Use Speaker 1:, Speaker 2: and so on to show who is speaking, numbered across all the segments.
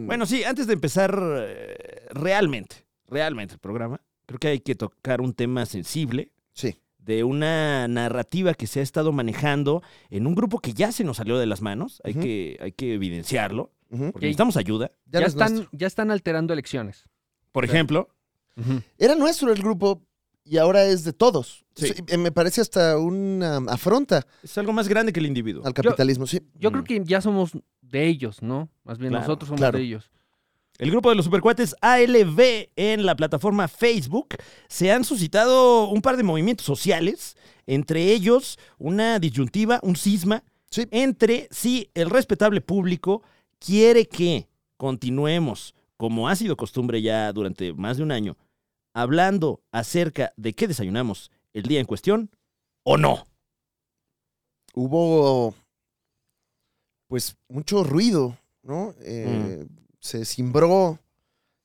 Speaker 1: Bueno, sí, antes de empezar eh, realmente, realmente el programa, creo que hay que tocar un tema sensible
Speaker 2: Sí.
Speaker 1: de una narrativa que se ha estado manejando en un grupo que ya se nos salió de las manos. Hay,
Speaker 2: Ujú.
Speaker 1: que, hay que evidenciarlo,
Speaker 2: Ujú.
Speaker 1: porque
Speaker 3: Ok.
Speaker 1: necesitamos ayuda.
Speaker 2: Ya
Speaker 3: Ya,
Speaker 2: no es
Speaker 3: están,
Speaker 2: nuestro.
Speaker 3: ya están alterando elecciones.
Speaker 1: Por ejemplo,
Speaker 2: Era nuestro el grupo y ahora es de todos.
Speaker 1: Sí.
Speaker 2: Sí, eh, Me parece hasta una afronta
Speaker 1: es algo más grande que el individuo.
Speaker 2: al capitalismo. Sí.
Speaker 3: Yo
Speaker 1: Mm.
Speaker 3: creo que ya somos de ellos, ¿no? Más bien
Speaker 1: Claro,
Speaker 3: nosotros somos
Speaker 2: claro.
Speaker 3: de ellos.
Speaker 1: El grupo de los supercuates ALB en la plataforma Facebook se han suscitado un par de movimientos sociales, entre ellos una disyuntiva, un cisma,
Speaker 2: Sí.
Speaker 1: entre si el respetable público quiere que continuemos, como ha sido costumbre ya durante más de un año, hablando acerca de qué desayunamos el día en cuestión o no.
Speaker 2: Hubo, pues, mucho ruido, ¿no? Eh,
Speaker 1: Mm.
Speaker 2: Se cimbró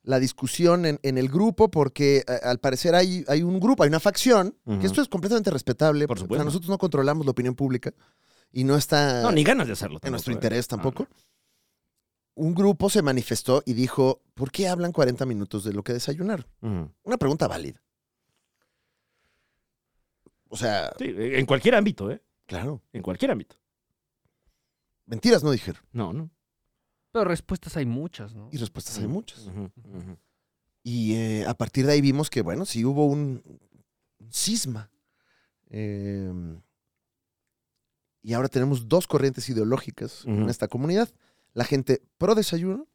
Speaker 2: la discusión en, en el grupo porque a- al parecer hay, hay un grupo, hay una facción,
Speaker 1: Ujú.
Speaker 2: que esto es completamente respetable.
Speaker 1: Por
Speaker 2: o sea,
Speaker 1: supuesto.
Speaker 2: nosotros no controlamos la opinión pública y no está...
Speaker 1: No, ni ganas de hacerlo.
Speaker 2: en
Speaker 1: tampoco,
Speaker 2: nuestro
Speaker 1: ¿eh?
Speaker 2: interés
Speaker 1: No,
Speaker 2: tampoco. Un grupo se manifestó y dijo, ¿por qué hablan 40 minutos de lo que desayunar?
Speaker 1: no. Ujú.
Speaker 2: Una pregunta válida. O sea,
Speaker 1: Sí, en cualquier ámbito, ¿eh?
Speaker 2: claro,
Speaker 1: En cualquier ámbito.
Speaker 2: mentiras no dijeron
Speaker 1: No, no.
Speaker 3: Pero respuestas hay muchas, ¿no?
Speaker 2: y respuestas hay
Speaker 1: Mm.
Speaker 2: muchas.
Speaker 1: Ujú, ujú.
Speaker 2: Y eh, a partir de ahí vimos que, bueno, sí hubo un, un cisma. Eh, y ahora tenemos dos corrientes ideológicas en
Speaker 1: Ujú.
Speaker 2: esta comunidad. La gente pro desayuno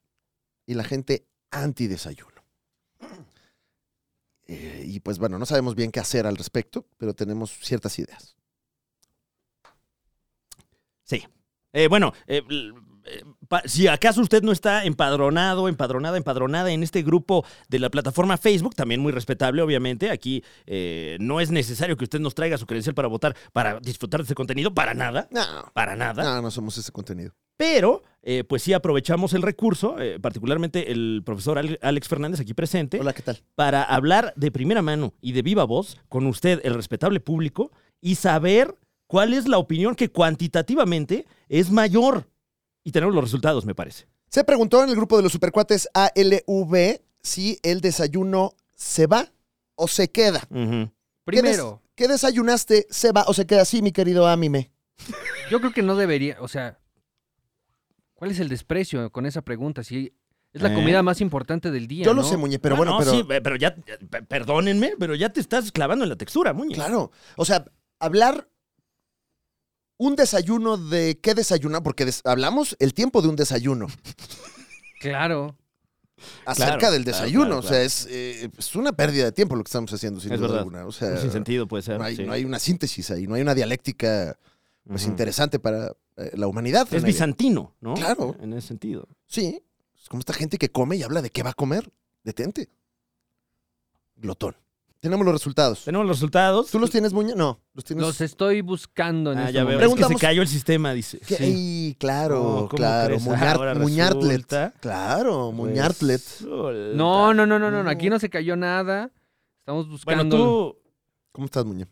Speaker 2: y la gente anti desayuno. Eh, y pues bueno, no sabemos bien qué hacer al respecto, pero tenemos ciertas ideas.
Speaker 1: Sí. Eh, bueno, eh, l- eh, pa- si acaso usted no está empadronado, empadronada, empadronada en este grupo de la plataforma Facebook, también muy respetable, obviamente. Aquí eh, no es necesario que usted nos traiga su credencial para votar, para disfrutar de este contenido, para nada,
Speaker 2: No,
Speaker 1: para nada.
Speaker 2: no, no somos ese contenido.
Speaker 1: Pero, eh, pues sí aprovechamos el recurso, eh, particularmente el profesor Al- Alex Fernández aquí presente,
Speaker 2: Hola, ¿qué tal?
Speaker 1: para hablar de primera mano y de viva voz con usted, el respetable público, y saber cuál es la opinión que cuantitativamente es mayor. Y tenemos los resultados, me parece.
Speaker 2: Se preguntó en el grupo de los supercuates ALV si el desayuno se va o se queda. ¿Qué des-
Speaker 3: Primero,
Speaker 2: ¿Qué desayunaste, Seba, o se queda así, mi querido Amime?
Speaker 3: yo creo que no debería, o sea, ¿cuál es el desprecio con esa pregunta? Si es la
Speaker 1: ¿Eh?
Speaker 3: comida más importante del día.
Speaker 2: Yo lo
Speaker 3: ¿no?
Speaker 2: sé, Muñe, pero bueno,
Speaker 1: no,
Speaker 2: pero...
Speaker 1: sí, eh, pero ya, eh, pe- perdónenme, pero ya te estás clavando en la textura, Muñe.
Speaker 2: Claro. O sea, hablar un desayuno de qué desayunar, porque des- hablamos el tiempo de un desayuno,
Speaker 3: Claro.
Speaker 2: acerca
Speaker 1: Claro,
Speaker 2: del
Speaker 1: claro,
Speaker 2: desayuno.
Speaker 1: claro,
Speaker 2: o sea,
Speaker 1: claro.
Speaker 2: es, eh, es una pérdida de tiempo lo que estamos haciendo, sin
Speaker 1: Es
Speaker 2: duda
Speaker 1: verdad.
Speaker 2: alguna. O sea,
Speaker 1: Sin sentido puede ser.
Speaker 2: no hay,
Speaker 1: sí.
Speaker 2: no hay una síntesis ahí, no hay una dialéctica pues,
Speaker 1: Ujú.
Speaker 2: interesante para eh, la humanidad.
Speaker 1: Es
Speaker 2: Renegade.
Speaker 1: bizantino, ¿no?
Speaker 2: Claro.
Speaker 1: En ese sentido.
Speaker 2: Sí. Es como esta gente que come y habla de qué va a comer. Detente. Glotón. Tenemos los resultados.
Speaker 1: Tenemos los resultados.
Speaker 2: ¿Tú los tienes, Muñe? No, los tienes.
Speaker 3: Los estoy buscando en
Speaker 1: Ah,
Speaker 3: este
Speaker 1: ya veo.
Speaker 3: momento.
Speaker 1: Es que se
Speaker 2: Preguntamos-
Speaker 1: cayó el sistema, dice.
Speaker 2: ¿Qué? Ay, claro,
Speaker 1: No, ¿cómo
Speaker 2: claro.
Speaker 1: crees? Ahora
Speaker 2: Muñar- Muñartlet.
Speaker 1: resulta. pues
Speaker 2: Claro, Muñartlet.
Speaker 1: Resulta.
Speaker 3: No, no, no, no, no, no, aquí no se cayó nada. Estamos
Speaker 1: Bueno,
Speaker 3: buscando.
Speaker 1: tú,
Speaker 2: ¿Cómo estás, Muñe?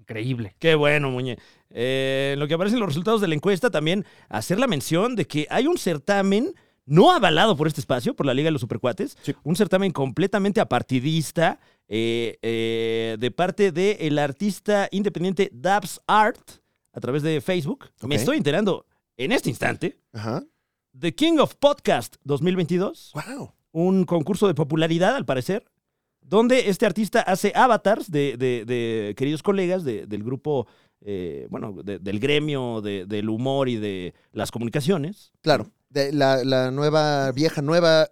Speaker 3: Increíble.
Speaker 1: Qué bueno, Muñe. Eh, en lo que aparecen los resultados de la encuesta, también hacer la mención de que hay un certamen no avalado por este espacio, por la Liga de los Supercuates,
Speaker 2: Sí.
Speaker 1: un certamen completamente apartidista eh, eh, de parte del artista independiente Dabs Art a través de Facebook. Me
Speaker 2: Ok.
Speaker 1: estoy enterando en este instante.
Speaker 2: Ajá.
Speaker 1: The King of Podcast 2022
Speaker 2: Wow.
Speaker 1: un concurso de popularidad, al parecer, donde este artista hace avatars de, de- de queridos colegas de- del grupo, eh, bueno, de- del gremio de- del humor y de las comunicaciones.
Speaker 2: Claro. De la, la nueva, vieja, nueva,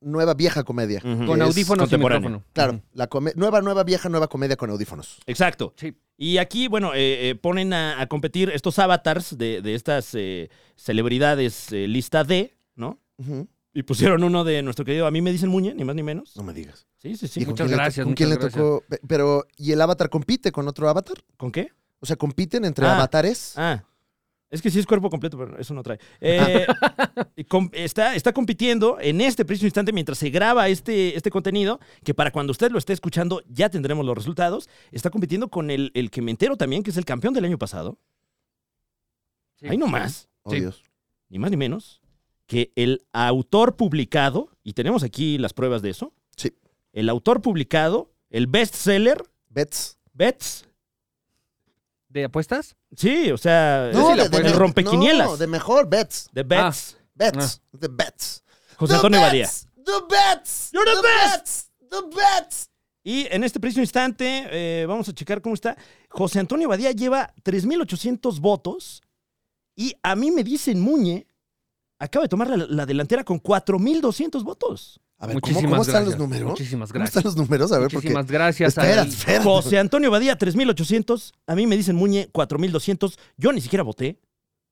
Speaker 2: nueva vieja comedia.
Speaker 1: Ujú.
Speaker 3: Con
Speaker 2: Es
Speaker 3: audífonos y
Speaker 1: contemporáneo.
Speaker 3: micrófono.
Speaker 2: Claro, la come- nueva, nueva, vieja, nueva comedia con audífonos.
Speaker 1: Exacto.
Speaker 3: Sí.
Speaker 1: Y aquí, bueno, eh, eh, ponen a, a competir estos avatars de, de estas eh, celebridades eh, lista D, ¿no?
Speaker 2: Ujú.
Speaker 1: Y pusieron uno de nuestro querido, a mí me dicen Muñe, ni más ni menos.
Speaker 2: No me digas.
Speaker 1: Sí, sí,
Speaker 2: ¿Y
Speaker 1: sí.
Speaker 2: con
Speaker 3: muchas
Speaker 2: quién le to-
Speaker 3: gracias,
Speaker 2: ¿Con quién
Speaker 3: muchas
Speaker 2: le tocó? Pe- Pero, ¿y el avatar compite con otro avatar?
Speaker 1: ¿Con qué?
Speaker 2: O sea, compiten entre
Speaker 1: Ah.
Speaker 2: avatares.
Speaker 1: Ah. Es que sí es cuerpo completo, pero eso no trae. Eh, y com- está, está compitiendo en este preciso instante mientras se graba este, este contenido, que para cuando usted lo esté escuchando ya tendremos los resultados. Está compitiendo con el, el que me entero también, que es el campeón del año pasado.
Speaker 3: Sí.
Speaker 1: Ahí nomás,
Speaker 2: Oh,
Speaker 3: sí.
Speaker 2: Dios.
Speaker 1: ni más ni menos, que el autor publicado, y tenemos aquí las pruebas de eso.
Speaker 2: Sí.
Speaker 1: El autor publicado, el bestseller,
Speaker 2: Bets.
Speaker 1: Bets.
Speaker 3: ¿De apuestas?
Speaker 1: Sí, o sea,
Speaker 3: No,
Speaker 1: el,
Speaker 3: la
Speaker 1: el
Speaker 3: puedes-
Speaker 1: rompequinielas.
Speaker 2: No, de mejor Bets.
Speaker 1: The Bets. Ah.
Speaker 2: Bets. The Bets.
Speaker 1: José
Speaker 2: The
Speaker 1: Antonio
Speaker 2: Ah. Bets.
Speaker 1: Badía.
Speaker 2: The Bets.
Speaker 1: You're the best.
Speaker 2: Bets. The Bets.
Speaker 1: Y en este preciso instante, eh, vamos a checar cómo está. José Antonio Badía lleva 3.800 votos. Y a mí me dicen Muñe, acaba de tomar la, la delantera con 4.200 votos.
Speaker 2: A ver, ¿cómo,
Speaker 3: Muchísimas
Speaker 2: cómo están los
Speaker 3: gracias.
Speaker 2: números?
Speaker 3: Muchísimas
Speaker 2: ¿Cómo están
Speaker 3: gracias.
Speaker 2: los números? A ver, porque...
Speaker 3: Muchísimas gracias.
Speaker 2: Espera,
Speaker 3: al-
Speaker 2: espera.
Speaker 1: José Antonio Badía, 3.800. A mí me dicen Muñe, 4.200. Yo ni siquiera voté,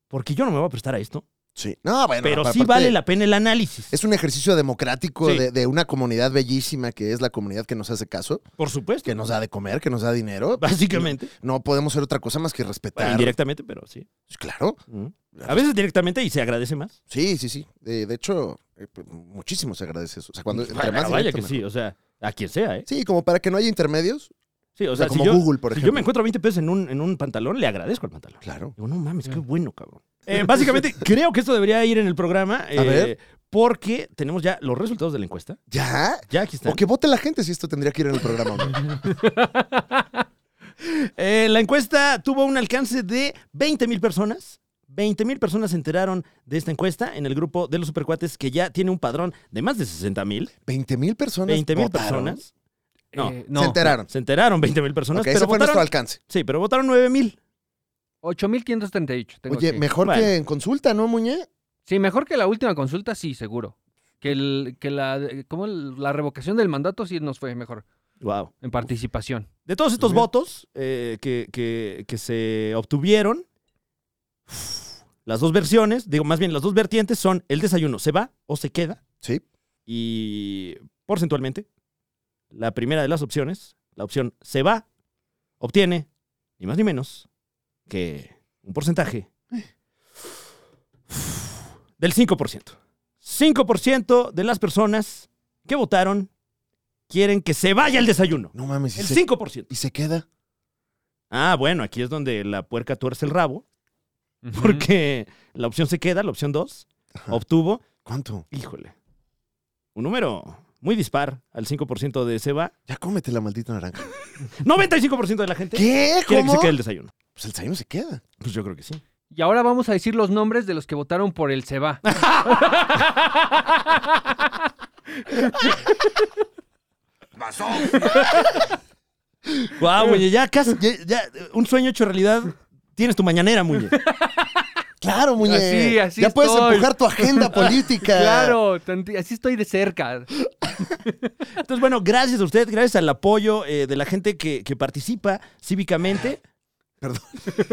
Speaker 1: porque yo no me voy a prestar a esto.
Speaker 2: Sí. No, bueno.
Speaker 1: pero sí
Speaker 2: aparte,
Speaker 1: vale la pena el análisis.
Speaker 2: Es un ejercicio democrático
Speaker 1: Sí.
Speaker 2: de, de una comunidad bellísima que es la comunidad que nos hace caso,
Speaker 1: por supuesto.
Speaker 2: que nos da de comer, que nos da dinero.
Speaker 1: Básicamente.
Speaker 2: No podemos hacer otra cosa más que
Speaker 1: Bueno,
Speaker 2: respetar. Pues,
Speaker 1: indirectamente, pero sí.
Speaker 2: Claro.
Speaker 1: Mm. A veces directamente y se agradece más.
Speaker 2: Sí, sí, sí. Eh, de hecho, eh, pues, muchísimo se agradece eso. O sea, cuando, entre
Speaker 1: Vaya,
Speaker 2: más
Speaker 1: vaya
Speaker 2: directo,
Speaker 1: que
Speaker 2: mejor.
Speaker 1: sí, o sea, a quien sea, ¿eh?
Speaker 2: Sí, como para que no haya intermedios.
Speaker 1: Sí, o
Speaker 2: O sea,
Speaker 1: sea, si
Speaker 2: como
Speaker 1: yo,
Speaker 2: Google, por
Speaker 1: si
Speaker 2: ejemplo.
Speaker 1: yo me encuentro 20 pesos en un, en un pantalón, le agradezco al pantalón.
Speaker 2: Claro.
Speaker 1: Digo, no mames, qué
Speaker 3: Mm.
Speaker 1: bueno, cabrón. Eh, básicamente, creo que esto debería ir en el programa. eh,
Speaker 2: ver.
Speaker 1: Porque tenemos ya los resultados de la encuesta.
Speaker 2: ¿Ya?
Speaker 1: Ya aquí están.
Speaker 2: O que vote la gente si esto tendría que ir en el programa. hombre.
Speaker 1: Eh, la encuesta tuvo un alcance de 20 mil personas. 20 mil personas se enteraron de esta encuesta en el grupo de los supercuates que ya tiene un padrón de más de 60 mil.
Speaker 2: 20 mil personas.
Speaker 1: 20 mil
Speaker 2: votaron.
Speaker 1: personas. No,
Speaker 3: Eh,
Speaker 2: Se
Speaker 3: no.
Speaker 2: enteraron.
Speaker 1: se enteraron 20 mil personas,
Speaker 2: Ok, ese
Speaker 1: pero
Speaker 2: fue nuestro
Speaker 1: votaron,
Speaker 2: alcance.
Speaker 1: sí, pero votaron 9 mil.
Speaker 3: 8.538. tengo
Speaker 2: Oye,
Speaker 3: aquí.
Speaker 2: mejor
Speaker 1: Bueno.
Speaker 2: que en consulta, ¿no, Muñe?
Speaker 3: Sí, mejor que la última consulta, sí, seguro. Que, el, que la, ¿cómo? la revocación del mandato sí nos fue mejor
Speaker 1: Wow.
Speaker 3: en participación.
Speaker 1: De todos estos
Speaker 2: Muy bien.
Speaker 1: votos eh, que, que- que se obtuvieron, las dos versiones, digo más bien las dos vertientes son el desayuno, ¿se va o se queda?
Speaker 2: Sí.
Speaker 1: Y porcentualmente, la primera de las opciones, la opción se va, obtiene ni más ni menos que un porcentaje del 5%. 5% de las personas que votaron quieren que se vaya el desayuno.
Speaker 2: No mames. ¿y
Speaker 1: El
Speaker 2: se-
Speaker 1: 5%.
Speaker 2: ¿Y se queda?
Speaker 1: Ah, bueno, aquí es donde la puerca tuerce el rabo,
Speaker 3: Ujú.
Speaker 1: porque la opción se queda, la opción 2,
Speaker 2: Ajá.
Speaker 1: obtuvo,
Speaker 2: ¿Cuánto?
Speaker 1: híjole, un número muy dispar al 5% de se va.
Speaker 2: Ya cómete la maldita naranja.
Speaker 1: 95% de la gente
Speaker 2: ¿Qué?
Speaker 1: quiere que
Speaker 2: ¿Cómo?
Speaker 1: se quede el desayuno.
Speaker 2: Pues el desayuno se queda.
Speaker 1: Pues yo creo que sí.
Speaker 3: Y ahora vamos a decir los nombres de los que votaron por el CEBA.
Speaker 1: Guau, Muñe, ya casi, ya, ya, un sueño hecho realidad. Tienes tu mañanera, Muñe.
Speaker 2: Claro, Muñe.
Speaker 3: Así, así
Speaker 2: Ya puedes
Speaker 3: estoy.
Speaker 2: empujar tu agenda política.
Speaker 3: Claro, tanti- así estoy de cerca.
Speaker 1: Entonces, bueno, gracias a usted, gracias al apoyo eh, de la gente que, que participa cívicamente.
Speaker 2: Perdón.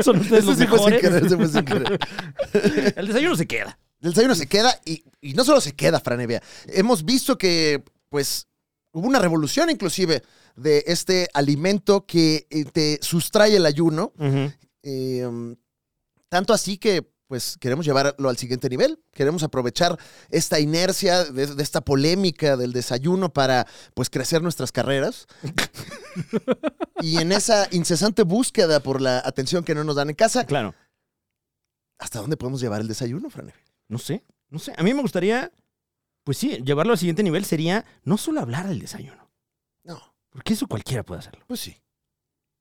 Speaker 1: Son ustedes
Speaker 2: Eso
Speaker 1: los
Speaker 2: sí fue sin
Speaker 1: mejores.
Speaker 2: querer, eso fue sin querer.
Speaker 1: El desayuno se queda.
Speaker 2: El desayuno se queda y, y no solo se queda, Franevia. Hemos visto que, pues, hubo una revolución inclusive de este alimento que eh, te sustrae el ayuno. Eh, um, tanto así que, pues, queremos llevarlo al siguiente nivel. Queremos aprovechar esta inercia de, de esta polémica del desayuno para, pues, crecer nuestras carreras. y en esa incesante búsqueda por la atención que no nos dan en casa,
Speaker 1: Claro.
Speaker 2: ¿hasta dónde podemos llevar el desayuno, Fran?
Speaker 1: No sé, no sé. A mí me gustaría, pues sí, llevarlo al siguiente nivel sería no solo hablar del desayuno,
Speaker 2: No,
Speaker 1: porque eso cualquiera puede hacerlo.
Speaker 2: pues sí.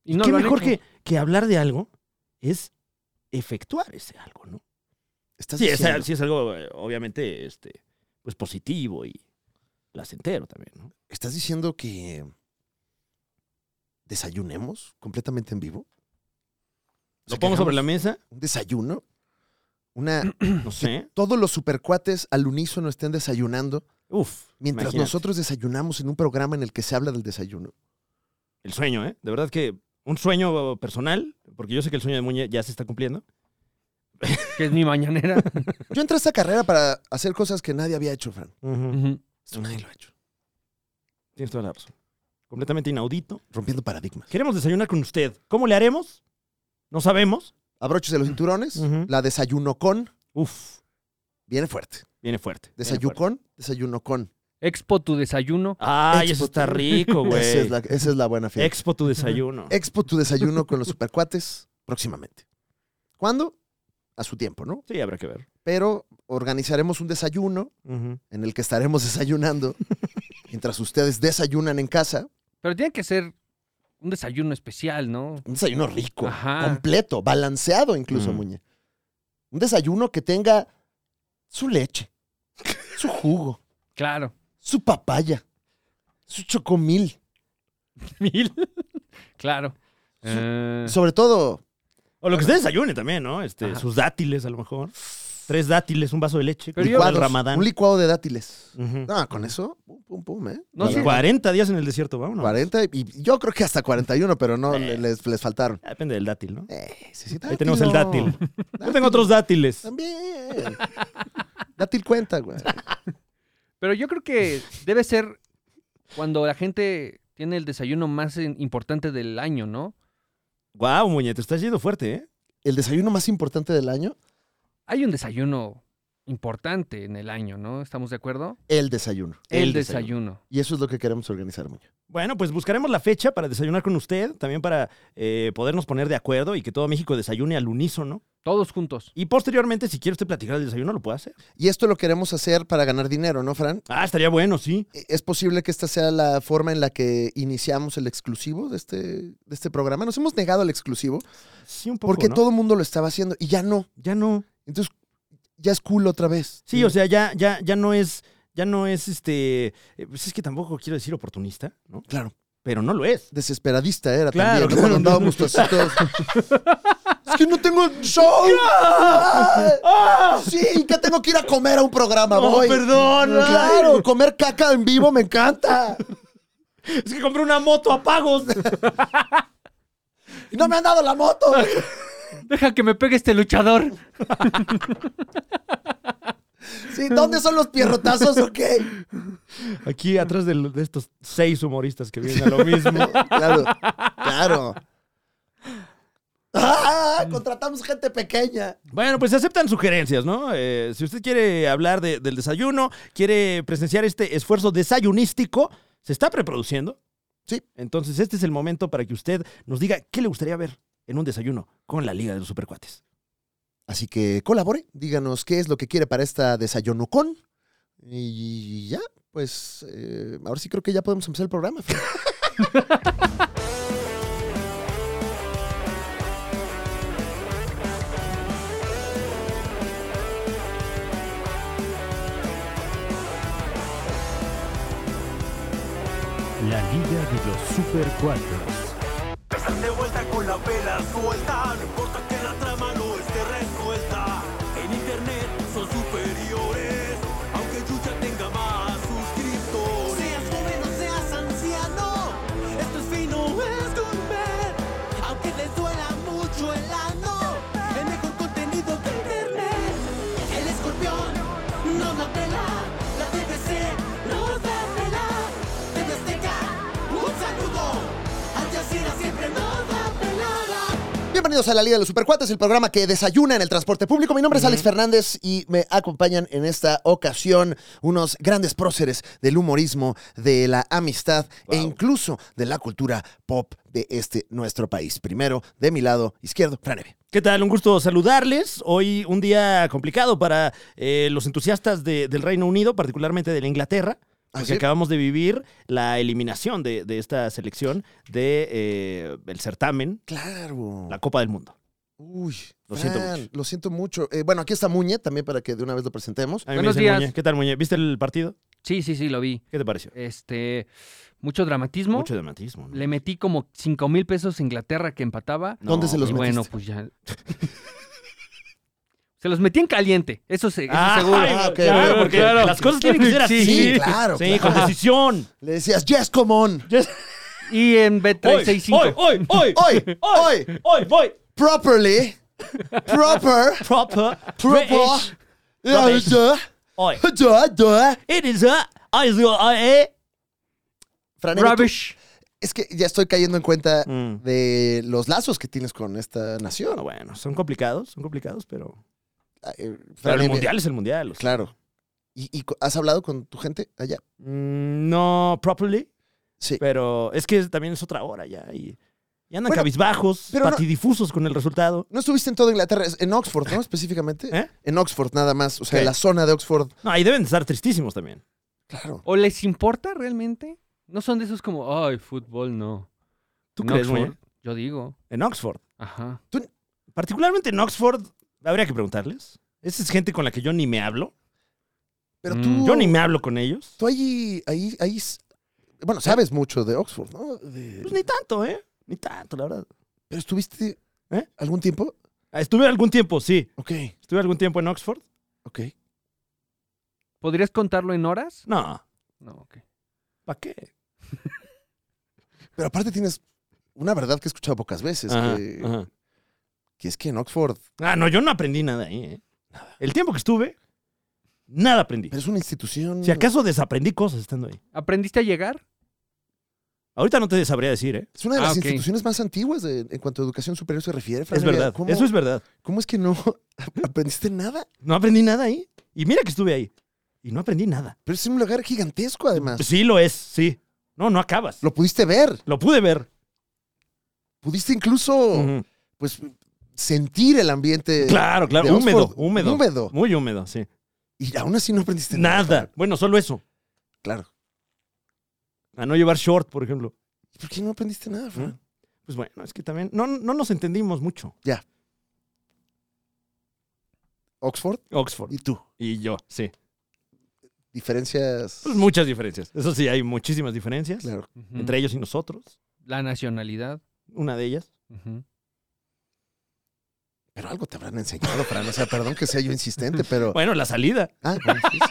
Speaker 3: Y no
Speaker 1: Qué
Speaker 3: lo han
Speaker 1: mejor
Speaker 3: hecho.
Speaker 1: que, que hablar de algo es efectuar ese algo, ¿no?
Speaker 2: Estás
Speaker 1: Sí, es,
Speaker 2: diciendo-
Speaker 1: sí es algo, eh, obviamente, este, pues positivo y placentero también, ¿no?
Speaker 2: ¿Estás diciendo que desayunemos completamente en vivo? O
Speaker 1: Lo
Speaker 2: sea, que
Speaker 1: pongo sobre
Speaker 2: hagamos
Speaker 1: la mesa,
Speaker 2: Un desayuno. Una.
Speaker 1: no sé.
Speaker 2: todos los supercuates al unísono estén desayunando.
Speaker 1: Uf.
Speaker 2: Mientras
Speaker 1: imagínate.
Speaker 2: nosotros desayunamos en un programa en el que se habla del desayuno.
Speaker 1: El sueño, ¿eh? De verdad que un sueño personal, porque yo sé que el sueño de Muñe ya se está cumpliendo.
Speaker 3: Que es mi mañanera.
Speaker 2: Yo entré a esta carrera para hacer cosas que nadie había hecho, Fran.
Speaker 3: Ujú.
Speaker 2: Esto nadie lo ha hecho.
Speaker 1: Tienes toda la razón. Completamente inaudito.
Speaker 2: Rompiendo paradigmas.
Speaker 1: Queremos desayunar con usted. ¿Cómo le haremos? No sabemos.
Speaker 2: Abróchese los cinturones.
Speaker 1: Ujú.
Speaker 2: La desayuno con.
Speaker 1: Uf,
Speaker 2: Viene fuerte.
Speaker 1: viene fuerte. viene
Speaker 2: Desayuno
Speaker 1: fuerte.
Speaker 2: con. Desayuno con.
Speaker 3: Expo tu desayuno.
Speaker 1: Ay, eso
Speaker 2: Expo
Speaker 1: está
Speaker 2: tu-
Speaker 1: rico, güey.
Speaker 2: Esa es, la, esa es la buena fiesta.
Speaker 1: Expo tu desayuno.
Speaker 2: Expo tu desayuno con los supercuates próximamente. ¿Cuándo? A su tiempo, ¿no?
Speaker 1: Sí, habrá que ver.
Speaker 2: pero organizaremos un desayuno
Speaker 1: Ujú.
Speaker 2: en el que estaremos desayunando mientras ustedes desayunan en casa.
Speaker 3: Pero tiene que ser un desayuno especial, ¿no?
Speaker 2: Un desayuno rico,
Speaker 3: Ajá.
Speaker 2: completo, balanceado incluso,
Speaker 1: Mm.
Speaker 2: Muñe. Un desayuno que tenga su leche, su jugo,
Speaker 3: Claro.
Speaker 2: su papaya, su chocomil.
Speaker 3: Mil. claro.
Speaker 2: Su-
Speaker 3: Eh,
Speaker 2: Sobre todo,
Speaker 1: O lo que usted desayune también, ¿no? Este,
Speaker 3: Ajá.
Speaker 1: sus dátiles, a lo mejor. Tres dátiles, un vaso de leche.
Speaker 3: Pero yo-
Speaker 1: licuado al
Speaker 2: licuados,
Speaker 1: ramadán.
Speaker 2: un licuado de dátiles.
Speaker 1: Ujú.
Speaker 2: Ah, con eso, pum, pum, pum, ¿eh?
Speaker 3: No,
Speaker 1: Y
Speaker 3: sí.
Speaker 1: 40 días en el desierto, vámonos.
Speaker 2: 40 y yo creo que hasta 41, pero no
Speaker 1: Eh.
Speaker 2: les, les faltaron.
Speaker 1: Ah, Depende del dátil, ¿no?
Speaker 2: Eh, sí, sí,
Speaker 1: Ahí tenemos el dátil.
Speaker 2: dátilo.
Speaker 1: Yo tengo otros dátiles.
Speaker 2: También. Dátil cuenta, güey.
Speaker 3: Pero yo creo que debe ser cuando la gente tiene el desayuno más en- importante del año, ¿no?
Speaker 1: Guau, Muñe, te estás yendo fuerte, ¿eh?
Speaker 2: El desayuno más importante del año,
Speaker 3: Hay un desayuno importante en el año, ¿no? ¿Estamos de acuerdo?
Speaker 2: el desayuno.
Speaker 1: El
Speaker 3: El desayuno.
Speaker 2: Y eso es lo que queremos organizar, Muñoz.
Speaker 1: Bueno, pues buscaremos la fecha para desayunar con usted, también para eh, podernos poner de acuerdo y que todo México desayune al unísono.
Speaker 3: Todos juntos.
Speaker 1: Y posteriormente, si quiere usted platicar del desayuno, lo puede hacer.
Speaker 2: Y esto lo queremos hacer para ganar dinero, ¿no, Fran? E,
Speaker 1: Ah, estaría bueno, sí.
Speaker 2: Es posible que esta sea la forma en la que iniciamos el exclusivo de este, de este programa. Nos hemos negado al exclusivo
Speaker 1: Sí, un poco.
Speaker 2: porque
Speaker 1: ¿no?
Speaker 2: todo el mundo lo estaba haciendo y ya no.
Speaker 1: Ya no.
Speaker 2: Entonces, ya es cool otra vez.
Speaker 1: Sí, o sea, ya, ya, ya no es. Ya no es este. eh, Pues es que tampoco quiero decir oportunista, ¿no?
Speaker 2: Claro.
Speaker 1: Pero no lo es.
Speaker 2: Desesperadista era
Speaker 1: Claro,
Speaker 2: también. ¿no? Cuando
Speaker 1: claro.
Speaker 2: andábamos así todos. es que no tengo show.
Speaker 1: ¡Ah!
Speaker 2: Sí, que tengo que ir a comer a un programa,
Speaker 1: Oh,
Speaker 2: voy.
Speaker 1: perdón.
Speaker 2: Claro, comer caca en vivo me encanta.
Speaker 1: Es que compré una moto a pagos.
Speaker 2: Y no me han dado la moto.
Speaker 3: Deja que me pegue este luchador.
Speaker 2: Sí, ¿dónde son los pierrotazos o qué?
Speaker 1: Aquí atrás de, lo- de estos seis humoristas que vienen a lo mismo.
Speaker 2: Claro, claro. Ah, contratamos gente pequeña.
Speaker 1: Bueno, pues se aceptan sugerencias, ¿no? Eh, si usted quiere hablar de- del desayuno, quiere presenciar este esfuerzo desayunístico, se está preproduciendo.
Speaker 2: Sí.
Speaker 1: Entonces, este es el momento para que usted nos diga qué le gustaría ver en un desayuno con la Liga de los Supercuates.
Speaker 2: Así que colabore, díganos qué es lo que quiere para esta desayuno con. Y ya, pues eh, ahora sí creo que ya podemos empezar el programa.
Speaker 1: La Liga de los Supercuates.
Speaker 4: Están de vuelta con la vela suelta, no importa que la trama no esté resuelta. En internet son superiores, aunque Yuya tenga más suscriptores. Seas joven o seas anciano, esto es fino, es gourmet. Aunque les duela mucho el ano, el mejor contenido de internet. El escorpión no la pela, la TVC nos da pela. TV Azteca, un saludo, Al Jazeera siempre nos da pelada.
Speaker 2: Bienvenidos a la Liga de los Supercuates, el programa que desayuna en el transporte público. Mi nombre es Alex Fernández y me acompañan en esta ocasión unos grandes próceres del humorismo, de la amistad e
Speaker 1: Wow.
Speaker 2: incluso de la cultura pop de este nuestro país. Primero, de mi lado izquierdo, Franeve.
Speaker 1: ¿Qué tal? Un gusto saludarles. Hoy un día complicado para eh, los entusiastas de- del Reino Unido, particularmente de la Inglaterra, porque
Speaker 2: Así-
Speaker 1: acabamos de vivir la eliminación de, de esta selección de eh, el certamen,
Speaker 2: Claro.
Speaker 1: la Copa del Mundo.
Speaker 2: Uy,
Speaker 1: Lo siento mucho.
Speaker 2: Lo siento mucho. Eh, bueno, aquí está Muñe también para que de una vez lo presentemos.
Speaker 1: A mí me
Speaker 3: Buenos
Speaker 1: dicen,
Speaker 3: días.
Speaker 1: Muñe, ¿Qué tal, Muñe? ¿Viste el partido?
Speaker 3: Sí, sí, sí, lo vi.
Speaker 1: ¿Qué te pareció?
Speaker 3: Este, mucho dramatismo.
Speaker 1: Mucho dramatismo. ¿no?
Speaker 3: Le metí como 5 mil pesos a Inglaterra que empataba.
Speaker 1: No,
Speaker 2: ¿Dónde se los
Speaker 3: y
Speaker 2: metiste?
Speaker 3: bueno, pues ya. se los metí en caliente. Eso, se, eso
Speaker 1: Ah,
Speaker 3: seguro.
Speaker 1: ay,
Speaker 2: Ah, ok,
Speaker 1: claro,
Speaker 2: ok,
Speaker 1: porque
Speaker 3: claro.
Speaker 1: las cosas tienen que ser así.
Speaker 2: Sí, claro,
Speaker 1: Sí,
Speaker 2: claro.
Speaker 1: con decisión.
Speaker 2: Le decías, yes, come on.
Speaker 3: Y en B365.
Speaker 1: Hoy, hoy, hoy,
Speaker 2: Hoy, hoy,
Speaker 1: hoy, hoy, voy.
Speaker 2: properly,
Speaker 1: Proper,
Speaker 2: proper, proper.
Speaker 1: British, Rubbish. hoy. It is a I is a- I- eh.
Speaker 2: Franeve, tú-
Speaker 3: Rubbish.
Speaker 2: Es que ya estoy cayendo en cuenta
Speaker 1: Mm.
Speaker 2: de los lazos que tienes con esta nación.
Speaker 1: Bueno, bueno, son complicados, son complicados, pero,
Speaker 2: Ah, eh,
Speaker 1: pero
Speaker 2: Fran, eh,
Speaker 1: el mundial es el mundial. o sea.
Speaker 2: Claro. ¿Y, y co- has hablado con tu gente allá?
Speaker 1: Mm, no properly,
Speaker 2: Sí.
Speaker 1: pero es que es- también es otra hora ya y Y andan
Speaker 2: Bueno,
Speaker 1: cabizbajos,
Speaker 2: pero no-
Speaker 1: patidifusos con el resultado.
Speaker 2: No estuviste en toda Inglaterra, es- en Oxford, ¿no? Específicamente.
Speaker 1: ¿Eh?
Speaker 2: En Oxford, nada más. O sea,
Speaker 1: Sí.
Speaker 2: la zona de Oxford.
Speaker 1: No, ahí deben de estar tristísimos también.
Speaker 2: Claro.
Speaker 3: ¿O les importa realmente? No son de esos como, ay, fútbol no.
Speaker 1: ¿Tú
Speaker 3: En
Speaker 1: crees,
Speaker 3: Oxford,
Speaker 1: güey?
Speaker 3: Yo digo.
Speaker 1: En Oxford.
Speaker 3: Ajá.
Speaker 1: Particularmente en Oxford, habría que preguntarles. Esa es gente con la que yo ni me hablo.
Speaker 2: Pero
Speaker 3: Mm.
Speaker 2: tú.
Speaker 1: Yo ni me hablo con ellos.
Speaker 2: Tú ahí, ahí, ahí. s- Bueno, sabes mucho de Oxford, ¿no? De-
Speaker 1: Pues ni tanto, ¿eh? Ni tanto, la verdad.
Speaker 2: Pero estuviste
Speaker 1: ¿Eh?
Speaker 2: algún tiempo.
Speaker 1: Ah, Estuve algún tiempo, sí.
Speaker 2: Ok,
Speaker 1: Estuve algún tiempo en Oxford.
Speaker 2: ok.
Speaker 3: ¿Podrías contarlo en horas?
Speaker 1: No,
Speaker 3: No, ok.
Speaker 1: ¿para qué?
Speaker 2: Pero aparte tienes una verdad que he escuchado pocas veces,
Speaker 1: Ajá,
Speaker 2: que,
Speaker 1: ajá.
Speaker 2: que es que en Oxford
Speaker 1: Ah, no, yo no aprendí nada ahí, ¿eh? El tiempo que estuve, nada aprendí.
Speaker 2: es una institución.
Speaker 1: Si acaso desaprendí cosas estando ahí.
Speaker 3: ¿Aprendiste a llegar?
Speaker 1: Ahorita no te sabría decir, ¿eh?
Speaker 2: Es una de las
Speaker 3: Ah, ok.
Speaker 2: instituciones más antiguas de- en cuanto a educación superior se refiere. Fran
Speaker 1: Es
Speaker 2: Evia.
Speaker 1: verdad.
Speaker 2: ¿Cómo,
Speaker 1: Eso es verdad.
Speaker 2: ¿Cómo es que no aprendiste nada?
Speaker 1: No aprendí nada ahí. Y mira que estuve ahí. Y no aprendí nada.
Speaker 2: Pero es un lugar gigantesco, además.
Speaker 1: Sí lo es, sí. No, no acabas. Lo,
Speaker 2: Lo pudiste ver.
Speaker 1: pude ver.
Speaker 2: Pudiste incluso,
Speaker 1: Ujú.
Speaker 2: pues, sentir el ambiente.
Speaker 1: Claro,
Speaker 2: de
Speaker 1: claro.
Speaker 2: Oxford,
Speaker 1: Húmedo, húmedo.
Speaker 2: húmedo.
Speaker 1: Muy húmedo, sí.
Speaker 2: Y aún así no aprendiste nada.
Speaker 1: Nada.
Speaker 2: Fran.
Speaker 1: Bueno, solo eso.
Speaker 2: Claro.
Speaker 1: A no llevar short, por ejemplo.
Speaker 2: ¿Y ¿Por qué no aprendiste nada, Fran?
Speaker 1: ¿Mm? Pues bueno, es que también no, no nos entendimos mucho.
Speaker 2: Oxford
Speaker 1: Oxford
Speaker 2: y tú.
Speaker 1: y yo, sí.
Speaker 2: Diferencias.
Speaker 1: Pues muchas diferencias. Eso sí, hay muchísimas diferencias
Speaker 2: Claro.
Speaker 3: Ujú.
Speaker 1: entre ellos y nosotros.
Speaker 3: La nacionalidad.
Speaker 1: Una de ellas.
Speaker 3: Ujú.
Speaker 2: Pero algo te habrán enseñado, Fran. O sea, perdón que sea yo insistente, pero.
Speaker 1: Bueno, la salida.
Speaker 2: Ah,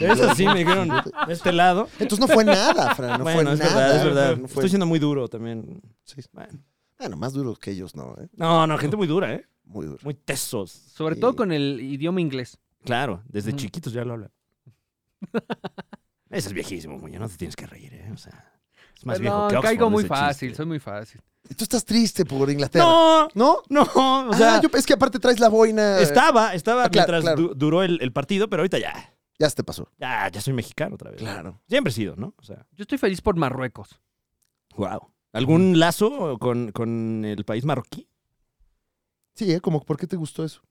Speaker 1: Esa sí me dijeron de este lado.
Speaker 2: Entonces no fue nada, Fran. No
Speaker 1: bueno,
Speaker 2: fue
Speaker 1: es
Speaker 2: nada.
Speaker 1: verdad, es verdad.
Speaker 2: No fue...
Speaker 1: Estoy siendo muy duro también.
Speaker 2: Sí.
Speaker 1: Bueno.
Speaker 2: Bueno, más duro que ellos, no, ¿eh?
Speaker 1: No, no, gente muy dura, ¿eh?
Speaker 2: Muy duro.
Speaker 1: Muy tesos.
Speaker 3: Sobre
Speaker 2: Sí.
Speaker 3: todo con el idioma inglés.
Speaker 1: Claro, desde
Speaker 3: Ujú.
Speaker 1: chiquitos ya lo hablan. Ese es viejísimo, Muñoz. No te tienes que reír, ¿eh? O sea, es más viejo
Speaker 3: Perdón,
Speaker 1: que Oxford,
Speaker 3: caigo muy
Speaker 1: ese
Speaker 3: fácil,
Speaker 1: chiste.
Speaker 3: soy muy fácil.
Speaker 2: Y Tú estás triste por Inglaterra.
Speaker 1: No,
Speaker 2: ¿No?
Speaker 1: no. O sea,
Speaker 2: ah, yo, es que aparte traes la boina.
Speaker 1: Estaba, estaba
Speaker 2: Ah, claro,
Speaker 1: mientras
Speaker 2: claro.
Speaker 1: du- duró el, el partido, pero ahorita ya,
Speaker 2: Ya se te pasó.
Speaker 1: ya, ya soy mexicano otra vez.
Speaker 2: Claro.
Speaker 1: Siempre he sido, ¿no? O sea,
Speaker 3: Yo estoy feliz por Marruecos.
Speaker 1: wow. ¿Algún lazo con, con el país marroquí?
Speaker 2: Sí, ¿eh? Como, ¿por qué te gustó eso?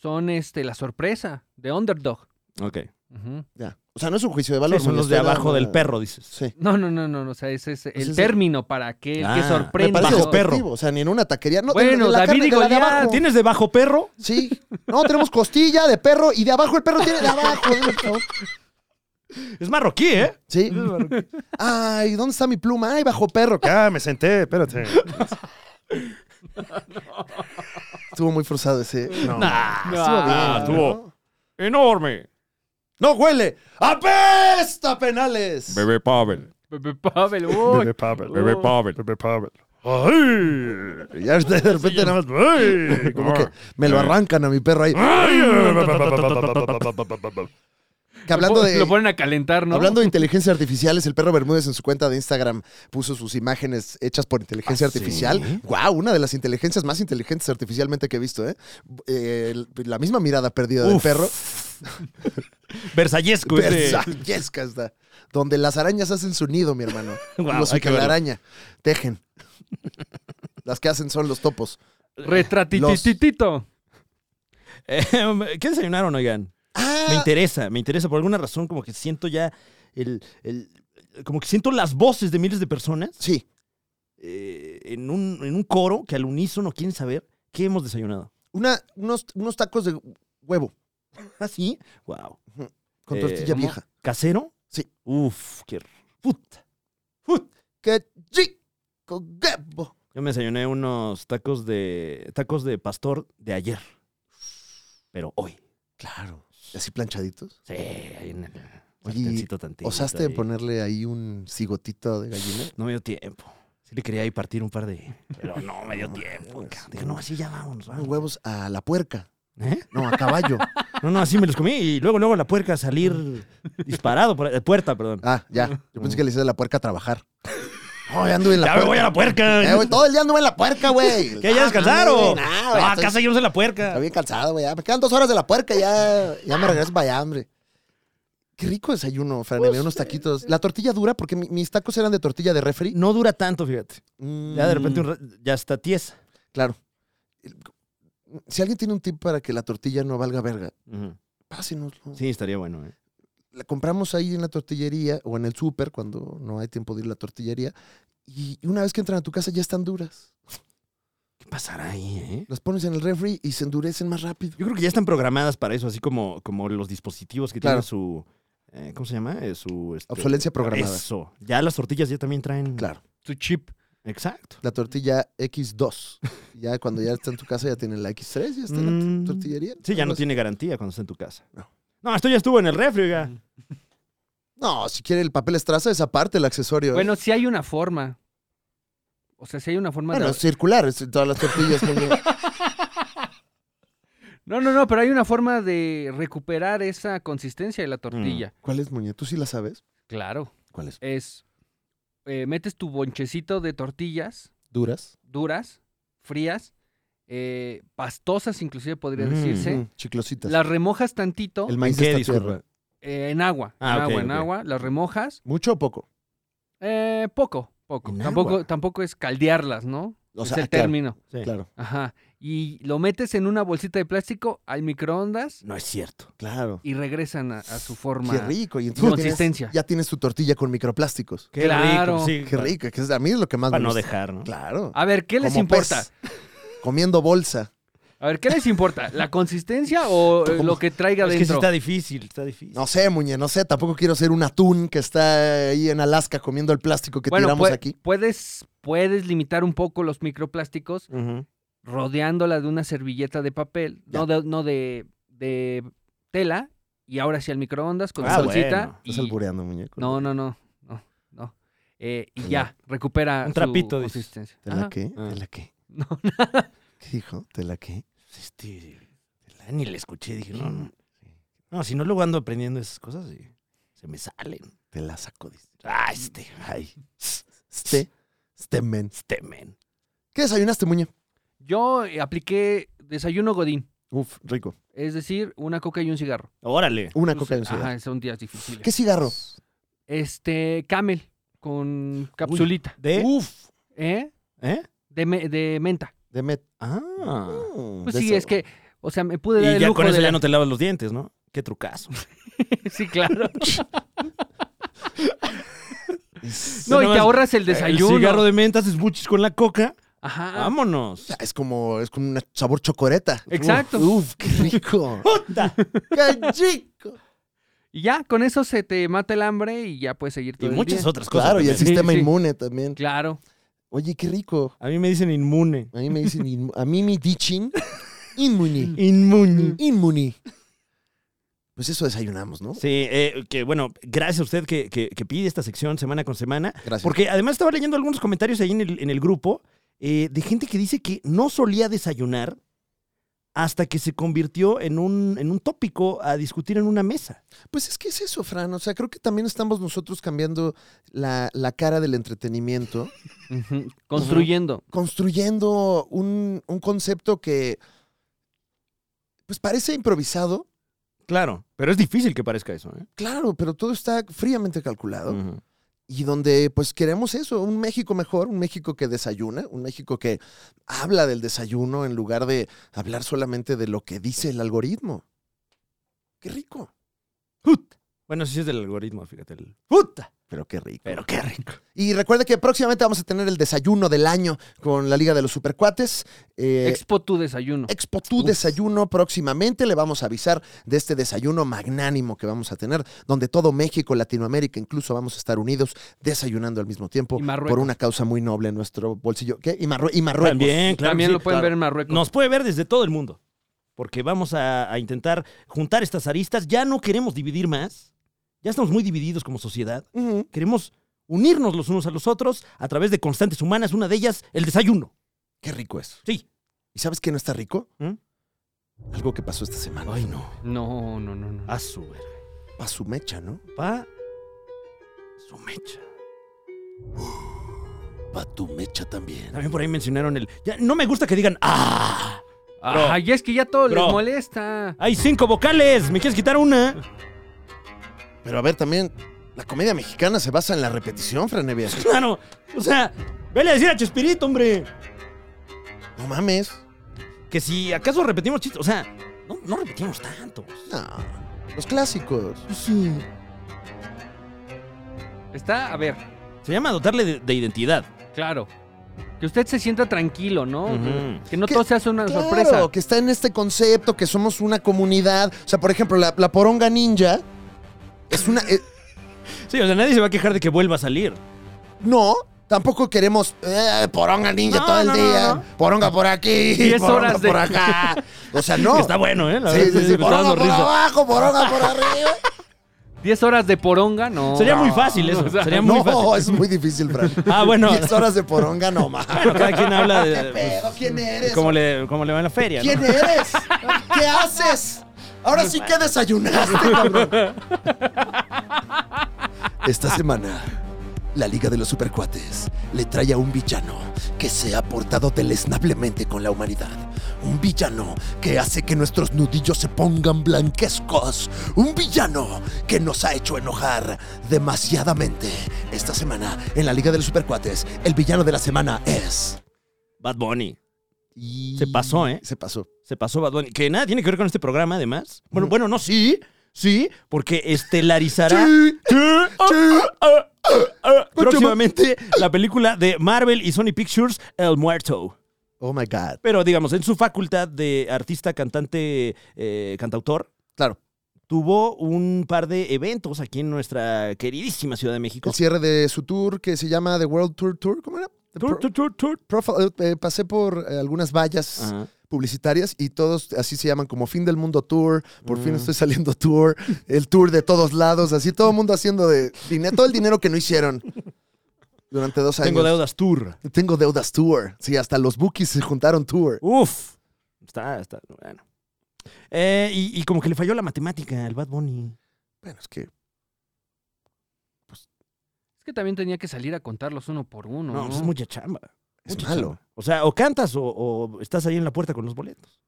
Speaker 3: Son este la sorpresa de Underdog.
Speaker 1: Ok.
Speaker 3: Ujú.
Speaker 2: Ya. O sea, no es un juicio de
Speaker 1: Sí,
Speaker 2: valor.
Speaker 1: son los de
Speaker 2: Venezuela,
Speaker 1: abajo
Speaker 2: no,
Speaker 1: del
Speaker 2: no.
Speaker 1: perro, dices.
Speaker 2: Sí.
Speaker 3: No, no, no, no, no. O sea, ese
Speaker 1: Pues
Speaker 3: es el
Speaker 2: es-
Speaker 3: término para que,
Speaker 1: Ah,
Speaker 3: que
Speaker 1: me
Speaker 3: sorprenda.
Speaker 1: parece
Speaker 3: Bajo
Speaker 1: perro.
Speaker 2: despectivo, O sea, ni en una taquería. No,
Speaker 3: Bueno,
Speaker 2: de la
Speaker 3: David
Speaker 2: carne,
Speaker 3: y
Speaker 2: de la de
Speaker 3: Goliat.
Speaker 2: abajo.
Speaker 1: Ah, ¿Tienes de bajo perro?
Speaker 2: Sí. No, tenemos costilla de perro y de abajo el perro tiene de abajo. dime, por favor.
Speaker 1: Es marroquí, ¿eh?
Speaker 2: Sí. Ay, ¿dónde está mi pluma? Ay, bajo perro. Ah, me senté, espérate. Estuvo muy forzado ese. No.
Speaker 1: Nah,
Speaker 2: Estuvo bien.
Speaker 1: Ah, estuvo.
Speaker 2: ¿no?
Speaker 1: Enorme.
Speaker 2: ¡No huele! ¡Apesta penales!
Speaker 5: Bebé Pavel.
Speaker 3: Pepe Pavel, uy.
Speaker 5: Bebé Pavel. Bebé
Speaker 3: Oh.
Speaker 5: Pavel. Bebé Pavel. ¡Ay!
Speaker 2: Ya Ah. de repente nada más.
Speaker 5: ¡Ay!
Speaker 2: Como que me lo arrancan a mi perro ahí.
Speaker 5: ¡Ay!
Speaker 2: Que hablando
Speaker 3: Lo-
Speaker 2: de.
Speaker 3: Lo ponen a calentar, ¿no?
Speaker 2: Hablando de inteligencia artificiales, el perro Bermúdez en su cuenta de Instagram puso sus imágenes hechas por inteligencia
Speaker 1: ¿Ah, sí?
Speaker 2: artificial. ¡Guau! Una de las inteligencias más inteligentes artificialmente que he visto, ¿eh? Eh, el- la misma mirada perdida del
Speaker 1: Uf. pues
Speaker 2: perro.
Speaker 1: Versallesco ese.
Speaker 2: Versallesca está. Donde las arañas hacen su nido, mi hermano.
Speaker 1: Guau,
Speaker 2: los
Speaker 1: hay que verlo.
Speaker 2: la araña. Tejen. las que hacen son los topos.
Speaker 3: Retratititito.
Speaker 1: Eh, ¿Qué desayunaron, oigan? Me
Speaker 2: Ah,
Speaker 1: interesa, me interesa. Por alguna razón, como que siento ya el- el como que siento las voces de miles de personas
Speaker 2: sí.
Speaker 1: eh, en, un, en un coro que al unísono quieren saber qué hemos desayunado.
Speaker 2: Una, unos, unos tacos de huevo
Speaker 1: ¿Así? Wow.
Speaker 2: con
Speaker 1: Eh,
Speaker 2: tortilla
Speaker 1: ¿cómo?
Speaker 2: vieja.
Speaker 1: ¿Casero?
Speaker 2: Sí.
Speaker 1: Uf, qué puta.
Speaker 2: ¡Qué chico huevo!
Speaker 1: Yo me desayuné unos tacos de tacos de pastor de ayer. Pero hoy.
Speaker 2: Claro. ¿Y así planchaditos?
Speaker 1: Sí, ahí en el
Speaker 2: Oye,
Speaker 1: sartencito tantito
Speaker 2: ¿Osaste
Speaker 1: ahí.
Speaker 2: ponerle ahí un cigotito de gallina?
Speaker 1: No me dio tiempo. Sí le quería ahí partir un par de... Pero no me dio
Speaker 2: No
Speaker 1: tiempo.
Speaker 2: mames.
Speaker 1: cabrón. Dije, no, así ya vámonos.
Speaker 2: Unos
Speaker 1: vámonos.
Speaker 2: huevos a la puerca.
Speaker 1: ¿Eh?
Speaker 2: No, a caballo.
Speaker 1: No, no, así me los comí. Y luego, luego la puerca salir disparado. Por, eh, puerta, perdón.
Speaker 2: Ah, ya. Yo pensé que le hice a la puerca a trabajar. No, ya anduve en la
Speaker 1: ya
Speaker 2: puerca.
Speaker 1: me voy a la puerca.
Speaker 2: Eh, güey, todo el día anduve en la puerca, güey.
Speaker 1: ¿Qué, ya Ah,
Speaker 2: No,
Speaker 1: descansaron?
Speaker 2: mames, güey, nada, güey,
Speaker 1: no,
Speaker 2: estoy-
Speaker 1: acá seguimos en la puerca.
Speaker 2: Está bien cansado, güey. ya. Me quedan dos horas de la puerca, ya, ya me regreso para allá, hombre. Qué rico desayuno, Fran Evia, unos taquitos. La tortilla dura, porque mi- mis tacos eran de tortilla de refri.
Speaker 1: No dura tanto, fíjate.
Speaker 2: Mm,
Speaker 1: Ya de repente un ra- ya está tiesa.
Speaker 2: Claro. Si alguien tiene un tip para que la tortilla no valga verga, pásenoslo.
Speaker 1: Sí, estaría bueno. ¿eh?
Speaker 2: La compramos ahí en la tortillería o en el súper cuando no hay tiempo de ir a la tortillería. Y una vez que entran a tu casa ya están duras.
Speaker 1: ¿Qué pasará ahí, eh?
Speaker 2: Las pones en el refri y se endurecen más rápido.
Speaker 1: Yo creo que ya están programadas para eso, así como, como los dispositivos que
Speaker 2: Claro.
Speaker 1: tienen su. eh, ¿Cómo se llama? Eh, su. este,
Speaker 2: Obsolencia programada.
Speaker 1: Eso. Ya las tortillas ya también traen.
Speaker 2: Claro.
Speaker 3: Tu chip.
Speaker 1: Exacto.
Speaker 2: La tortilla X2. Ya cuando ya está en tu casa ya tienen la X3, ya está en
Speaker 1: Mm.
Speaker 2: la t- tortillería.
Speaker 1: Sí, ya no
Speaker 2: Además-
Speaker 1: tiene garantía cuando está en tu casa.
Speaker 2: Pues No.
Speaker 1: No, esto ya estuvo en el refri, oiga.
Speaker 2: No, si quiere el papel estraza, esa parte, el accesorio. ¿eh?
Speaker 3: Bueno, si hay una forma. O sea, si hay una forma
Speaker 2: Bueno,
Speaker 3: de...
Speaker 2: circular, es- todas las tortillas. coño.
Speaker 3: No, no, no, pero hay una forma de recuperar esa consistencia de la tortilla.
Speaker 2: ¿Cuál es, Muñe? ¿Tú sí la sabes?
Speaker 1: Mm.
Speaker 3: Claro.
Speaker 2: ¿Cuál es?
Speaker 3: Es... eh, metes tu bonchecito de tortillas
Speaker 2: Duras.
Speaker 3: duras, frías, eh, pastosas inclusive podría
Speaker 1: Mm.
Speaker 3: decirse.
Speaker 2: Mm, Chiclositas.
Speaker 3: Las remojas tantito
Speaker 2: El maíz
Speaker 1: ¿En qué,
Speaker 2: está
Speaker 1: disculpa?
Speaker 2: tierra.
Speaker 3: eh, en agua.
Speaker 1: Ah,
Speaker 3: en
Speaker 1: ok,
Speaker 3: agua, en
Speaker 1: ok.
Speaker 3: agua. Las remojas.
Speaker 2: ¿Mucho o poco?
Speaker 3: eh, poco, poco.
Speaker 1: En
Speaker 3: Tampoco,
Speaker 1: agua.
Speaker 3: tampoco es caldearlas, ¿no?
Speaker 2: O
Speaker 3: es
Speaker 2: sea,
Speaker 3: el
Speaker 2: claro.
Speaker 3: término.
Speaker 1: Sí.
Speaker 2: Claro,
Speaker 3: Ajá. Y lo metes en una bolsita de plástico al microondas
Speaker 1: No es cierto.
Speaker 2: claro.
Speaker 3: y regresan a, a su forma.
Speaker 2: Qué rico. Y entonces tienes-
Speaker 3: Consistencia.
Speaker 2: ya tienes tu tortilla con microplásticos.
Speaker 1: Qué
Speaker 3: Claro.
Speaker 1: rico. Sí,
Speaker 2: Qué rico, que es, a mí es lo que más
Speaker 1: Para
Speaker 2: me
Speaker 1: no
Speaker 2: gusta.
Speaker 1: dejar, ¿no?
Speaker 2: Claro.
Speaker 3: A ver, ¿qué les
Speaker 2: Como
Speaker 3: importa?
Speaker 2: pez, comiendo bolsa.
Speaker 3: A ver, ¿qué les importa? ¿La consistencia o eh,
Speaker 2: ¿Cómo?
Speaker 3: lo que traiga
Speaker 1: Es que sí
Speaker 3: dentro?
Speaker 1: está difícil, está difícil.
Speaker 2: No sé, Muñe, no sé. Tampoco quiero ser un atún que está ahí en Alaska comiendo el plástico que
Speaker 3: bueno, pues,
Speaker 2: tiramos
Speaker 3: pue-
Speaker 2: aquí.
Speaker 3: Puedes, puedes limitar un poco los microplásticos
Speaker 1: Ujú.
Speaker 3: rodeándola de una servilleta de papel, no de, no de, de tela, y ahora sí al microondas con
Speaker 1: Ah,
Speaker 3: salsita.
Speaker 1: bueno.
Speaker 2: Estás
Speaker 3: y-
Speaker 2: albureando, muñeco.
Speaker 3: no, no, no, no, no. Eh, y
Speaker 2: Te
Speaker 3: ya, recupera
Speaker 1: Un
Speaker 3: su
Speaker 1: trapito, dices.
Speaker 3: consistencia.
Speaker 2: ¿Te la
Speaker 3: Ajá.
Speaker 2: qué?
Speaker 1: Ah.
Speaker 2: ¿Te la qué?
Speaker 3: No,
Speaker 2: ¿Qué dijo? ¿Te la qué?
Speaker 1: Este, la- ni le escuché, dije, no, no. No, si no luego ando aprendiendo esas cosas, y se me salen.
Speaker 2: Te la saco. dice.
Speaker 1: Ah, este, ay,
Speaker 2: Ste. Stemen.
Speaker 1: este men.
Speaker 2: Este, ¿Qué desayunaste, Muñe?
Speaker 3: Yo eh, apliqué desayuno godín,
Speaker 2: Uf, rico.
Speaker 3: es decir, una coca y un cigarro.
Speaker 1: Órale.
Speaker 2: Una
Speaker 3: Entonces,
Speaker 2: coca de ansiedad.
Speaker 3: Pues, Ajá, Pues, son días difíciles.
Speaker 2: ¿Qué cigarro?
Speaker 3: Este, camel, con capsulita,
Speaker 1: De,
Speaker 2: Uf,
Speaker 3: ¿eh?
Speaker 1: ¿eh?
Speaker 3: De, me- de menta.
Speaker 2: de met.
Speaker 1: Ah.
Speaker 2: Mm,
Speaker 3: Pues
Speaker 2: de
Speaker 3: sí,
Speaker 2: esa-
Speaker 3: es que, o sea, me pude dar
Speaker 1: Y
Speaker 3: el
Speaker 1: ya
Speaker 3: lujo
Speaker 1: con eso
Speaker 3: de
Speaker 1: ya
Speaker 3: la-
Speaker 1: no te lavas los dientes, ¿no? Qué trucazo.
Speaker 3: Sí, claro.
Speaker 2: Es,
Speaker 3: No, y
Speaker 1: nomás,
Speaker 3: te ahorras el desayuno.
Speaker 1: El Ah. cigarro de mentas es buchis con la coca.
Speaker 3: Ajá.
Speaker 1: Vámonos.
Speaker 2: es como, es como un sabor chocoreta.
Speaker 3: Exacto.
Speaker 2: Uf, qué rico.
Speaker 1: Puta.
Speaker 2: ¡Qué rico!
Speaker 3: Y ya, con eso se te mata el hambre y ya puedes seguir
Speaker 1: Y
Speaker 3: todo el
Speaker 1: muchas
Speaker 3: día.
Speaker 1: otras cosas.
Speaker 2: Claro, y el
Speaker 1: también.
Speaker 3: así-
Speaker 2: sistema
Speaker 3: Sí, sí.
Speaker 2: inmune también.
Speaker 3: Claro.
Speaker 2: Oye, qué rico.
Speaker 1: A mí me dicen inmune.
Speaker 2: A mí me dicen, inmu- a mí me dicen inmuni.
Speaker 1: Inmune.
Speaker 2: Inmuni. Pues eso desayunamos, ¿no?
Speaker 1: Sí, eh, que bueno, gracias a usted que, que- que pide esta sección semana con semana.
Speaker 2: Gracias.
Speaker 1: Porque además estaba leyendo algunos comentarios ahí en el, en el grupo eh, de gente que dice que no solía desayunar hasta que se convirtió en un, en un tópico a discutir en una mesa.
Speaker 2: Pues es que es eso, Fran. O sea, creo que también estamos nosotros cambiando la, la cara del entretenimiento,
Speaker 3: Ujú. Construyendo.
Speaker 2: construyendo un, un concepto que pues parece improvisado,
Speaker 1: Claro, pero es difícil que parezca eso. ¿eh?
Speaker 2: claro, pero todo está fríamente calculado. Y donde pues queremos eso, un México mejor, un México que desayuna, un México que habla del desayuno en lugar de hablar solamente de lo que dice el algoritmo. Qué rico,
Speaker 1: Ut. Bueno, sí es del algoritmo, fíjate. el puta,
Speaker 2: pero qué rico.
Speaker 1: pero qué rico.
Speaker 2: Y recuerda que próximamente vamos a tener el desayuno del año con la Liga de los Supercuates. Eh,
Speaker 3: Expo tu desayuno.
Speaker 2: Expo Tu Desayuno próximamente. Le vamos a avisar de este desayuno magnánimo que vamos a tener, donde todo México, Latinoamérica, incluso vamos a estar unidos desayunando al mismo tiempo
Speaker 3: Y Marruecos.
Speaker 2: por una causa muy noble en nuestro bolsillo. ¿Qué? Y, Marrue- y Marruecos.
Speaker 1: También, claro.
Speaker 3: También
Speaker 1: que
Speaker 3: lo
Speaker 1: sí,
Speaker 3: pueden
Speaker 1: claro.
Speaker 3: ver en Marruecos.
Speaker 1: Nos puede ver desde todo el mundo. Porque vamos a, a intentar juntar estas aristas. Ya no queremos dividir más. Ya estamos muy divididos como sociedad.
Speaker 2: Ujú.
Speaker 1: Queremos unirnos los unos a los otros a través de constantes humanas. Una de ellas, el desayuno.
Speaker 2: Qué rico es.
Speaker 1: Sí.
Speaker 2: ¿Y sabes qué no está rico?
Speaker 1: ¿Mm?
Speaker 2: Algo que pasó esta semana.
Speaker 1: Ay, no.
Speaker 3: No, no, no, no.
Speaker 1: A su verga.
Speaker 2: Pa' su mecha, ¿no?
Speaker 1: Pa. Su mecha.
Speaker 2: Pa' tu mecha también.
Speaker 1: También por ahí mencionaron el. Ya, no me gusta que digan. ¡Ah! Bro.
Speaker 3: Ay, es que ya todo
Speaker 1: Bro.
Speaker 3: les molesta.
Speaker 1: Hay cinco vocales. ¿Me quieres quitar una?
Speaker 2: Pero a ver, también la comedia mexicana se basa en la repetición, Franevia.
Speaker 1: Claro, o sea, vele a decir a Chespirito, hombre.
Speaker 2: No mames.
Speaker 1: Que si acaso repetimos chistes, o sea, no, no repetimos tantos.
Speaker 2: No. Los clásicos.
Speaker 3: Está, a ver,
Speaker 1: Se llama dotarle de, de identidad.
Speaker 3: claro. Que usted se sienta tranquilo, ¿no?
Speaker 1: Ujú.
Speaker 3: Que no
Speaker 2: Que-
Speaker 3: todo sea una
Speaker 2: Claro,
Speaker 3: sorpresa.
Speaker 2: que está en este concepto, que somos una comunidad. O sea, por ejemplo, la, la poronga ninja es una... eh,
Speaker 1: Sí, o sea, nadie se va a quejar de que vuelva a salir.
Speaker 2: no, tampoco queremos eh, poronga ninja
Speaker 1: No,
Speaker 2: todo el
Speaker 1: no, no,
Speaker 2: día.
Speaker 1: no.
Speaker 2: Poronga por aquí,
Speaker 3: Diez
Speaker 2: poronga
Speaker 3: horas de-
Speaker 2: por acá. O sea, no.
Speaker 1: Que está bueno, ¿eh? La
Speaker 2: Sí,
Speaker 1: verdad,
Speaker 2: sí,
Speaker 1: me
Speaker 2: sí,
Speaker 1: está
Speaker 2: poronga
Speaker 1: dando
Speaker 2: por
Speaker 1: risa.
Speaker 2: abajo, poronga por arriba.
Speaker 3: 10 horas de poronga, no.
Speaker 1: Sería
Speaker 3: No.
Speaker 1: muy fácil eso.
Speaker 3: O sea,
Speaker 1: sería muy
Speaker 2: No,
Speaker 1: fácil.
Speaker 2: es muy difícil, Fran.
Speaker 1: Ah, bueno.
Speaker 2: 10 horas de poronga, no más.
Speaker 1: Bueno, cada quien habla
Speaker 2: ¿Qué
Speaker 1: de. pues,
Speaker 2: pedo? ¿Quién eres?
Speaker 1: ¿Cómo le, cómo le va en la feria?
Speaker 2: ¿Quién
Speaker 1: ¿no?
Speaker 2: eres? ¿Qué haces? Ahora sí que desayunaste, cabrón. Esta semana, la Liga de los Supercuates le trae a un villano que se ha portado deleznablemente con la humanidad. Un villano que hace que nuestros nudillos se pongan blanquescos. Un villano que nos ha hecho enojar demasiadamente. Esta semana, en la Liga de los Supercuates, el villano de la semana es...
Speaker 1: Bad Bunny. Se pasó, ¿eh?
Speaker 2: Se pasó.
Speaker 1: Se pasó Bad Bunny. Que nada tiene que ver con este programa, además. Bueno, bueno, no, sí. Sí, porque estelarizará. Próximamente la película de Marvel y Sony Pictures, El Muerto.
Speaker 2: Oh my God.
Speaker 1: Pero digamos, en su facultad de artista, cantante, eh, cantautor,
Speaker 2: Claro.
Speaker 1: tuvo un par de eventos aquí en nuestra queridísima Ciudad de México.
Speaker 2: El cierre de su tour que se llama The World Tour Tour. ¿Cómo era? The
Speaker 1: Tur,
Speaker 2: Pro-
Speaker 1: tur, tur, tur.
Speaker 2: Profile- eh, pasé por eh, algunas vallas
Speaker 1: Ajá.
Speaker 2: publicitarias y todos así se llaman como Fin del Mundo Tour, Por
Speaker 1: Mm.
Speaker 2: fin estoy saliendo Tour, el Tour de todos lados, así todo el mundo haciendo de dinero, todo el dinero que no hicieron durante dos años.
Speaker 1: Tengo deudas tour.
Speaker 2: Tengo deudas Tour. Sí, hasta los bookies se juntaron Tour.
Speaker 1: Uf. Está, está, bueno. Eh, y, y como que le falló la matemática al Bad Bunny.
Speaker 2: Bueno, es que
Speaker 3: Es que también tenía que salir a contarlos uno por uno.
Speaker 1: No,
Speaker 3: No,
Speaker 1: pues es mucha chamba.
Speaker 2: es
Speaker 1: Mucha
Speaker 2: malo.
Speaker 1: chamba. O sea, o cantas o, o estás ahí en la puerta con los boletos.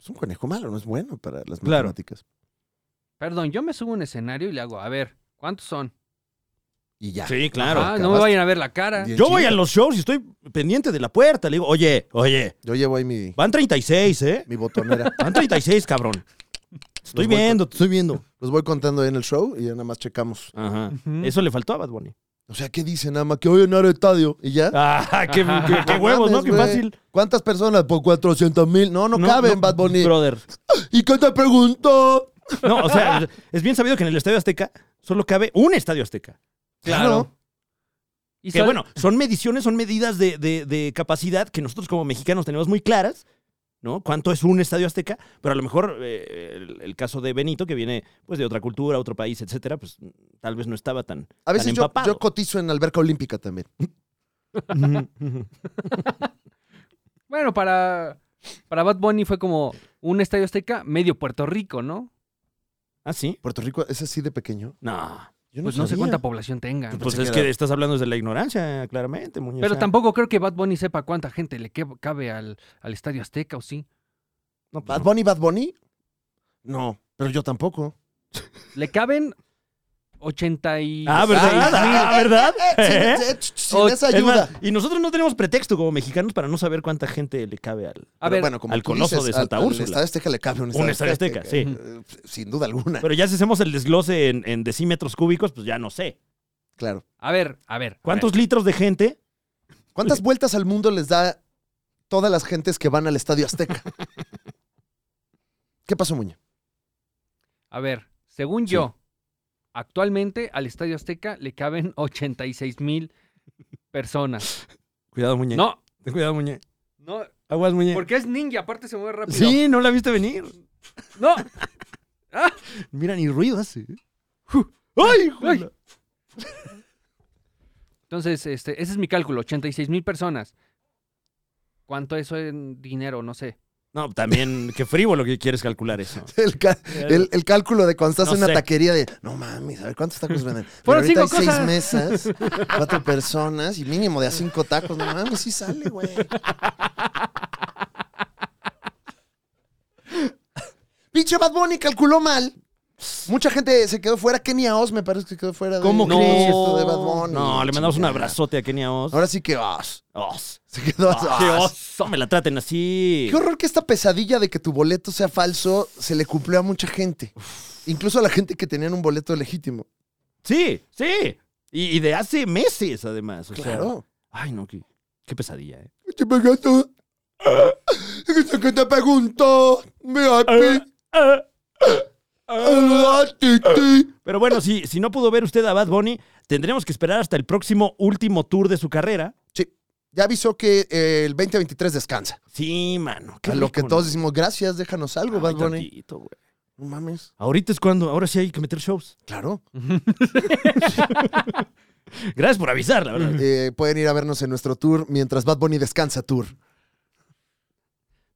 Speaker 2: Es un conejo malo, no es bueno para las
Speaker 1: Claro.
Speaker 2: matemáticas.
Speaker 3: Perdón, yo me subo a un escenario y le hago, a ver, ¿cuántos son?
Speaker 2: Y ya.
Speaker 1: Sí,
Speaker 3: ah, no me
Speaker 2: acabaste.
Speaker 3: vayan a ver la cara.
Speaker 2: Diez.
Speaker 1: Yo voy a los shows y estoy pendiente de la puerta. Le digo, oye, oye,
Speaker 2: Yo llevo ahí mi,
Speaker 1: van 36, ¿eh?
Speaker 2: mi botonera.
Speaker 1: Van 36, cabrón. Estoy
Speaker 2: Los voy
Speaker 1: viendo, te estoy viendo.
Speaker 2: Los voy contando ahí en el show y ya nada más checamos.
Speaker 1: Ajá.
Speaker 3: Ujú.
Speaker 1: Eso le faltó a Bad Bunny.
Speaker 2: O sea, ¿qué dicen? Nada más que hoy en el estadio y ya.
Speaker 1: Ah, qué, qué- qué
Speaker 2: No
Speaker 1: huevos, ¿no?
Speaker 2: mames,
Speaker 1: Qué
Speaker 2: güey.
Speaker 1: fácil.
Speaker 2: ¿Cuántas personas? Por 400 mil. No, no, caben, Bad Bunny.
Speaker 1: Brother.
Speaker 2: ¿Y qué te pregunto?
Speaker 1: No, o sea, es bien sabido que en el Estadio Azteca solo cabe un Estadio Azteca.
Speaker 3: Claro. Y
Speaker 1: Que
Speaker 3: sal-
Speaker 1: bueno, son mediciones, son medidas de, de- de capacidad que nosotros como mexicanos tenemos muy claras, ¿no? Cuánto es un estadio azteca, pero a lo mejor eh, el, el caso de Benito, que viene pues de otra cultura, otro país, etcétera, pues tal vez no estaba tan.
Speaker 2: A veces
Speaker 1: tan
Speaker 2: yo,
Speaker 1: empapado.
Speaker 2: yo cotizo en alberca olímpica también.
Speaker 3: Bueno, para, para Bad Bunny fue como un estadio azteca medio Puerto Rico, ¿no?
Speaker 1: ¿Ah, sí?
Speaker 2: Puerto Rico es así de pequeño.
Speaker 1: No.
Speaker 2: Yo
Speaker 3: Pues no sé
Speaker 2: sabía.
Speaker 3: cuánta población tenga.
Speaker 1: Pues
Speaker 2: Ah, pensé
Speaker 1: es
Speaker 2: que
Speaker 1: que
Speaker 2: era-
Speaker 1: estás hablando desde la ignorancia, claramente, Muñoz.
Speaker 3: Pero
Speaker 1: O sea,
Speaker 3: tampoco creo que Bad Bunny sepa cuánta gente le que- cabe al, al estadio azteca, ¿o sí?
Speaker 1: no, pues no.
Speaker 2: ¿Bad Bunny, Bad Bunny? No, pero yo tampoco.
Speaker 3: Le caben 86
Speaker 1: Ah, ¿verdad?
Speaker 3: mil.
Speaker 1: Ah, ¿verdad? ¿Eh?
Speaker 2: Sin, sin- sin
Speaker 3: O-
Speaker 2: esa
Speaker 1: Es más,
Speaker 2: ayuda.
Speaker 1: y nosotros no tenemos pretexto como mexicanos para no saber cuánta gente le cabe al.
Speaker 3: A
Speaker 2: Pero
Speaker 3: ver,
Speaker 2: bueno, como
Speaker 1: al
Speaker 2: tú
Speaker 1: coloso
Speaker 2: dices,
Speaker 1: de Santa
Speaker 2: al- al
Speaker 1: Úrsula.
Speaker 2: Estadio Azteca le cabe un estadio,
Speaker 1: estadio azteca,
Speaker 2: sí. Sin duda alguna.
Speaker 1: Pero ya si hacemos el desglose en, en decímetros cúbicos, pues ya no sé.
Speaker 2: claro.
Speaker 3: a ver, a ver. a
Speaker 1: ¿Cuántos litros de gente?
Speaker 2: ¿Cuántas vueltas al mundo les da todas las gentes que van al Estadio Azteca? ¿Qué pasó, Muña?
Speaker 3: ver, A ver, según yo, actualmente al estadio azteca le caben 86 mil personas.
Speaker 1: Cuidado, Muñe.
Speaker 3: No,
Speaker 1: Ten cuidado, Muñe.
Speaker 3: no,
Speaker 1: Aguas, Muñe.
Speaker 3: porque es ninja, aparte se mueve rápido.
Speaker 1: Sí, no la viste venir.
Speaker 3: No, Ah.
Speaker 1: Mira, ni ruido hace. ¡Ay!
Speaker 3: Ay. Entonces, este, ese es mi cálculo, 86 mil personas. ¿Cuánto eso en dinero? No sé.
Speaker 1: No, también, qué frívolo que quieres calcular eso.
Speaker 2: El, ca- el- el cálculo de cuando estás
Speaker 1: No
Speaker 2: en una
Speaker 1: sé.
Speaker 2: taquería de, no mames, a ver cuántos tacos venden. Mira,
Speaker 3: Fueron
Speaker 2: ahorita hay
Speaker 3: cinco cosas.
Speaker 2: seis mesas, cuatro personas y mínimo de a cinco tacos. No mames, sí sale, güey. Pinche Bad Bunny calculó mal. Mucha gente se quedó fuera. Kenia Oz me parece que quedó fuera. de-
Speaker 1: ¿Cómo
Speaker 2: de
Speaker 1: crees?
Speaker 2: esto de Bad Bunny.
Speaker 1: No, le mandamos un
Speaker 2: Chingada.
Speaker 1: abrazote a Kenia Oz.
Speaker 2: Ahora sí que Oz.
Speaker 1: Oz.
Speaker 2: Se quedó Oz.
Speaker 1: Ah, Qué oso. Me la traten así.
Speaker 2: Qué horror que esta pesadilla de que tu boleto sea falso se le cumplió a mucha gente. Incluso a la gente que tenían un boleto legítimo.
Speaker 1: Sí, sí. Y, y de hace meses, además. o sea.
Speaker 2: Claro.
Speaker 1: ay, no, qué, qué pesadilla, ¿eh?
Speaker 2: Te pagaste. Dice Este que te preguntó. Me
Speaker 1: Ah,
Speaker 2: api- a ti, ti.
Speaker 1: Pero bueno, si, si no pudo ver usted a Bad Bunny, tendremos que esperar hasta el próximo último tour de su carrera.
Speaker 2: Ya avisó que eh, el 2023 descansa.
Speaker 1: Sí, mano. qué
Speaker 2: A lo
Speaker 1: rico,
Speaker 2: que
Speaker 1: ¿no? Ah,
Speaker 2: todos decimos, gracias, déjanos algo,
Speaker 1: Ay,
Speaker 2: Bad Bunny.
Speaker 1: tantito, güey.
Speaker 2: No mames.
Speaker 1: Ahorita es cuando, ahora sí hay que meter shows.
Speaker 2: Claro.
Speaker 1: Gracias por avisar, la verdad.
Speaker 2: Eh, pueden ir a vernos en nuestro tour mientras Bad Bunny descansa tour.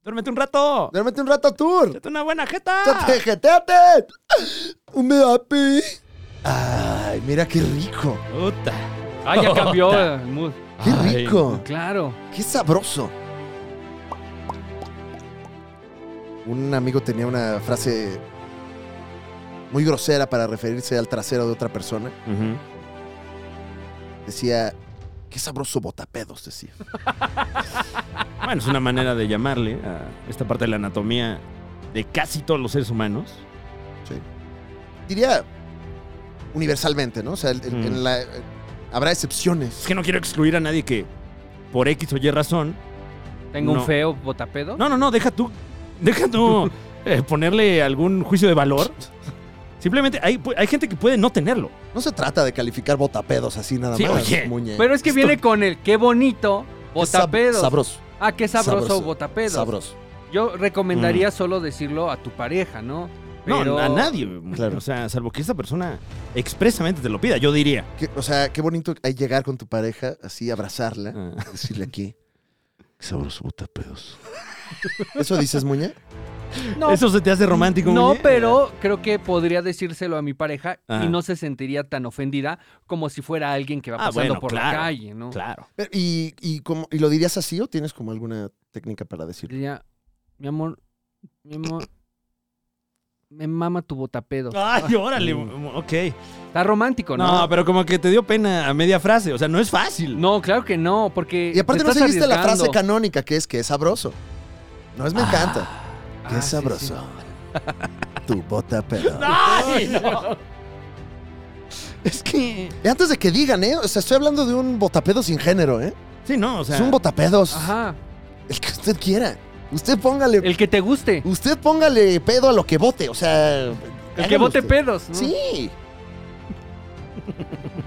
Speaker 1: Duérmete un rato.
Speaker 2: Duérmete un rato tour.
Speaker 1: Date una buena jeta.
Speaker 2: ¡Chatejeteate! ¡Un meapi! Ay, mira qué rico.
Speaker 1: Puta.
Speaker 3: Ah, ya cambió el mood.
Speaker 2: Qué
Speaker 1: Ay,
Speaker 2: rico.
Speaker 3: Claro.
Speaker 2: Qué sabroso. Un amigo tenía una frase muy grosera para referirse al trasero de otra persona.
Speaker 1: Ujú.
Speaker 2: Decía, qué sabroso botapedos, decía.
Speaker 1: Bueno, es una manera de llamarle a esta parte de la anatomía de casi todos los seres humanos.
Speaker 2: Diría universalmente, ¿no? O sea, el- el-
Speaker 1: Mm.
Speaker 2: en la- eh, habrá excepciones.
Speaker 1: Es que no quiero excluir a nadie que por X o Y razón.
Speaker 3: Tengo
Speaker 1: No.
Speaker 3: un feo botapedo.
Speaker 1: No, no, no, deja tú. Deja tú eh, ponerle algún juicio de valor. Simplemente hay, pu- hay gente que puede no tenerlo.
Speaker 2: No se trata de calificar botapedos así nada
Speaker 1: Sí,
Speaker 2: más.
Speaker 1: oye,
Speaker 2: muñe.
Speaker 3: Pero es que viene con el qué bonito
Speaker 2: Qué sab-
Speaker 3: botapedo.
Speaker 2: Sabroso.
Speaker 3: ah, qué sabroso,
Speaker 2: sabroso,
Speaker 3: botapedo.
Speaker 2: Sabroso.
Speaker 3: Yo recomendaría solo decirlo a tu pareja, ¿no?
Speaker 1: No,
Speaker 3: Pero-
Speaker 1: a nadie.
Speaker 2: Claro.
Speaker 1: O sea, salvo que esa persona expresamente te lo pida, yo diría.
Speaker 2: Qué- o sea, qué bonito hay llegar con tu pareja, así
Speaker 3: ¿Eh?
Speaker 2: abrazarla,
Speaker 1: Ah.
Speaker 2: decirle aquí. Qué sabroso botapedos. ¿Eso dices, Muñe?
Speaker 3: No,
Speaker 1: ¿Eso se te hace romántico?
Speaker 3: no,
Speaker 1: Muñe?
Speaker 3: pero creo que podría decírselo a mi pareja
Speaker 1: Ajá.
Speaker 3: y no se sentiría tan ofendida como si fuera alguien que va
Speaker 1: Ah,
Speaker 3: pasando
Speaker 1: bueno,
Speaker 3: por
Speaker 1: claro,
Speaker 3: la calle, ¿no?
Speaker 1: Claro.
Speaker 2: Pero, ¿Y, y, cómo- ¿Y lo dirías así o tienes como alguna técnica para decirlo?
Speaker 3: Diría, mi amor, mi amor, me mama tu botapedo.
Speaker 1: Ay, órale. mm, Ok.
Speaker 3: mm. Está romántico, ¿no?
Speaker 1: No, pero como que te dio pena a media frase. O sea, no es fácil.
Speaker 3: No, claro que no, porque.
Speaker 2: Y aparte
Speaker 3: Eh, te
Speaker 2: no
Speaker 3: estás
Speaker 2: seguiste la frase
Speaker 3: arriesgando.
Speaker 2: canónica que es que es sabroso. No es me encanta. que
Speaker 3: Ah,
Speaker 2: es
Speaker 3: sí,
Speaker 2: sabroso. Tu botapedos.
Speaker 1: ¡Ay, no! Es que.
Speaker 2: Y antes de que digan, ¿eh? O sea, estoy hablando de un botapedo sin género, ¿eh?
Speaker 1: Sí, no, o sea.
Speaker 2: es un
Speaker 3: sí.
Speaker 2: botapedos.
Speaker 3: Ajá.
Speaker 2: El que usted quiera. Usted póngale.
Speaker 3: El que te guste.
Speaker 2: Usted póngale pedo a lo que vote, o sea.
Speaker 3: El que bote
Speaker 2: pedo.
Speaker 3: pedos. ¿no?
Speaker 2: Sí.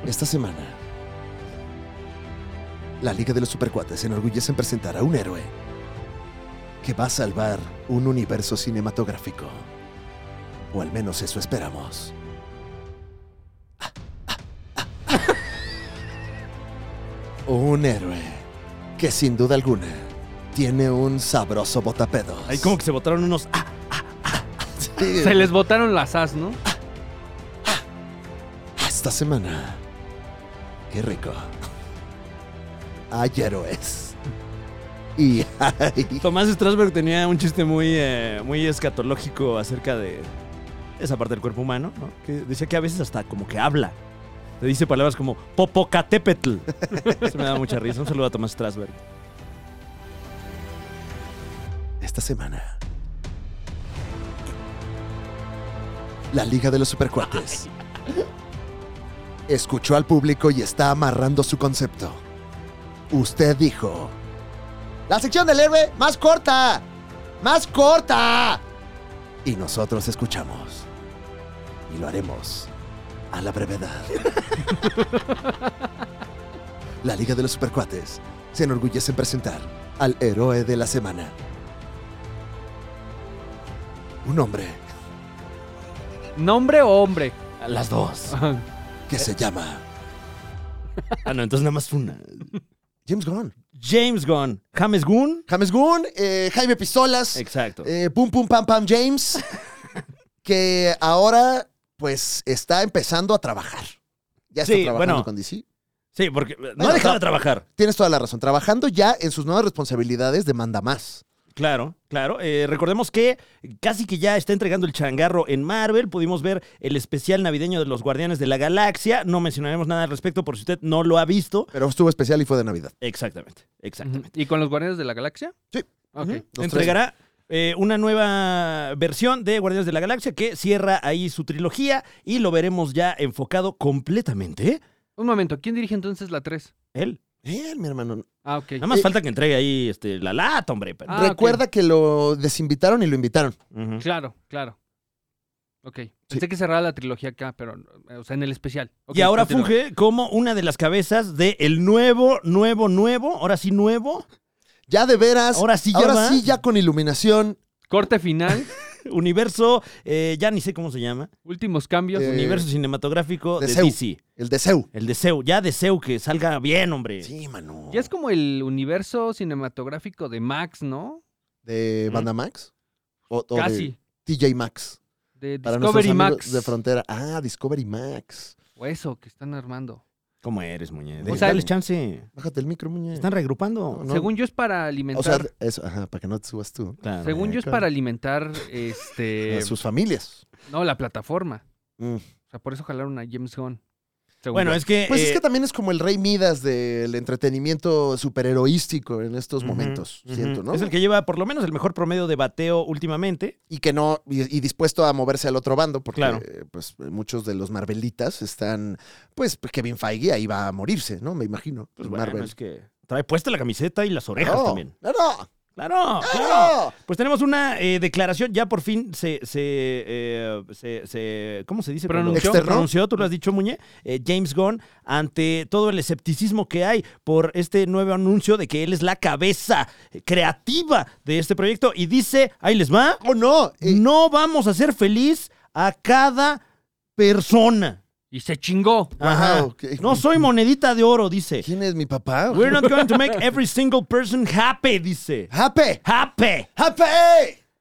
Speaker 2: Esta semana, la Liga de los Supercuates se enorgullece en presentar a un héroe que va a salvar un universo cinematográfico. O al menos eso esperamos. Un héroe que sin duda alguna tiene un sabroso botapedo.
Speaker 1: Ahí como que se botaron unos. ah,
Speaker 3: Se les botaron las as, ¿no?
Speaker 2: Esta semana. Qué rico. Hay héroes. Y hay.
Speaker 1: Tomás Strasberg tenía un chiste muy, eh, muy escatológico acerca de esa parte del cuerpo humano, ¿no? Que decía que a veces hasta como que habla. Te dice palabras como popocatépetl. Eso me da mucha risa. Un saludo a Tomás Strasberg.
Speaker 2: Esta semana. La Liga de los Supercuates. Escuchó al público y está amarrando su concepto. Usted dijo. La sección del héroe más corta. Más corta. Y nosotros escuchamos. Y lo haremos a la brevedad. la Liga de los Supercuates se enorgullece en presentar al héroe de la semana. Un hombre
Speaker 3: ¿Nombre o hombre?
Speaker 1: A las dos.
Speaker 3: Ajá.
Speaker 2: que se llama
Speaker 1: Ah, no, entonces nada más una.
Speaker 2: James Gunn.
Speaker 1: James Gunn. James Gunn.
Speaker 2: James Gunn, eh, Jaime Pistolas,
Speaker 1: Exacto.
Speaker 2: eh, Pum Pum Pam Pam James, que ahora pues está empezando a trabajar. Ya está
Speaker 1: Sí,
Speaker 2: trabajando
Speaker 1: bueno.
Speaker 2: con DC.
Speaker 1: Sí, porque no
Speaker 2: Bueno,
Speaker 1: ha dejado
Speaker 2: tra-
Speaker 1: de trabajar.
Speaker 2: Tienes toda la razón. Trabajando ya en sus nuevas responsabilidades demanda más.
Speaker 1: Claro, claro. Eh, recordemos que casi que ya está entregando el changarro en Marvel. Pudimos ver el especial navideño de los Guardianes de la Galaxia. No mencionaremos nada al respecto por si usted no lo ha visto.
Speaker 2: Pero estuvo especial y fue de Navidad.
Speaker 1: Exactamente, exactamente.
Speaker 3: ¿Y con los Guardianes de la Galaxia?
Speaker 2: Sí.
Speaker 3: Ok.
Speaker 1: Ujú.
Speaker 2: tres.
Speaker 1: Entregará eh, una nueva versión de Guardianes de la Galaxia que cierra ahí su trilogía y lo veremos ya enfocado completamente. ¿eh?
Speaker 3: Un momento, ¿quién dirige entonces la 3?
Speaker 1: Él.
Speaker 2: Bien, mi hermano.
Speaker 3: Ah, ok.
Speaker 1: Nada más
Speaker 2: Eh.
Speaker 1: falta que entregue ahí este, la lata, hombre. pero-
Speaker 3: Ah, ok.
Speaker 2: Recuerda que lo desinvitaron y lo invitaron.
Speaker 1: Ujú.
Speaker 3: Claro, claro. Ok. Pensé que cerraba la trilogía acá, pero, eh, o sea, en el especial. Ok,
Speaker 1: y ahora
Speaker 3: continúa.
Speaker 1: funge como una de las cabezas de el nuevo, nuevo, nuevo, ahora sí nuevo,
Speaker 2: Ya de veras. Ahora,
Speaker 1: ahora sí ya va,
Speaker 2: sí, ya con iluminación.
Speaker 3: Corte final,
Speaker 1: universo, eh, ya ni sé cómo se llama,
Speaker 3: últimos cambios.
Speaker 2: Eh,
Speaker 1: universo cinematográfico de,
Speaker 2: de Zeus.
Speaker 1: DC.
Speaker 2: El deseo.
Speaker 1: El deseo, ya deseo que salga bien, hombre.
Speaker 2: Sí, mano.
Speaker 3: Ya es como el universo cinematográfico de Max, ¿no?
Speaker 2: ¿De
Speaker 1: Ujú.
Speaker 2: Banda Max? O, o de
Speaker 3: Casi.
Speaker 2: TJ Max.
Speaker 3: De
Speaker 2: Para
Speaker 3: Discovery
Speaker 2: nuestros amigos
Speaker 3: Max.
Speaker 2: de frontera. Ah, Discovery Max.
Speaker 3: O eso que están armando.
Speaker 1: ¿Cómo eres, muñe?
Speaker 2: O
Speaker 1: Dale-
Speaker 3: sea,
Speaker 1: dale chance.
Speaker 2: Bájate el micro, muñe.
Speaker 1: Están reagrupando.
Speaker 2: No.
Speaker 3: Según yo es para
Speaker 2: O
Speaker 3: alimentar.
Speaker 2: sea, eso, ajá, para que no te subas tú.
Speaker 1: Ah, Claro.
Speaker 3: según yo es
Speaker 2: claro.
Speaker 3: para alimentar este.
Speaker 1: Eh,
Speaker 2: A sus familias.
Speaker 3: No, la plataforma.
Speaker 2: Mm.
Speaker 3: O sea, por eso jalaron a James Gunn. según
Speaker 1: Bueno,
Speaker 3: yo.
Speaker 1: es que.
Speaker 2: Pues es
Speaker 1: eh,
Speaker 2: que también es como el rey Midas del entretenimiento superheroístico en estos
Speaker 1: ujú,
Speaker 2: momentos,
Speaker 1: ujú.
Speaker 2: siento, ¿no?
Speaker 1: Es el que lleva por lo menos el mejor promedio de bateo últimamente.
Speaker 2: Y que no, y, y dispuesto a moverse al otro bando, porque
Speaker 1: Claro.
Speaker 2: eh, pues muchos de los Marvelitas están, pues Kevin Feige ahí va a morirse, ¿no? Me imagino.
Speaker 1: Pues
Speaker 2: en
Speaker 1: bueno,
Speaker 2: Marvel.
Speaker 1: es que trae puesta la camiseta y las orejas
Speaker 2: Claro,
Speaker 1: también.
Speaker 2: claro,
Speaker 1: Claro, claro.
Speaker 2: claro.
Speaker 1: Pues tenemos una eh, declaración, ya por fin se, se, eh, se- se- ¿cómo se dice? cuando-
Speaker 3: Pronunció.
Speaker 2: Externó.
Speaker 1: Pronunció, tú lo has dicho, Muñe, eh, James Gunn, ante todo el escepticismo que hay por este nuevo anuncio de que él es la cabeza creativa de este proyecto y dice, ahí les va,
Speaker 2: Oh, no. eh,
Speaker 1: no vamos a hacer feliz a cada persona.
Speaker 3: Y se chingó.
Speaker 1: Ajá.
Speaker 2: Wow, qué-
Speaker 1: No soy monedita de oro, dice.
Speaker 2: ¿Quién es mi papá?
Speaker 1: We're not going to make every single person happy, dice.
Speaker 2: ¡Happy!
Speaker 1: Happy.
Speaker 2: ¡Happy!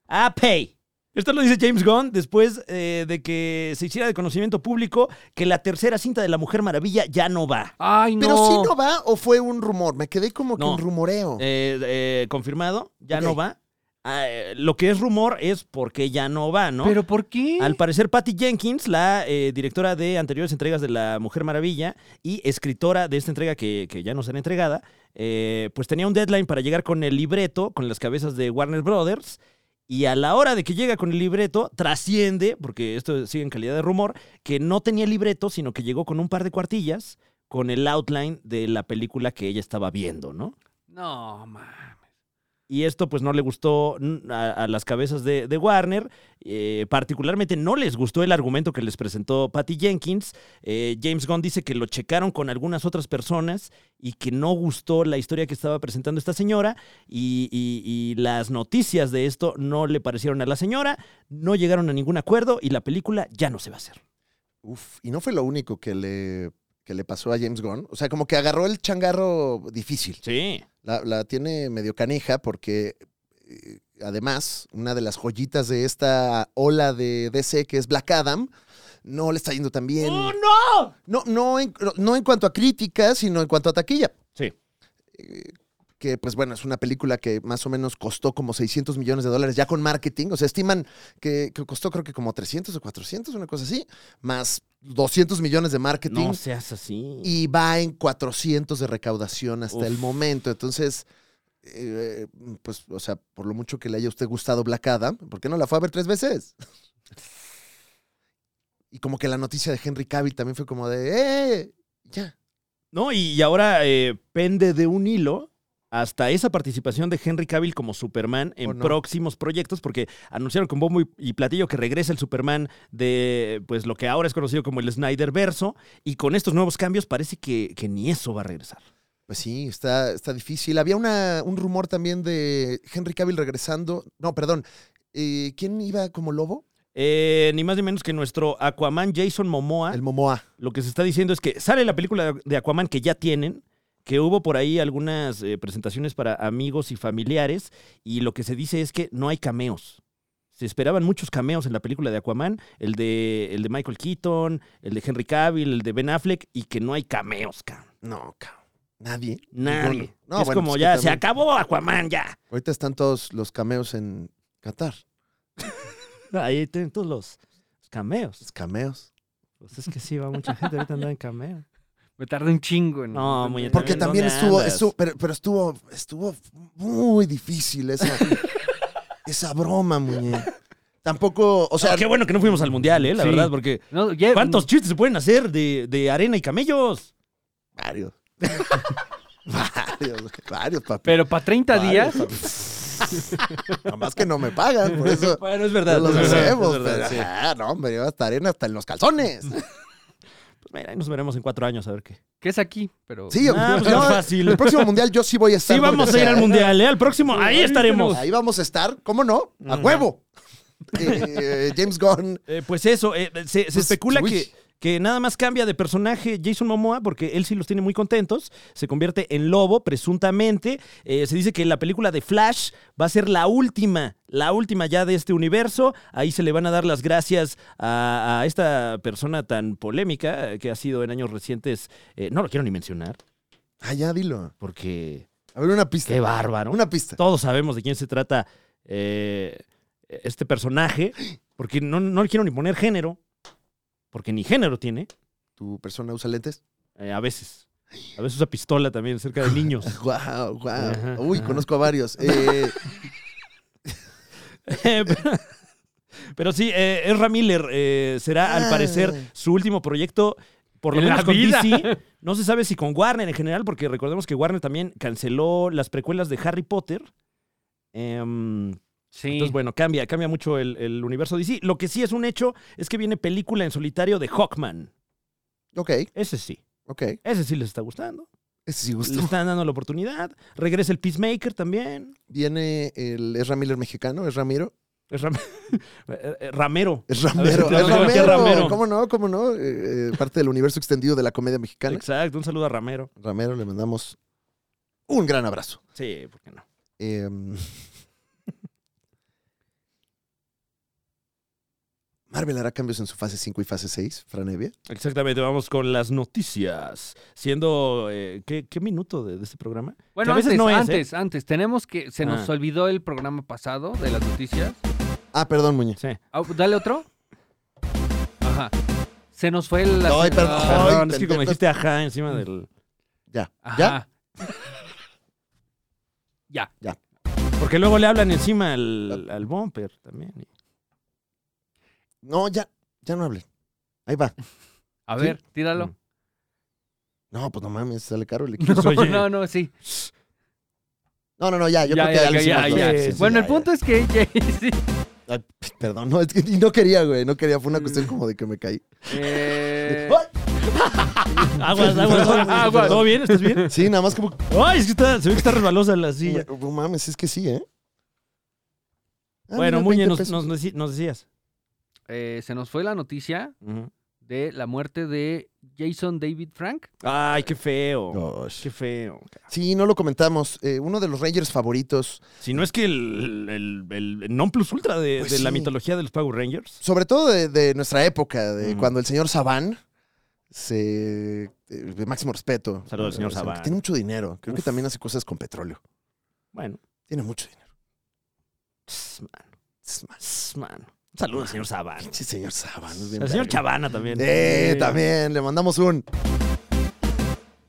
Speaker 1: Happy. Esto lo dice James Gunn después eh, de que se hiciera de conocimiento público que la tercera cinta de La Mujer Maravilla ya no va.
Speaker 3: Ay, no.
Speaker 2: Pero si no va o fue un rumor. Me quedé como que
Speaker 1: No.
Speaker 2: un rumoreo.
Speaker 1: Eh, eh, confirmado, ya
Speaker 2: Oh. Ok.
Speaker 1: no va. Ah, eh, lo que es rumor es por qué ya no va, ¿no?
Speaker 3: ¿Pero por qué?
Speaker 1: Al parecer, Patty Jenkins, la eh, directora de anteriores entregas de La Mujer Maravilla y escritora de esta entrega que, que ya nos han entregada, eh, pues tenía un deadline para llegar con el libreto, con las cabezas de Warner Brothers. Y a la hora de que llega con el libreto, trasciende, porque esto sigue en calidad de rumor, que no tenía libreto, sino que llegó con un par de cuartillas con el outline de la película que ella estaba viendo, ¿no?
Speaker 3: No, mames.
Speaker 1: Y esto pues no le gustó mm, a, a las cabezas de, de Warner. Eh, particularmente no les gustó el argumento que les presentó Patty Jenkins. Eh, James Gunn dice que lo checaron con algunas otras personas y que no gustó la historia que estaba presentando esta señora y, y- y las noticias de esto no le parecieron a la señora, no llegaron a ningún acuerdo y la película ya no se va a hacer.
Speaker 2: Uf, y no fue lo único que le, que le pasó a James Gunn. O sea, como que agarró el changarro difícil.
Speaker 1: Sí.
Speaker 2: La, la tiene medio canija porque, eh, además, una de las joyitas de esta ola de DC, que es Black Adam, no le está yendo tan bien.
Speaker 1: ¡Oh, no!
Speaker 2: No, no, en, no en cuanto a críticas, sino en cuanto a taquilla.
Speaker 1: Sí.
Speaker 2: Eh, que pues bueno, es una película que más o menos costó como 600 millones de dólares ya con marketing, o sea, estiman que, que costó creo que como 300 o 400, una cosa así, más 200 millones de marketing
Speaker 1: No seas así.
Speaker 2: y va en 400 de recaudación hasta
Speaker 1: Uf.
Speaker 2: el momento, entonces, eh, pues o sea, por lo mucho que le haya a usted gustado Black Adam, ¿por qué no la fue a ver tres veces? Y como que la noticia de Henry Cavill también fue como de, ¡eh! Ya.
Speaker 1: No, y, y ahora eh, pende de un hilo hasta esa participación de Henry Cavill como Superman en
Speaker 2: ¿O no?
Speaker 1: próximos proyectos, porque anunciaron con bombo y, y platillo que regresa el Superman de pues lo que ahora es conocido como el Snyder verso, y con estos nuevos cambios parece que, que ni eso va a regresar.
Speaker 2: Pues sí, está, está difícil. Había una, un rumor también de Henry Cavill regresando. No, perdón. eh, ¿Quién iba como lobo?
Speaker 1: Eh, ni más ni menos que nuestro Aquaman Jason Momoa.
Speaker 2: El Momoa.
Speaker 1: Lo que se está diciendo es que sale la película de Aquaman que ya tienen, que hubo por ahí algunas eh, presentaciones para amigos y familiares, y lo que se dice es que no hay cameos. Se esperaban muchos cameos en la película de Aquaman, el de, el de Michael Keaton, el de Henry Cavill, el de Ben Affleck, y que no hay cameos, cabrón.
Speaker 2: No, cabrón. Nadie.
Speaker 1: Nadie.
Speaker 2: No,
Speaker 1: es
Speaker 2: bueno,
Speaker 1: como
Speaker 2: pues,
Speaker 1: ya,
Speaker 2: que
Speaker 1: se
Speaker 2: también-
Speaker 1: acabó Aquaman, ya.
Speaker 2: Ahorita están todos los cameos en Qatar.
Speaker 1: Ahí tienen todos los cameos.
Speaker 2: Los cameos.
Speaker 1: Pues es que sí, va mucha gente ahorita andando en cameo.
Speaker 3: Me tardé un chingo. en
Speaker 1: No, muy
Speaker 3: entender.
Speaker 2: Porque
Speaker 1: ¿En
Speaker 2: también
Speaker 1: dónde
Speaker 2: estuvo,
Speaker 1: andas?
Speaker 2: estuvo- pero, pero estuvo, estuvo muy difícil esa, esa broma, muñe. Tampoco, o
Speaker 1: O sea,
Speaker 2: sea,
Speaker 1: Oh, qué bueno que no fuimos al mundial, ¿eh? La
Speaker 3: Sí.
Speaker 1: verdad, porque
Speaker 3: No, ya-
Speaker 1: ¿cuántos chistes se pueden hacer de, de arena y camellos?
Speaker 2: varios. varios, varios, papi.
Speaker 3: Pero para 30 días.
Speaker 2: Nada más que no me pagan, por eso
Speaker 1: Bueno, es
Speaker 2: no
Speaker 1: verdad.
Speaker 2: los
Speaker 1: es verdad,
Speaker 2: hacemos.
Speaker 1: es verdad,
Speaker 2: pero,
Speaker 1: sí.
Speaker 2: ah, no, hombre, iba a estar en hasta en los calzones.
Speaker 1: Pues mira, ahí nos veremos en cuatro años a ver qué.
Speaker 3: que es aquí? Pero.
Speaker 2: Sí,
Speaker 1: Ah, pues
Speaker 2: no,
Speaker 1: es fácil.
Speaker 2: El próximo mundial yo sí voy a estar.
Speaker 1: Sí,
Speaker 2: donde
Speaker 1: vamos a ir
Speaker 2: sea,
Speaker 1: al
Speaker 2: ¿eh?
Speaker 1: mundial, ¿eh? Al próximo, ahí estaremos.
Speaker 2: Ahí vamos a estar, ¿cómo no? A
Speaker 1: Ajá.
Speaker 2: huevo. Eh, James Gunn.
Speaker 1: Eh, pues eso, eh, se, se
Speaker 2: Pues,
Speaker 1: especula
Speaker 2: uy.
Speaker 1: que, que nada más cambia de personaje Jason Momoa porque él sí los tiene muy contentos. Se convierte en lobo, presuntamente. Eh, se dice que la película de Flash va a ser la última, la última ya de este universo. Ahí se le van a dar las gracias a, a esta persona tan polémica eh, que ha sido en años recientes. Eh, no lo quiero ni mencionar
Speaker 2: Ah, ya, dilo.
Speaker 1: porque
Speaker 2: A ver, una pista.
Speaker 1: qué bárbaro.
Speaker 2: Una pista.
Speaker 1: Todos sabemos de quién se trata eh, este personaje, porque no, no le quiero ni poner género, porque ni género tiene,
Speaker 2: ¿Tu persona usa lentes?
Speaker 1: eh, a veces. A veces usa pistola también cerca de niños.
Speaker 2: Wow, wow.
Speaker 1: Ajá,
Speaker 2: Uy,
Speaker 1: ajá.
Speaker 2: conozco a varios. Eh,
Speaker 1: Eh, pero, pero sí, eh, Ezra Miller eh, será al
Speaker 2: Ah.
Speaker 1: parecer su último proyecto, por lo
Speaker 3: En la
Speaker 1: menos con
Speaker 3: vida.
Speaker 1: DC. No se sabe si con Warner en general, porque recordemos que Warner también canceló las precuelas de Harry Potter. Em,
Speaker 3: Sí.
Speaker 1: Entonces, bueno, cambia, cambia mucho el, el universo DC. Lo que sí es un hecho es que viene película en solitario de Hawkman.
Speaker 2: ok,
Speaker 1: Ese sí.
Speaker 2: ok.
Speaker 1: Ese sí les está gustando.
Speaker 2: Ese sí
Speaker 1: Le
Speaker 2: gustó.
Speaker 1: están dando la oportunidad. Regresa el Peacemaker también.
Speaker 2: Viene el es Ramiller mexicano, es Ramiro.
Speaker 1: Es Ram- eh, eh, Ramero.
Speaker 2: Es
Speaker 1: A
Speaker 2: Ramero.
Speaker 1: ver,
Speaker 2: Es
Speaker 1: tengo aquí a
Speaker 2: Ramero.
Speaker 1: Ramero.
Speaker 2: ¿Cómo no? ¿Cómo no? Eh, eh, parte del universo extendido de la comedia mexicana.
Speaker 1: Exacto, un saludo a Ramero.
Speaker 2: Ramero, le mandamos un gran abrazo.
Speaker 1: Sí, ¿por qué no?
Speaker 2: Eh, Marvel hará cambios en su fase 5 y fase 6, Franevia.
Speaker 1: Exactamente, vamos con las noticias. Siendo, eh, ¿qué, qué minuto de, de este programa? Que
Speaker 3: Bueno,
Speaker 1: a veces
Speaker 3: antes,
Speaker 1: no es, ¿eh?
Speaker 3: antes, antes. Tenemos que. Se nos
Speaker 1: Ah.
Speaker 3: olvidó el programa pasado de las noticias.
Speaker 2: Ah, perdón, Muñe.
Speaker 1: Sí.
Speaker 3: Ah, Dale otro. Ajá. Se nos fue el.
Speaker 2: Ay, perdón.
Speaker 3: Ah,
Speaker 1: Perdón, es que
Speaker 2: pendejo.
Speaker 1: como dijiste ajá encima del...
Speaker 2: Ya. ¿Ya?
Speaker 3: Ajá. Ya.
Speaker 1: Porque luego le hablan encima al, al bumper también.
Speaker 2: No, ya. Ya no hable. Ahí va.
Speaker 3: A
Speaker 2: Sí.
Speaker 3: ver, tíralo.
Speaker 2: No, pues no mames, sale caro el equipo.
Speaker 3: No,
Speaker 1: Oye.
Speaker 3: no, no, sí.
Speaker 2: No, no, no, ya. Yo
Speaker 3: Ya,
Speaker 2: creo que
Speaker 3: ya,
Speaker 2: ya, lo
Speaker 3: ya,
Speaker 2: hicimos,
Speaker 1: ya,
Speaker 2: ¿no?
Speaker 1: ya.
Speaker 2: Sí, sí,
Speaker 3: bueno,
Speaker 2: ya,
Speaker 3: el
Speaker 2: ya.
Speaker 3: punto es que Jay- sí.
Speaker 2: Ay, p- perdón, no, es que y no quería, güey. No quería. Fue una cuestión como de que me caí.
Speaker 3: Eh,
Speaker 1: Aguas, aguas, aguas.
Speaker 3: Aguas.
Speaker 1: ¿Todo bien? ¿Estás bien?
Speaker 2: Sí, nada más como.
Speaker 1: Ay, es que está, se ve que está resbalosa la
Speaker 2: Sí,
Speaker 1: silla.
Speaker 2: No mames, es que sí, ¿eh? Ah,
Speaker 1: bueno,
Speaker 2: mira,
Speaker 1: Muñe,
Speaker 2: 20
Speaker 1: nos,
Speaker 2: pesos.
Speaker 1: nos, decí- nos decías.
Speaker 3: eh, se nos fue la noticia de la muerte de Jason David Frank.
Speaker 1: Ay, qué feo.
Speaker 2: Gosh.
Speaker 1: Qué feo.
Speaker 2: Sí, no lo comentamos. Eh, uno de los Rangers favoritos
Speaker 1: Si no es que el, el, el non plus ultra de,
Speaker 2: Pues
Speaker 1: de la
Speaker 2: sí.
Speaker 1: mitología de los Power Rangers.
Speaker 2: sobre todo de, de nuestra época, de
Speaker 1: Ujú.
Speaker 2: cuando el señor Sabán se. eh, De máximo respeto.
Speaker 1: Saludos al señor
Speaker 2: O sea, que
Speaker 1: Sabán.
Speaker 2: Tiene mucho dinero. Creo que también hace cosas con petróleo.
Speaker 1: Bueno.
Speaker 2: Tiene mucho dinero.
Speaker 1: Tss, Man,
Speaker 2: Es más,
Speaker 1: tss, man. Un saludo al señor Sabana.
Speaker 2: pinche señor Sabán. es bien
Speaker 1: Al señor
Speaker 2: verga.
Speaker 1: Chavana también.
Speaker 2: Eh, también. Le mandamos un.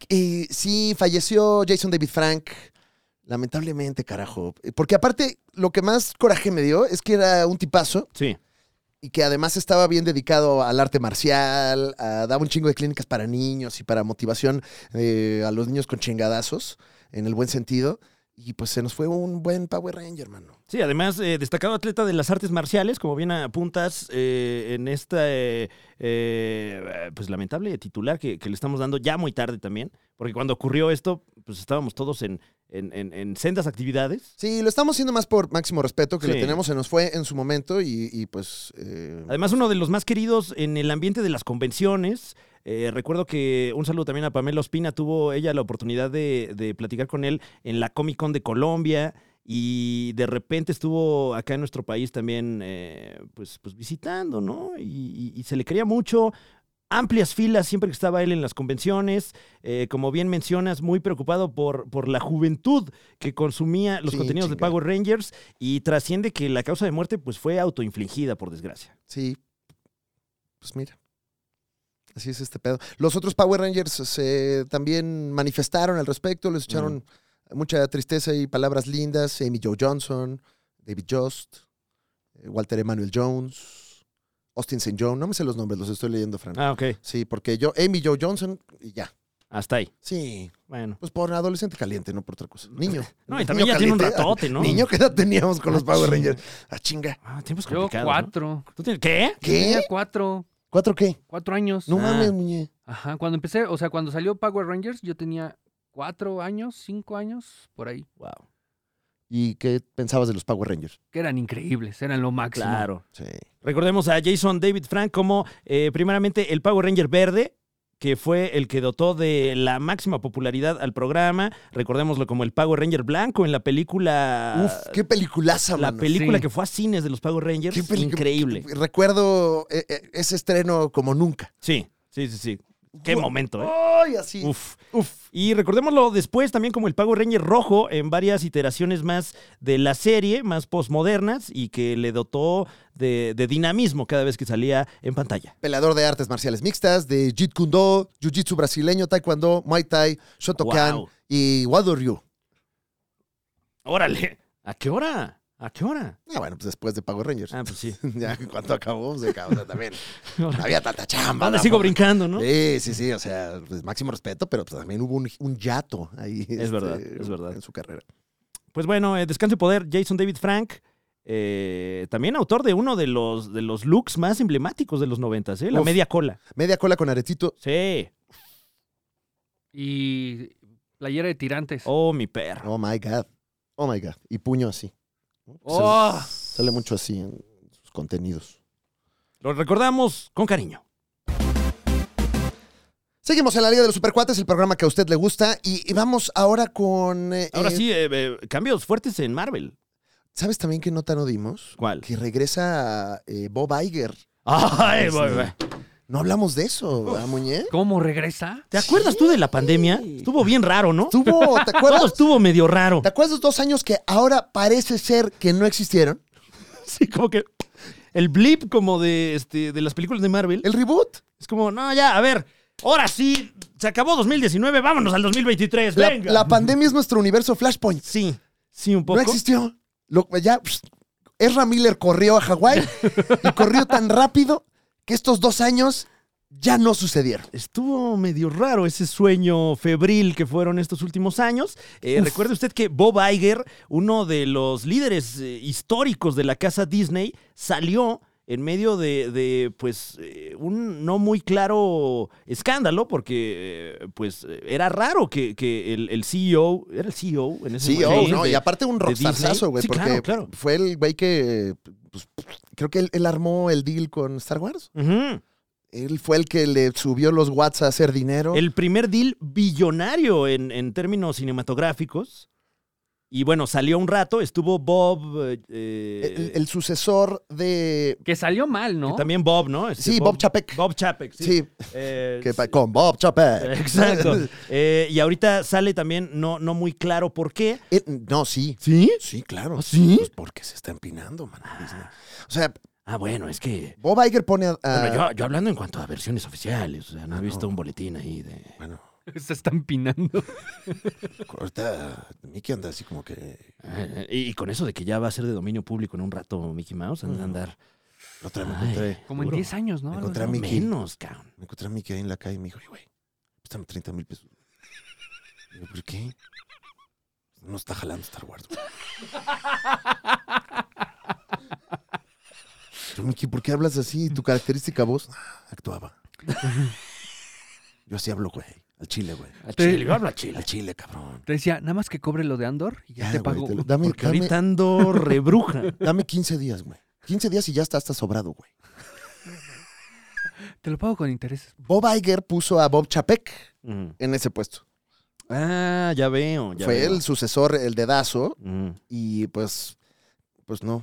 Speaker 2: Y sí, falleció Jason David Frank. Lamentablemente, carajo. Porque aparte, lo que más coraje me dio es que era un tipazo.
Speaker 1: Sí.
Speaker 2: y que además estaba bien dedicado al arte marcial, a- daba un chingo de clínicas para niños y para motivación eh, a los niños con chingadazos, en el buen sentido. Y pues se nos fue un buen Power Ranger, mano.
Speaker 1: Sí, además, eh, destacado atleta de las artes marciales, como bien apuntas eh, en esta, eh, eh, pues lamentable titular que, que le estamos dando ya muy tarde también, porque cuando ocurrió esto, pues estábamos todos en, en, en- en sendas actividades.
Speaker 2: Sí, lo estamos haciendo más por máximo respeto que le
Speaker 1: Sí.
Speaker 2: tenemos, se nos fue en su momento y, y, pues... eh,
Speaker 1: Además, uno de los más queridos en el ambiente de las convenciones. Eh, recuerdo que un saludo también a Pamela Ospina, tuvo ella la oportunidad de, de platicar con él en la Comic Con de Colombia y de repente estuvo acá en nuestro país también eh, pues, pues visitando, ¿no? Y, y- y se le quería mucho, amplias filas siempre que estaba él en las convenciones. Eh, como bien mencionas, muy preocupado por, por la juventud que consumía los
Speaker 2: Sí,
Speaker 1: contenidos de
Speaker 2: chinga.
Speaker 1: Power Rangers y trasciende que la causa de muerte pues, fue autoinfligida, por desgracia.
Speaker 2: Sí. Pues mira. Así es este pedo. Los otros Power Rangers eh, se también manifestaron al respecto, les echaron mucha tristeza y palabras lindas. Amy Joe Johnson, David Just, eh, Walter Emanuel Jones, Austin St. John. No me sé los nombres, los estoy leyendo, Fran.
Speaker 1: Ah, ok.
Speaker 2: Sí, porque yo, Amy Joe Johnson, y ya.
Speaker 1: Hasta ahí.
Speaker 2: Sí,
Speaker 1: Bueno.
Speaker 2: pues por adolescente caliente, no por otra cosa. Niño.
Speaker 1: No, y también
Speaker 2: Niño
Speaker 1: ya tiene un
Speaker 2: caliente.
Speaker 1: ratote, ¿no?
Speaker 2: Niño, ¿qué edad teníamos con los
Speaker 1: Ah, chinga.
Speaker 2: Power Rangers? Ah, chinga.
Speaker 1: Ah, tiempos
Speaker 3: Yo
Speaker 1: complicados. ¿no?
Speaker 3: cuatro.
Speaker 1: ¿Tú tienes- ¿Qué?
Speaker 3: Yo Tenía
Speaker 2: ¿Qué?
Speaker 3: cuatro.
Speaker 2: ¿Cuatro qué?
Speaker 3: Cuatro años.
Speaker 2: No
Speaker 1: Ah.
Speaker 2: mames, muñe.
Speaker 3: Ajá. Cuando empecé, o sea, cuando salió Power Rangers, yo tenía cuatro años, cinco años, por ahí.
Speaker 1: Wow.
Speaker 2: ¿Y qué pensabas de los Power Rangers?
Speaker 3: Que eran increíbles, eran lo máximo.
Speaker 1: Claro.
Speaker 2: Sí.
Speaker 1: Recordemos a Jason David Frank como, eh, primeramente, el Power Ranger verde, que fue el que dotó de la máxima popularidad al programa. Recordémoslo como el Power Ranger blanco en la película.
Speaker 2: Uf, qué peliculaza,
Speaker 1: Ah, La
Speaker 2: mano.
Speaker 1: película
Speaker 3: Sí.
Speaker 1: que fue a cines de los Power Rangers.
Speaker 2: Qué peli-
Speaker 1: Increíble.
Speaker 2: Recuerdo eh, eh, ese estreno como nunca.
Speaker 1: Sí, sí, sí, sí. Qué
Speaker 2: Ua-
Speaker 1: momento, ¿eh?
Speaker 2: ¡Ay, así!
Speaker 1: Uf.
Speaker 2: uf.
Speaker 1: Y recordémoslo después también como el Pago Ranger Rojo en varias iteraciones más de la serie, más postmodernas, y que le dotó de, de dinamismo cada vez que salía en pantalla.
Speaker 2: Peleador de artes marciales mixtas, de Jeet Kune Do, Jiu-Jitsu brasileño, Taekwondo, Muay Thai, Shotokan
Speaker 1: Guau.
Speaker 2: y Wado Ryu.
Speaker 1: Órale. ¿A qué hora? ¿A qué hora?
Speaker 2: Ah, bueno, pues después de Power Rangers.
Speaker 1: Ah, pues sí.
Speaker 2: ya cuando acabó, se acabó o sea, también. No
Speaker 1: Ahora
Speaker 2: había tanta chamba.
Speaker 1: ahora Ah, sigo
Speaker 2: tampoco.
Speaker 1: brincando, ¿no?
Speaker 2: Sí, sí, sí, o sea, pues, máximo respeto, pero pues, también hubo un, un yato ahí. este,
Speaker 1: verdad, es verdad.
Speaker 2: En su carrera.
Speaker 1: Pues bueno, eh, Descanso y Poder, Jason David Frank. eh, también autor de uno de los, de los looks más emblemáticos de los noventas, ¿eh? La
Speaker 2: Uf.
Speaker 1: media cola.
Speaker 2: Media cola con aretito.
Speaker 1: Sí.
Speaker 3: Y playera de tirantes.
Speaker 1: Oh, mi perro.
Speaker 2: Oh my God. Oh my God. Y puño así.
Speaker 3: ¡Oh!
Speaker 2: Sale, sale mucho así en sus contenidos.
Speaker 1: Lo recordamos con cariño.
Speaker 2: Seguimos en la Liga de los Supercuates, el programa que a usted le gusta. Y, y vamos ahora con. eh,
Speaker 1: Ahora
Speaker 2: eh,
Speaker 1: sí, eh, eh, cambios fuertes en Marvel.
Speaker 2: ¿Sabes también qué nota no dimos?
Speaker 1: ¿Cuál?
Speaker 2: Que regresa eh, Bob Iger.
Speaker 1: Ay,
Speaker 2: Sí.
Speaker 1: güey, güey.
Speaker 2: No hablamos de eso, ¿verdad, Muñe?
Speaker 3: ¿Cómo regresa?
Speaker 1: ¿Te acuerdas tú de la pandemia? Estuvo bien raro, ¿no?
Speaker 2: Estuvo, ¿te
Speaker 1: Todo
Speaker 2: acuerdas?
Speaker 1: estuvo medio raro.
Speaker 2: ¿Te acuerdas de los dos años que ahora parece ser que no existieron?
Speaker 1: Sí, como que el blip como de, este, de las películas de Marvel.
Speaker 2: El reboot.
Speaker 1: Es como, no, ya, a ver, ahora sí, se acabó 2019, vámonos al 2023,
Speaker 2: La,
Speaker 1: venga.
Speaker 2: la pandemia es nuestro universo Flashpoint.
Speaker 1: Sí, sí, un poco.
Speaker 2: No existió. Lo, ya, pst, Ezra Miller corrió a Hawái y corrió tan rápido que estos dos años ya no sucedieron.
Speaker 1: Estuvo medio raro ese sueño febril que fueron estos últimos años. Eh, recuerde usted que Bob Iger, uno de los líderes eh, históricos de la casa Disney, salió en medio de, de, pues, eh, un no muy claro escándalo, porque, eh, pues, eh, era raro que, que el, el CEO, era el CEO en ese
Speaker 2: Sí, oh,
Speaker 1: momento.
Speaker 2: no,
Speaker 1: de-
Speaker 2: y aparte un
Speaker 1: de
Speaker 2: rockstarzazo,
Speaker 1: Disney.
Speaker 2: güey,
Speaker 1: Sí,
Speaker 2: porque
Speaker 1: claro, claro.
Speaker 2: fue el güey que, pues, creo que él, él armó el deal con Star Wars.
Speaker 1: Ujú.
Speaker 2: Él fue el que le subió los watts a hacer dinero.
Speaker 1: El primer deal billonario en, en términos cinematográficos. Y bueno, salió un rato, estuvo Bob. eh, eh,
Speaker 2: El- el sucesor de...
Speaker 3: Que salió mal, ¿no?
Speaker 1: que también Bob, ¿no? Este,
Speaker 2: Sí, Bob Chapek.
Speaker 1: Bob Chapek, sí.
Speaker 2: Sí,
Speaker 1: Eh,
Speaker 2: que pa-
Speaker 1: sí.
Speaker 2: con Bob Chapek.
Speaker 1: Exacto. Eh, y ahorita sale también, no, no muy claro por qué.
Speaker 2: Eh, no, sí.
Speaker 1: ¿Sí?
Speaker 2: Sí, claro.
Speaker 1: ¿Ah, ¿Sí?
Speaker 2: Pues porque se está empinando, man. Disney. O sea,
Speaker 1: Ah, bueno, es que.
Speaker 2: Bob Iger pone a... a-
Speaker 1: Bueno, yo, yo hablando en cuanto a versiones oficiales, o sea, no he visto un boletín ahí de.
Speaker 2: bueno,
Speaker 3: Se están pinando.
Speaker 2: ahorita Mickey anda así como que
Speaker 1: Ah, Y, y con eso de que ya va a ser de dominio público en un rato Mickey Mouse, an- andar.
Speaker 2: la otra vez me
Speaker 1: Ay.
Speaker 2: encontré,
Speaker 3: Como en
Speaker 1: Seguro.
Speaker 3: 10 años, ¿no?
Speaker 2: Me
Speaker 3: Algo así.
Speaker 2: encontré a Mickey.
Speaker 1: Menos, cabrón.
Speaker 2: me encontré a Mickey ahí en la calle y me dijo, "Oye, güey, préstame 30 mil pesos. Y yo, ¿por qué? No está jalando Star Wars. güey". Yo, Mickey, ¿por qué hablas así? ¿Tu característica voz? "Ah, Actuaba. Yo así hablo, güey. Al chile, güey.
Speaker 1: Al
Speaker 3: Te-
Speaker 1: chile, yo hablo a chile.
Speaker 2: Al chile, cabrón.
Speaker 3: Te decía, nada más que cobre lo de Andor y ya,
Speaker 2: Ya,
Speaker 3: te
Speaker 2: Ah, güey,
Speaker 3: pago.
Speaker 2: te lo- dame,
Speaker 1: Porque
Speaker 2: dame-
Speaker 1: ahorita ando rebruja.
Speaker 2: dame 15 días, güey. 15 días y ya está, está sobrado, güey.
Speaker 3: Te lo pago con intereses.
Speaker 2: Bob Iger puso a Bob Chapek
Speaker 1: Mm.
Speaker 2: en ese puesto.
Speaker 1: Ah, ya veo. ya
Speaker 2: Fue
Speaker 1: veo.
Speaker 2: el sucesor, el dedazo,
Speaker 1: Mm.
Speaker 2: y pues, pues no.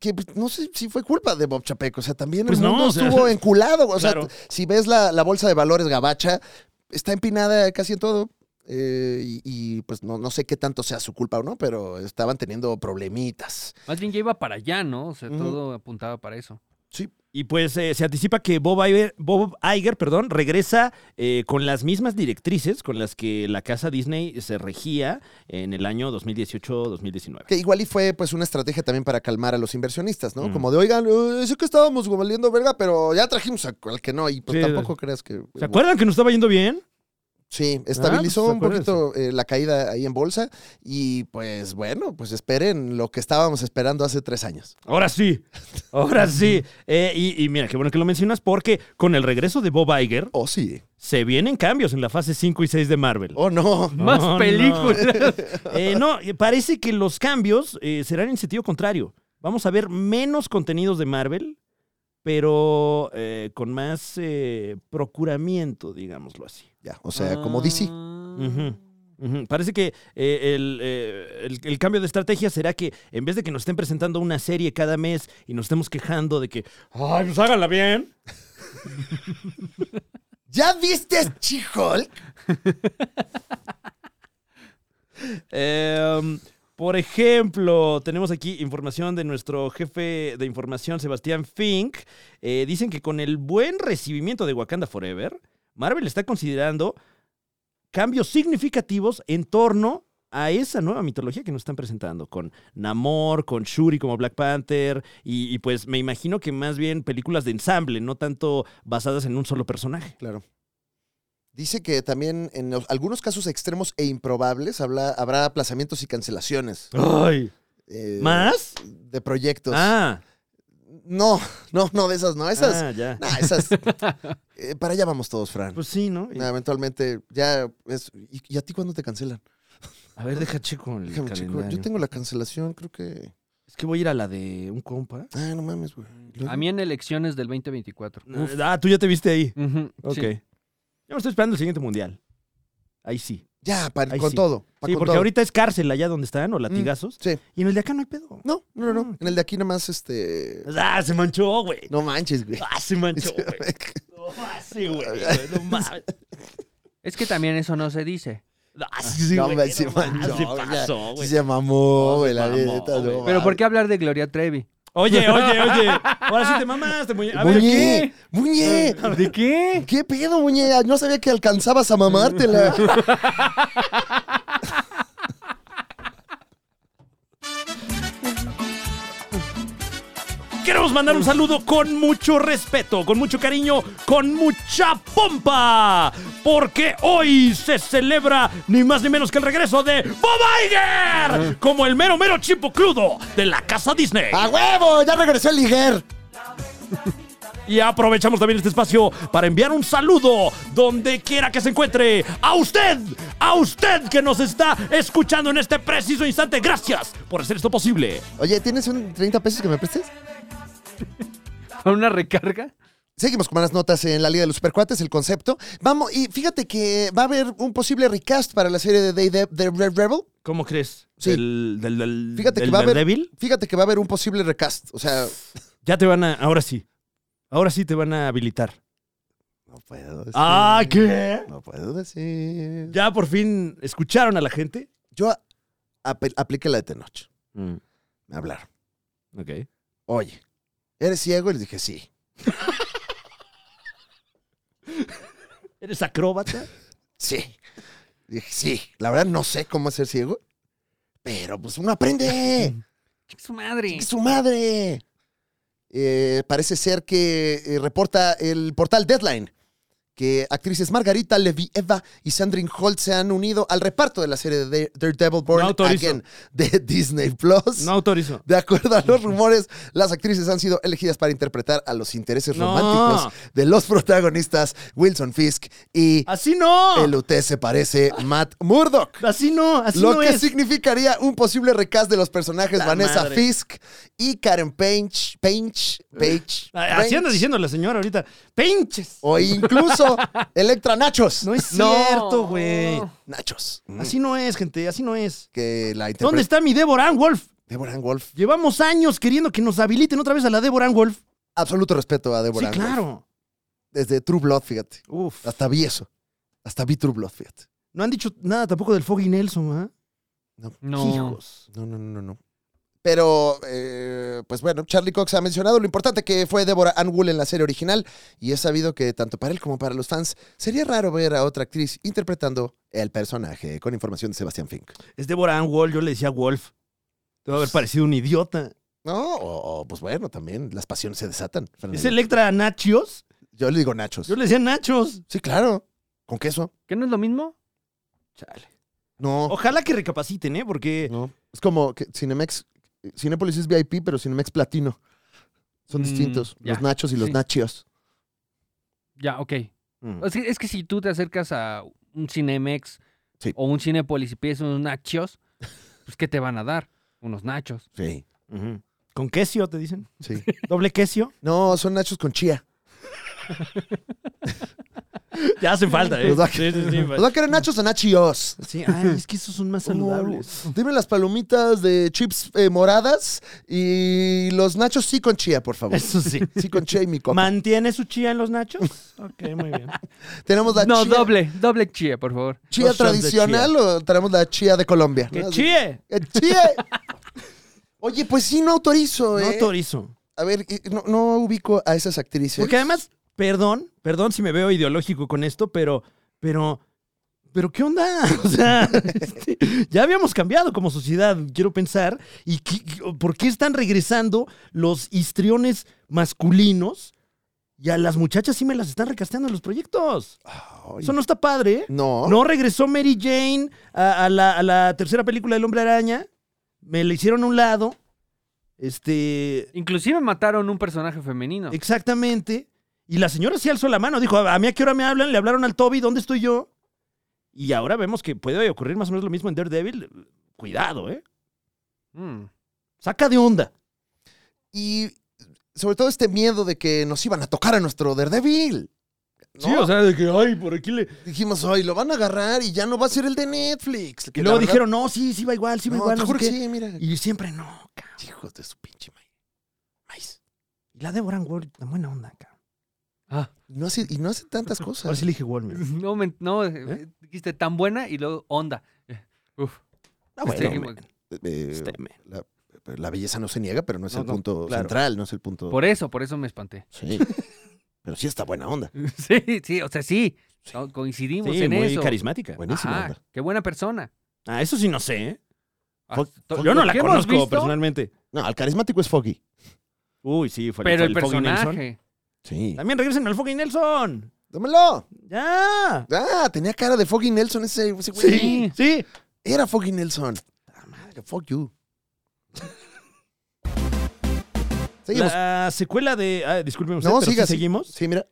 Speaker 2: que pues, no sé si fue culpa de Bob Chapeco. O sea, también
Speaker 1: Pues
Speaker 2: el
Speaker 1: no,
Speaker 2: mundo
Speaker 1: o sea,
Speaker 2: estuvo enculado. O sea,
Speaker 1: claro.
Speaker 2: si ves la, la bolsa de valores gabacha, está empinada casi en todo. Eh, y, y, pues no, no sé qué tanto sea su culpa o no, pero estaban teniendo problemitas.
Speaker 3: Más bien ya iba para allá, ¿no? O sea,
Speaker 2: Ujú.
Speaker 3: todo apuntaba para eso.
Speaker 1: Y pues eh, se anticipa que Bob Iger, Bob Iger, perdón, regresa eh, con las mismas directrices con las que la casa Disney se regía en el año 2018-2019.
Speaker 2: Que igual y fue pues una estrategia también para calmar a los inversionistas, ¿no?
Speaker 1: Mm.
Speaker 2: Como de, oigan, eh, sé que estábamos valiendo verga, pero ya trajimos a- al que no, y pues
Speaker 1: Sí.
Speaker 2: tampoco creas que...
Speaker 1: ¿Se acuerdan que nos estaba yendo bien?
Speaker 2: Sí, estabilizó
Speaker 1: pues,
Speaker 2: un poquito eh, la caída ahí en bolsa y pues bueno, pues esperen lo que estábamos esperando hace tres años.
Speaker 1: Ahora sí, ahora sí. Eh, y, y mira, qué bueno que lo mencionas porque con el regreso de Bob Iger
Speaker 2: Oh, sí.
Speaker 1: se vienen cambios en la fase 5 y 6 de Marvel.
Speaker 2: Oh, no.
Speaker 1: No,
Speaker 3: Más
Speaker 1: no.
Speaker 3: películas.
Speaker 1: Eh, no, eh, parece que los cambios eh, serán en sentido contrario. Vamos a ver menos contenidos de Marvel, pero eh, con más eh, procuramiento, digámoslo así.
Speaker 2: Ya, o sea, como
Speaker 1: Ah.
Speaker 2: DC.
Speaker 1: Ujú, ujú. Parece que eh, el, eh, el- el cambio de estrategia será que en vez de que nos estén presentando una serie cada mes y nos estemos quejando de que, ay, pues háganla bien.
Speaker 2: ¿Ya viste a She-Hulk?
Speaker 1: Em, por ejemplo, tenemos aquí información de nuestro jefe de información, Sebastián Fink. Eh, dicen que con el buen recibimiento de Wakanda Forever, Marvel está considerando cambios significativos en torno a esa nueva mitología que nos están presentando, con Namor, con Shuri como Black Panther, y, y pues me imagino que más bien películas de ensamble, no tanto basadas en un solo personaje.
Speaker 2: Claro. Dice que también en los- algunos casos extremos e improbables habla- habrá aplazamientos y cancelaciones.
Speaker 1: ¡Ay!
Speaker 2: eh,
Speaker 1: ¿Más?
Speaker 2: De proyectos.
Speaker 1: Ah,
Speaker 2: No, no, no, de esas no. Esas.
Speaker 1: ah, ya.
Speaker 2: nah, esas. eh, para allá vamos todos, Fran.
Speaker 1: Pues sí, ¿no? Y-
Speaker 2: Nah, eventualmente, ya es. ¿Y, y a ti cuándo te cancelan?
Speaker 1: A ver, deja checo el
Speaker 2: Déjame, chico,
Speaker 1: calendario.
Speaker 2: yo tengo la cancelación, creo que.
Speaker 1: Es que voy a ir a la de un compa.
Speaker 2: Ah, no mames, güey.
Speaker 3: A mí en elecciones del 2024. Uf.
Speaker 1: Ah, tú ya te viste ahí.
Speaker 3: Ujú,
Speaker 1: Ok.
Speaker 3: sí.
Speaker 1: Yo me estoy esperando el siguiente mundial. Ahí sí.
Speaker 2: Ya, pa-
Speaker 1: Ahí
Speaker 2: con
Speaker 1: sí.
Speaker 2: todo. pa-
Speaker 1: Sí,
Speaker 2: con
Speaker 1: porque
Speaker 2: todo. Mm,
Speaker 1: ahorita es cárcel allá donde están, o latigazos.
Speaker 2: sí.
Speaker 1: Y en el de acá no hay pedo.
Speaker 2: No, no, no,
Speaker 1: Ah,
Speaker 2: no. En el de aquí nada más, este.
Speaker 1: Ah, se manchó, güey.
Speaker 2: No manches, güey.
Speaker 1: Ah, se manchó, güey. No, ah, sí, güey. No mames.
Speaker 3: Es que también eso no se dice.
Speaker 1: Ah, sí, sí,
Speaker 2: no,
Speaker 1: güey.
Speaker 2: man, se
Speaker 1: no mames,
Speaker 2: manchó,
Speaker 1: se
Speaker 2: güey.
Speaker 1: pasó,
Speaker 2: Sí
Speaker 1: güey.
Speaker 2: se mamó,
Speaker 1: No,
Speaker 2: güey,
Speaker 1: se
Speaker 2: la
Speaker 1: mamó,
Speaker 2: neta, no
Speaker 1: güey.
Speaker 3: Pero
Speaker 2: mames.
Speaker 3: ¿por qué hablar de Gloria Trevi?
Speaker 1: Oye, oye, oye. Ahora sí te mamaste, muñe. A ver, ¿qué?
Speaker 2: Muñe, Muñe,
Speaker 3: ¿De qué?
Speaker 2: ¿qué pedo, Muñe? No sabía que alcanzabas a mamártela.
Speaker 1: Queremos mandar un saludo con mucho respeto, con mucho cariño, con mucha pompa, porque hoy se celebra ni más ni menos que el regreso de Bob
Speaker 2: Ah.
Speaker 1: Iger como el mero mero chipo crudo de la casa Disney.
Speaker 2: ¡A huevo! Ya regresó el Liger.
Speaker 1: Y aprovechamos también este espacio para enviar un saludo donde quiera que se encuentre a usted, a usted que nos está escuchando en este preciso instante. Gracias por hacer esto posible.
Speaker 2: Oye, ¿tienes un 30 pesos que me prestes?
Speaker 3: ¿Con una recarga?
Speaker 2: Seguimos con más notas en la Liga de los Supercuates, el concepto. Vamos, y fíjate que va a haber un posible recast para la serie de Day de, de Red Rebel.
Speaker 1: ¿Cómo crees?
Speaker 2: Sí.
Speaker 1: Del, del, del-
Speaker 2: Fíjate que
Speaker 1: del
Speaker 2: va a haber.
Speaker 1: Daredevil?
Speaker 2: Fíjate que va a haber un posible recast. O sea.
Speaker 1: Ya te van a. Ahora sí. Ahora sí te van a habilitar. Este,
Speaker 2: No puedo decir.
Speaker 1: ¡Ah, qué!
Speaker 2: No puedo decir.
Speaker 1: Ya por fin escucharon a la gente.
Speaker 2: Yo a- ape- apliqué la de Tenoch. Me hablaron.
Speaker 1: ok.
Speaker 2: Oye, ¿eres ciego? Y les dije, sí.
Speaker 1: ¿Eres acróbata?
Speaker 2: Sí. Dije, sí. La verdad, no sé cómo ser ciego. Pero pues uno aprende.
Speaker 3: Chica su madre.
Speaker 2: ¡Su madre! Eh, parece ser que eh, reporta el portal Deadline que actrices Margarita Levieva y Sandrine Holt se han unido al reparto de la serie de Daredevil Born
Speaker 1: No autorizo.
Speaker 2: Again de Disney Plus.
Speaker 1: No autorizo.
Speaker 2: De acuerdo a los rumores, las actrices han sido elegidas para interpretar a los intereses
Speaker 1: No.
Speaker 2: románticos de los protagonistas Wilson Fisk y
Speaker 1: ¡Así no!
Speaker 2: el UT se parece Matt Murdock.
Speaker 1: Así no, así
Speaker 2: Lo
Speaker 1: no
Speaker 2: que
Speaker 1: es.
Speaker 2: significaría un posible recast de los personajes
Speaker 1: La
Speaker 2: Vanessa
Speaker 1: madre.
Speaker 2: Fisk y Karen Page. Page. Page.
Speaker 1: Ah, Así anda
Speaker 2: Page,
Speaker 1: diciendo la señora ahorita. ¡Pinches!
Speaker 2: O incluso Electra Nachos.
Speaker 1: No Mm. es
Speaker 3: No.
Speaker 1: cierto, güey.
Speaker 2: Nachos. Mm.
Speaker 1: Así no es, gente. Así no es.
Speaker 2: Que la
Speaker 1: ¿Dónde
Speaker 2: interpreta.
Speaker 1: está mi Deborah Ann Wolf?
Speaker 2: Deborah Ann Wolf.
Speaker 1: Llevamos años queriendo que nos habiliten otra vez a la Deborah Ann Wolf.
Speaker 2: Absoluto respeto a
Speaker 1: Sí,
Speaker 2: Deborah Ann Wolf.
Speaker 1: claro.
Speaker 2: Desde True Blood, fíjate.
Speaker 1: Uf.
Speaker 2: Hasta vi eso. Hasta vi True Blood, fíjate.
Speaker 1: No han dicho nada tampoco del Foggy Nelson, ¿ah?
Speaker 3: No.
Speaker 1: Hijos.
Speaker 2: No, no, no, no, no. Pero, eh, pues bueno, Charlie Cox ha mencionado lo importante que fue Deborah Ann Wool en la serie original y es sabido que tanto para él como para los fans sería raro ver a otra actriz interpretando el personaje, con información de Sebastián Fink.
Speaker 1: Es Deborah Ann Wolf, yo le decía Wolf. Te va a haber parecido un idiota.
Speaker 2: No, o- o, pues bueno, también las pasiones se desatan. Fernando.
Speaker 1: ¿Es Electra Nachios?
Speaker 2: Yo le digo nachos.
Speaker 1: Yo le decía Nachos.
Speaker 2: Sí, claro. ¿Con queso?
Speaker 3: ¿Qué no es lo mismo?
Speaker 1: Chale.
Speaker 2: No.
Speaker 1: Ojalá que recapaciten, ¿eh? Porque
Speaker 2: no. Es como que Cinemex, Cinépolis es VIP, pero Cinemex Platino. Son
Speaker 3: Mm,
Speaker 2: distintos,
Speaker 3: ya.
Speaker 2: los nachos y los
Speaker 3: Sí.
Speaker 2: nachios.
Speaker 3: Ya, ok.
Speaker 1: Mm.
Speaker 3: Es que, es que si tú te acercas a un Cinemex
Speaker 2: Sí.
Speaker 3: o un Cinepolis y pides unos nachos, pues ¿qué te van a dar? Unos nachos.
Speaker 2: Sí,
Speaker 1: Ujú. ¿Con quesio te dicen?
Speaker 2: sí.
Speaker 1: ¿Doble quesio?
Speaker 2: No, son nachos con chía.
Speaker 1: Ya hace falta, ¿eh?
Speaker 2: Los va a
Speaker 1: Sí, sí, Oh. sí,
Speaker 2: ¿Verdad que eran nachos o nachios?
Speaker 1: Sí, ay, es que esos son más saludables.
Speaker 2: Dime las palomitas de chips eh, moradas y los nachos sí con chía, por favor.
Speaker 1: Eso sí.
Speaker 2: Sí con chía y mi coca.
Speaker 1: ¿Mantiene su chía en los nachos? Ok, muy bien.
Speaker 2: Tenemos la
Speaker 3: No,
Speaker 2: chía,
Speaker 3: doble, doble chía, por favor.
Speaker 2: chía
Speaker 1: Dos shots de
Speaker 2: tradicional o tenemos la chía de Colombia.
Speaker 1: ¡Que
Speaker 2: ¿no? Así-
Speaker 1: chíe!
Speaker 2: ¡Que chía! Oye, pues sí, no autorizo,
Speaker 1: No
Speaker 2: ¿eh?
Speaker 1: autorizo.
Speaker 2: A ver, eh, no, no ubico a esas actrices.
Speaker 1: Porque además, perdón, perdón si me veo ideológico con esto, pero, pero, pero ¿qué onda? O sea, este, ya habíamos cambiado como sociedad, quiero pensar. ¿Y qué- qué- por qué están regresando los histriones masculinos? Y a las muchachas sí me las están recasteando en los proyectos.
Speaker 2: Ay,
Speaker 1: Eso no está padre. ¿eh?
Speaker 2: no.
Speaker 1: No regresó Mary Jane a, a la, a la tercera película del Hombre Araña. Me la hicieron a un lado. Este,
Speaker 3: Inclusive mataron un personaje femenino.
Speaker 1: Exactamente. Y la señora sí alzó la mano, dijo, ¿a mí a qué hora me hablan? Le hablaron al Toby, ¿dónde estoy yo? Y ahora vemos que puede ocurrir más o menos lo mismo en Daredevil. Cuidado, ¿eh?
Speaker 3: Mm.
Speaker 1: Saca de onda.
Speaker 2: Y sobre todo este miedo de que nos iban a tocar a nuestro Daredevil. ¿no?
Speaker 1: sea, de que, ay, por aquí le...
Speaker 2: Dijimos, ay, lo van a agarrar y ya no va a ser el de Netflix.
Speaker 1: Y
Speaker 2: Que
Speaker 1: luego
Speaker 2: la verdad-
Speaker 1: dijeron, no, sí, sí va igual, sí va
Speaker 2: No,
Speaker 1: igual.
Speaker 2: te
Speaker 1: no sé
Speaker 2: juro que
Speaker 1: qué".
Speaker 2: sí, mira.
Speaker 1: Y siempre no, cabrón.
Speaker 2: Hijos de su pinche madre. Maíz.
Speaker 1: Y la de Ward, tan buena onda, cabrón.
Speaker 3: Ah,
Speaker 2: Y no hace, y no hace tantas
Speaker 1: Ahora
Speaker 2: cosas.
Speaker 1: sí le dije Walmer.
Speaker 3: no, me- no,
Speaker 1: ¿Eh?
Speaker 3: dijiste tan buena y luego onda. Eh, Uf.
Speaker 1: Ah,
Speaker 3: Sí,
Speaker 1: bueno,
Speaker 3: Este, güey.
Speaker 1: man,
Speaker 2: Eh,
Speaker 1: este, man.
Speaker 2: la, la belleza no se niega, pero no es
Speaker 1: No,
Speaker 2: el
Speaker 1: no,
Speaker 2: punto
Speaker 1: claro.
Speaker 2: central, no es el
Speaker 1: Oh.
Speaker 2: punto.
Speaker 3: Por eso, por eso me espanté.
Speaker 2: Sí. pero sí está buena onda.
Speaker 3: Sí, sí, o sea, sí. No, Coincidimos
Speaker 1: Sí,
Speaker 3: en
Speaker 1: muy
Speaker 3: eso.
Speaker 1: carismática.
Speaker 2: Buenísima
Speaker 3: Ajá,
Speaker 2: onda.
Speaker 3: qué buena persona.
Speaker 1: Ah, eso sí no sé, ¿eh?
Speaker 3: Ah,
Speaker 2: Fuck,
Speaker 3: to-
Speaker 1: Yo no
Speaker 3: lo
Speaker 1: la
Speaker 3: que hemos
Speaker 1: conozco
Speaker 3: visto,
Speaker 1: personalmente.
Speaker 2: No, al carismático es Foggy.
Speaker 1: Uy, sí, fue
Speaker 3: Pero
Speaker 1: fue
Speaker 3: el
Speaker 1: Foggy Nelson.
Speaker 3: personaje.
Speaker 2: Sí.
Speaker 1: También regresen al Foggy Nelson.
Speaker 2: ¡Dámelo!
Speaker 1: Ya.
Speaker 2: Ah, tenía cara de Foggy Nelson ese, ese güey.
Speaker 1: Sí, sí.
Speaker 2: Era Foggy Nelson. Ah, madre, fuck you. Seguimos.
Speaker 1: La secuela de. Ah, disculpen usted,
Speaker 2: No,
Speaker 1: pero
Speaker 2: siga,
Speaker 1: sí
Speaker 2: sí.
Speaker 1: seguimos.
Speaker 2: Sí, mira.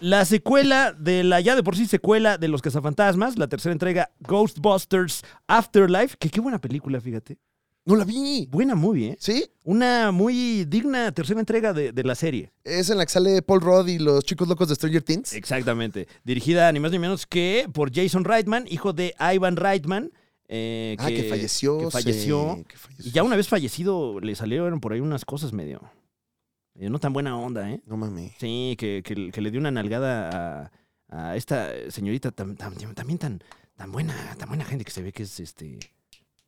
Speaker 1: La secuela de la ya de por sí secuela de Los Cazafantasmas, la tercera entrega, Ghostbusters Afterlife. Que qué buena película, fíjate.
Speaker 2: No la vi.
Speaker 1: Buena movie, ¿eh?
Speaker 2: ¿Sí?
Speaker 1: Una muy digna tercera entrega de, de la serie.
Speaker 2: Es en la que sale Paul Rudd y los chicos locos de Stranger Things.
Speaker 1: Exactamente. Dirigida ni más ni menos que por Jason Reitman, hijo de Ivan Reitman. eh,
Speaker 2: ah, que falleció.
Speaker 1: que
Speaker 2: sí,
Speaker 1: falleció.
Speaker 2: que
Speaker 1: Y
Speaker 2: falleció.
Speaker 1: ya una vez fallecido, le salieron por ahí unas cosas medio. medio no tan buena onda, ¿eh?
Speaker 2: No mames.
Speaker 1: Sí, que, que- que le dio una nalgada a, a esta señorita tam- tam- también tan, tan buena, tan buena gente que se ve que es este.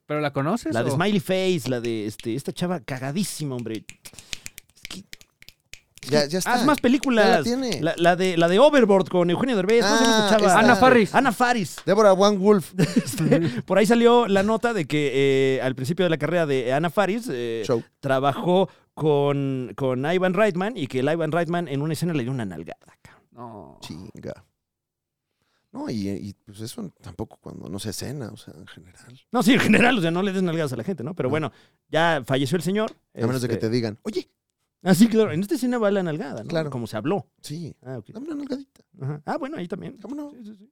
Speaker 3: ¿Pero la conoces?
Speaker 1: La de
Speaker 3: o-
Speaker 1: Smiley Face, la de este, esta chava cagadísima, hombre. Es que- es
Speaker 2: Ya-
Speaker 1: que
Speaker 2: ya está.
Speaker 1: Haz más películas.
Speaker 2: Ya la tiene.
Speaker 1: La, la de, la de Overboard con Eugenio Derbez. ¿cómo se llama esta
Speaker 2: Ah,
Speaker 1: chava?
Speaker 2: esta-
Speaker 3: Ana Faris.
Speaker 1: Ana Faris.
Speaker 2: Débora One Wolf.
Speaker 1: Este, por ahí salió la nota de que eh, al principio de la carrera de Ana Faris eh,
Speaker 2: Show.
Speaker 1: trabajó con, con Ivan Reitman y que el Ivan Reitman en una escena le dio una nalgada. cabrón.
Speaker 3: No.
Speaker 2: Chinga. No, y, y, pues eso tampoco cuando no se cena, o sea, en general.
Speaker 1: No, sí, en general, o sea, no le des nalgadas a la gente, ¿no? Pero
Speaker 2: No.
Speaker 1: bueno, ya falleció el señor.
Speaker 2: Ah. A menos de que te
Speaker 1: este,
Speaker 2: digan, oye,
Speaker 1: Ah, sí, claro. En esta escena va la nalgada, ¿no?
Speaker 2: Claro.
Speaker 1: Como se habló.
Speaker 2: sí,
Speaker 1: Ah, ok.
Speaker 2: dame una nalgadita.
Speaker 1: Ajá. Ah, bueno, ahí también.
Speaker 2: ¿Cómo no?
Speaker 1: Sí, sí, sí.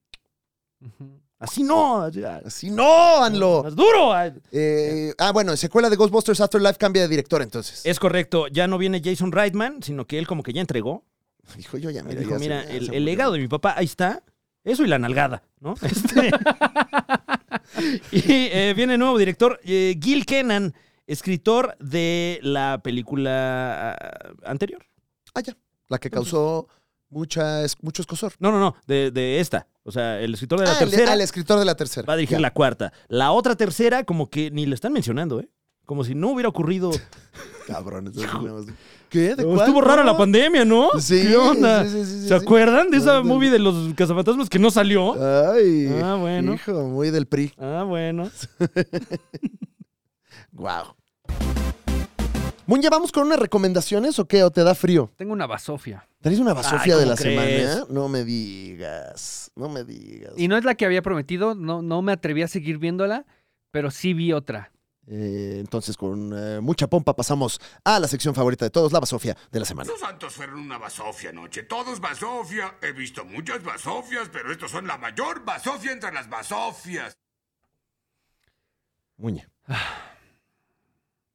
Speaker 3: Ujú.
Speaker 1: Así no. así- ah,
Speaker 2: Así no, Anlo.
Speaker 1: Más duro. ah.
Speaker 2: Eh, ah, bueno, secuela de Ghostbusters Afterlife cambia de director entonces.
Speaker 1: Es correcto, ya no viene Jason Reitman, sino que él como que ya entregó.
Speaker 2: Dijo yo ya,
Speaker 1: Mira,
Speaker 2: mira.
Speaker 1: dijo,
Speaker 2: ya se-
Speaker 1: mira,
Speaker 2: ya
Speaker 1: el,
Speaker 2: se
Speaker 1: el
Speaker 2: murió".
Speaker 1: legado de mi papá, ahí está. Eso y la nalgada, ¿no? Este, Y eh, viene el nuevo director, eh, Gil Kenan, escritor de la película ah, anterior.
Speaker 2: Ah, ya. La que causó mucha, es- mucho escosor.
Speaker 1: No, no, no, de, de esta. O sea, el escritor de la
Speaker 2: Ah, el,
Speaker 1: tercera
Speaker 2: al escritor de la tercera.
Speaker 1: va a dirigir
Speaker 2: Ya.
Speaker 1: la cuarta. La otra tercera, como que ni la están mencionando, ¿eh? Como si no hubiera ocurrido.
Speaker 2: Cabrón. entonces, nada más- ¿Qué? ¿De cuál?
Speaker 1: Estuvo rara la pandemia, ¿no?
Speaker 2: Sí,
Speaker 1: ¿Qué onda?
Speaker 2: sí, sí, sí, sí,
Speaker 1: ¿Se
Speaker 2: sí.
Speaker 1: acuerdan de esa
Speaker 2: Ándale.
Speaker 1: movie de los cazafantasmas que no salió?
Speaker 2: Ay.
Speaker 1: Ah, bueno.
Speaker 2: Hijo, muy del PRI.
Speaker 1: Ah, bueno.
Speaker 2: Wow. Muñe, ¿vamos con unas recomendaciones o qué? ¿O te da frío?
Speaker 3: Tengo una basofia.
Speaker 2: Tenéis una basofia
Speaker 1: Ay,
Speaker 2: de
Speaker 1: ¿cómo
Speaker 2: la
Speaker 1: crees?
Speaker 2: semana. ¿eh? No me digas. No me digas.
Speaker 3: Y no es la que había prometido, no, no me atreví a seguir viéndola, pero sí vi otra.
Speaker 2: Eh, entonces, con eh, mucha pompa pasamos a la sección favorita de todos, la basofia de la semana.
Speaker 6: Estos santos fueron una basofia anoche. Todos basofia. He visto muchas basofias, pero estos son la mayor basofia entre las basofias.
Speaker 2: Muñe.
Speaker 1: Ah.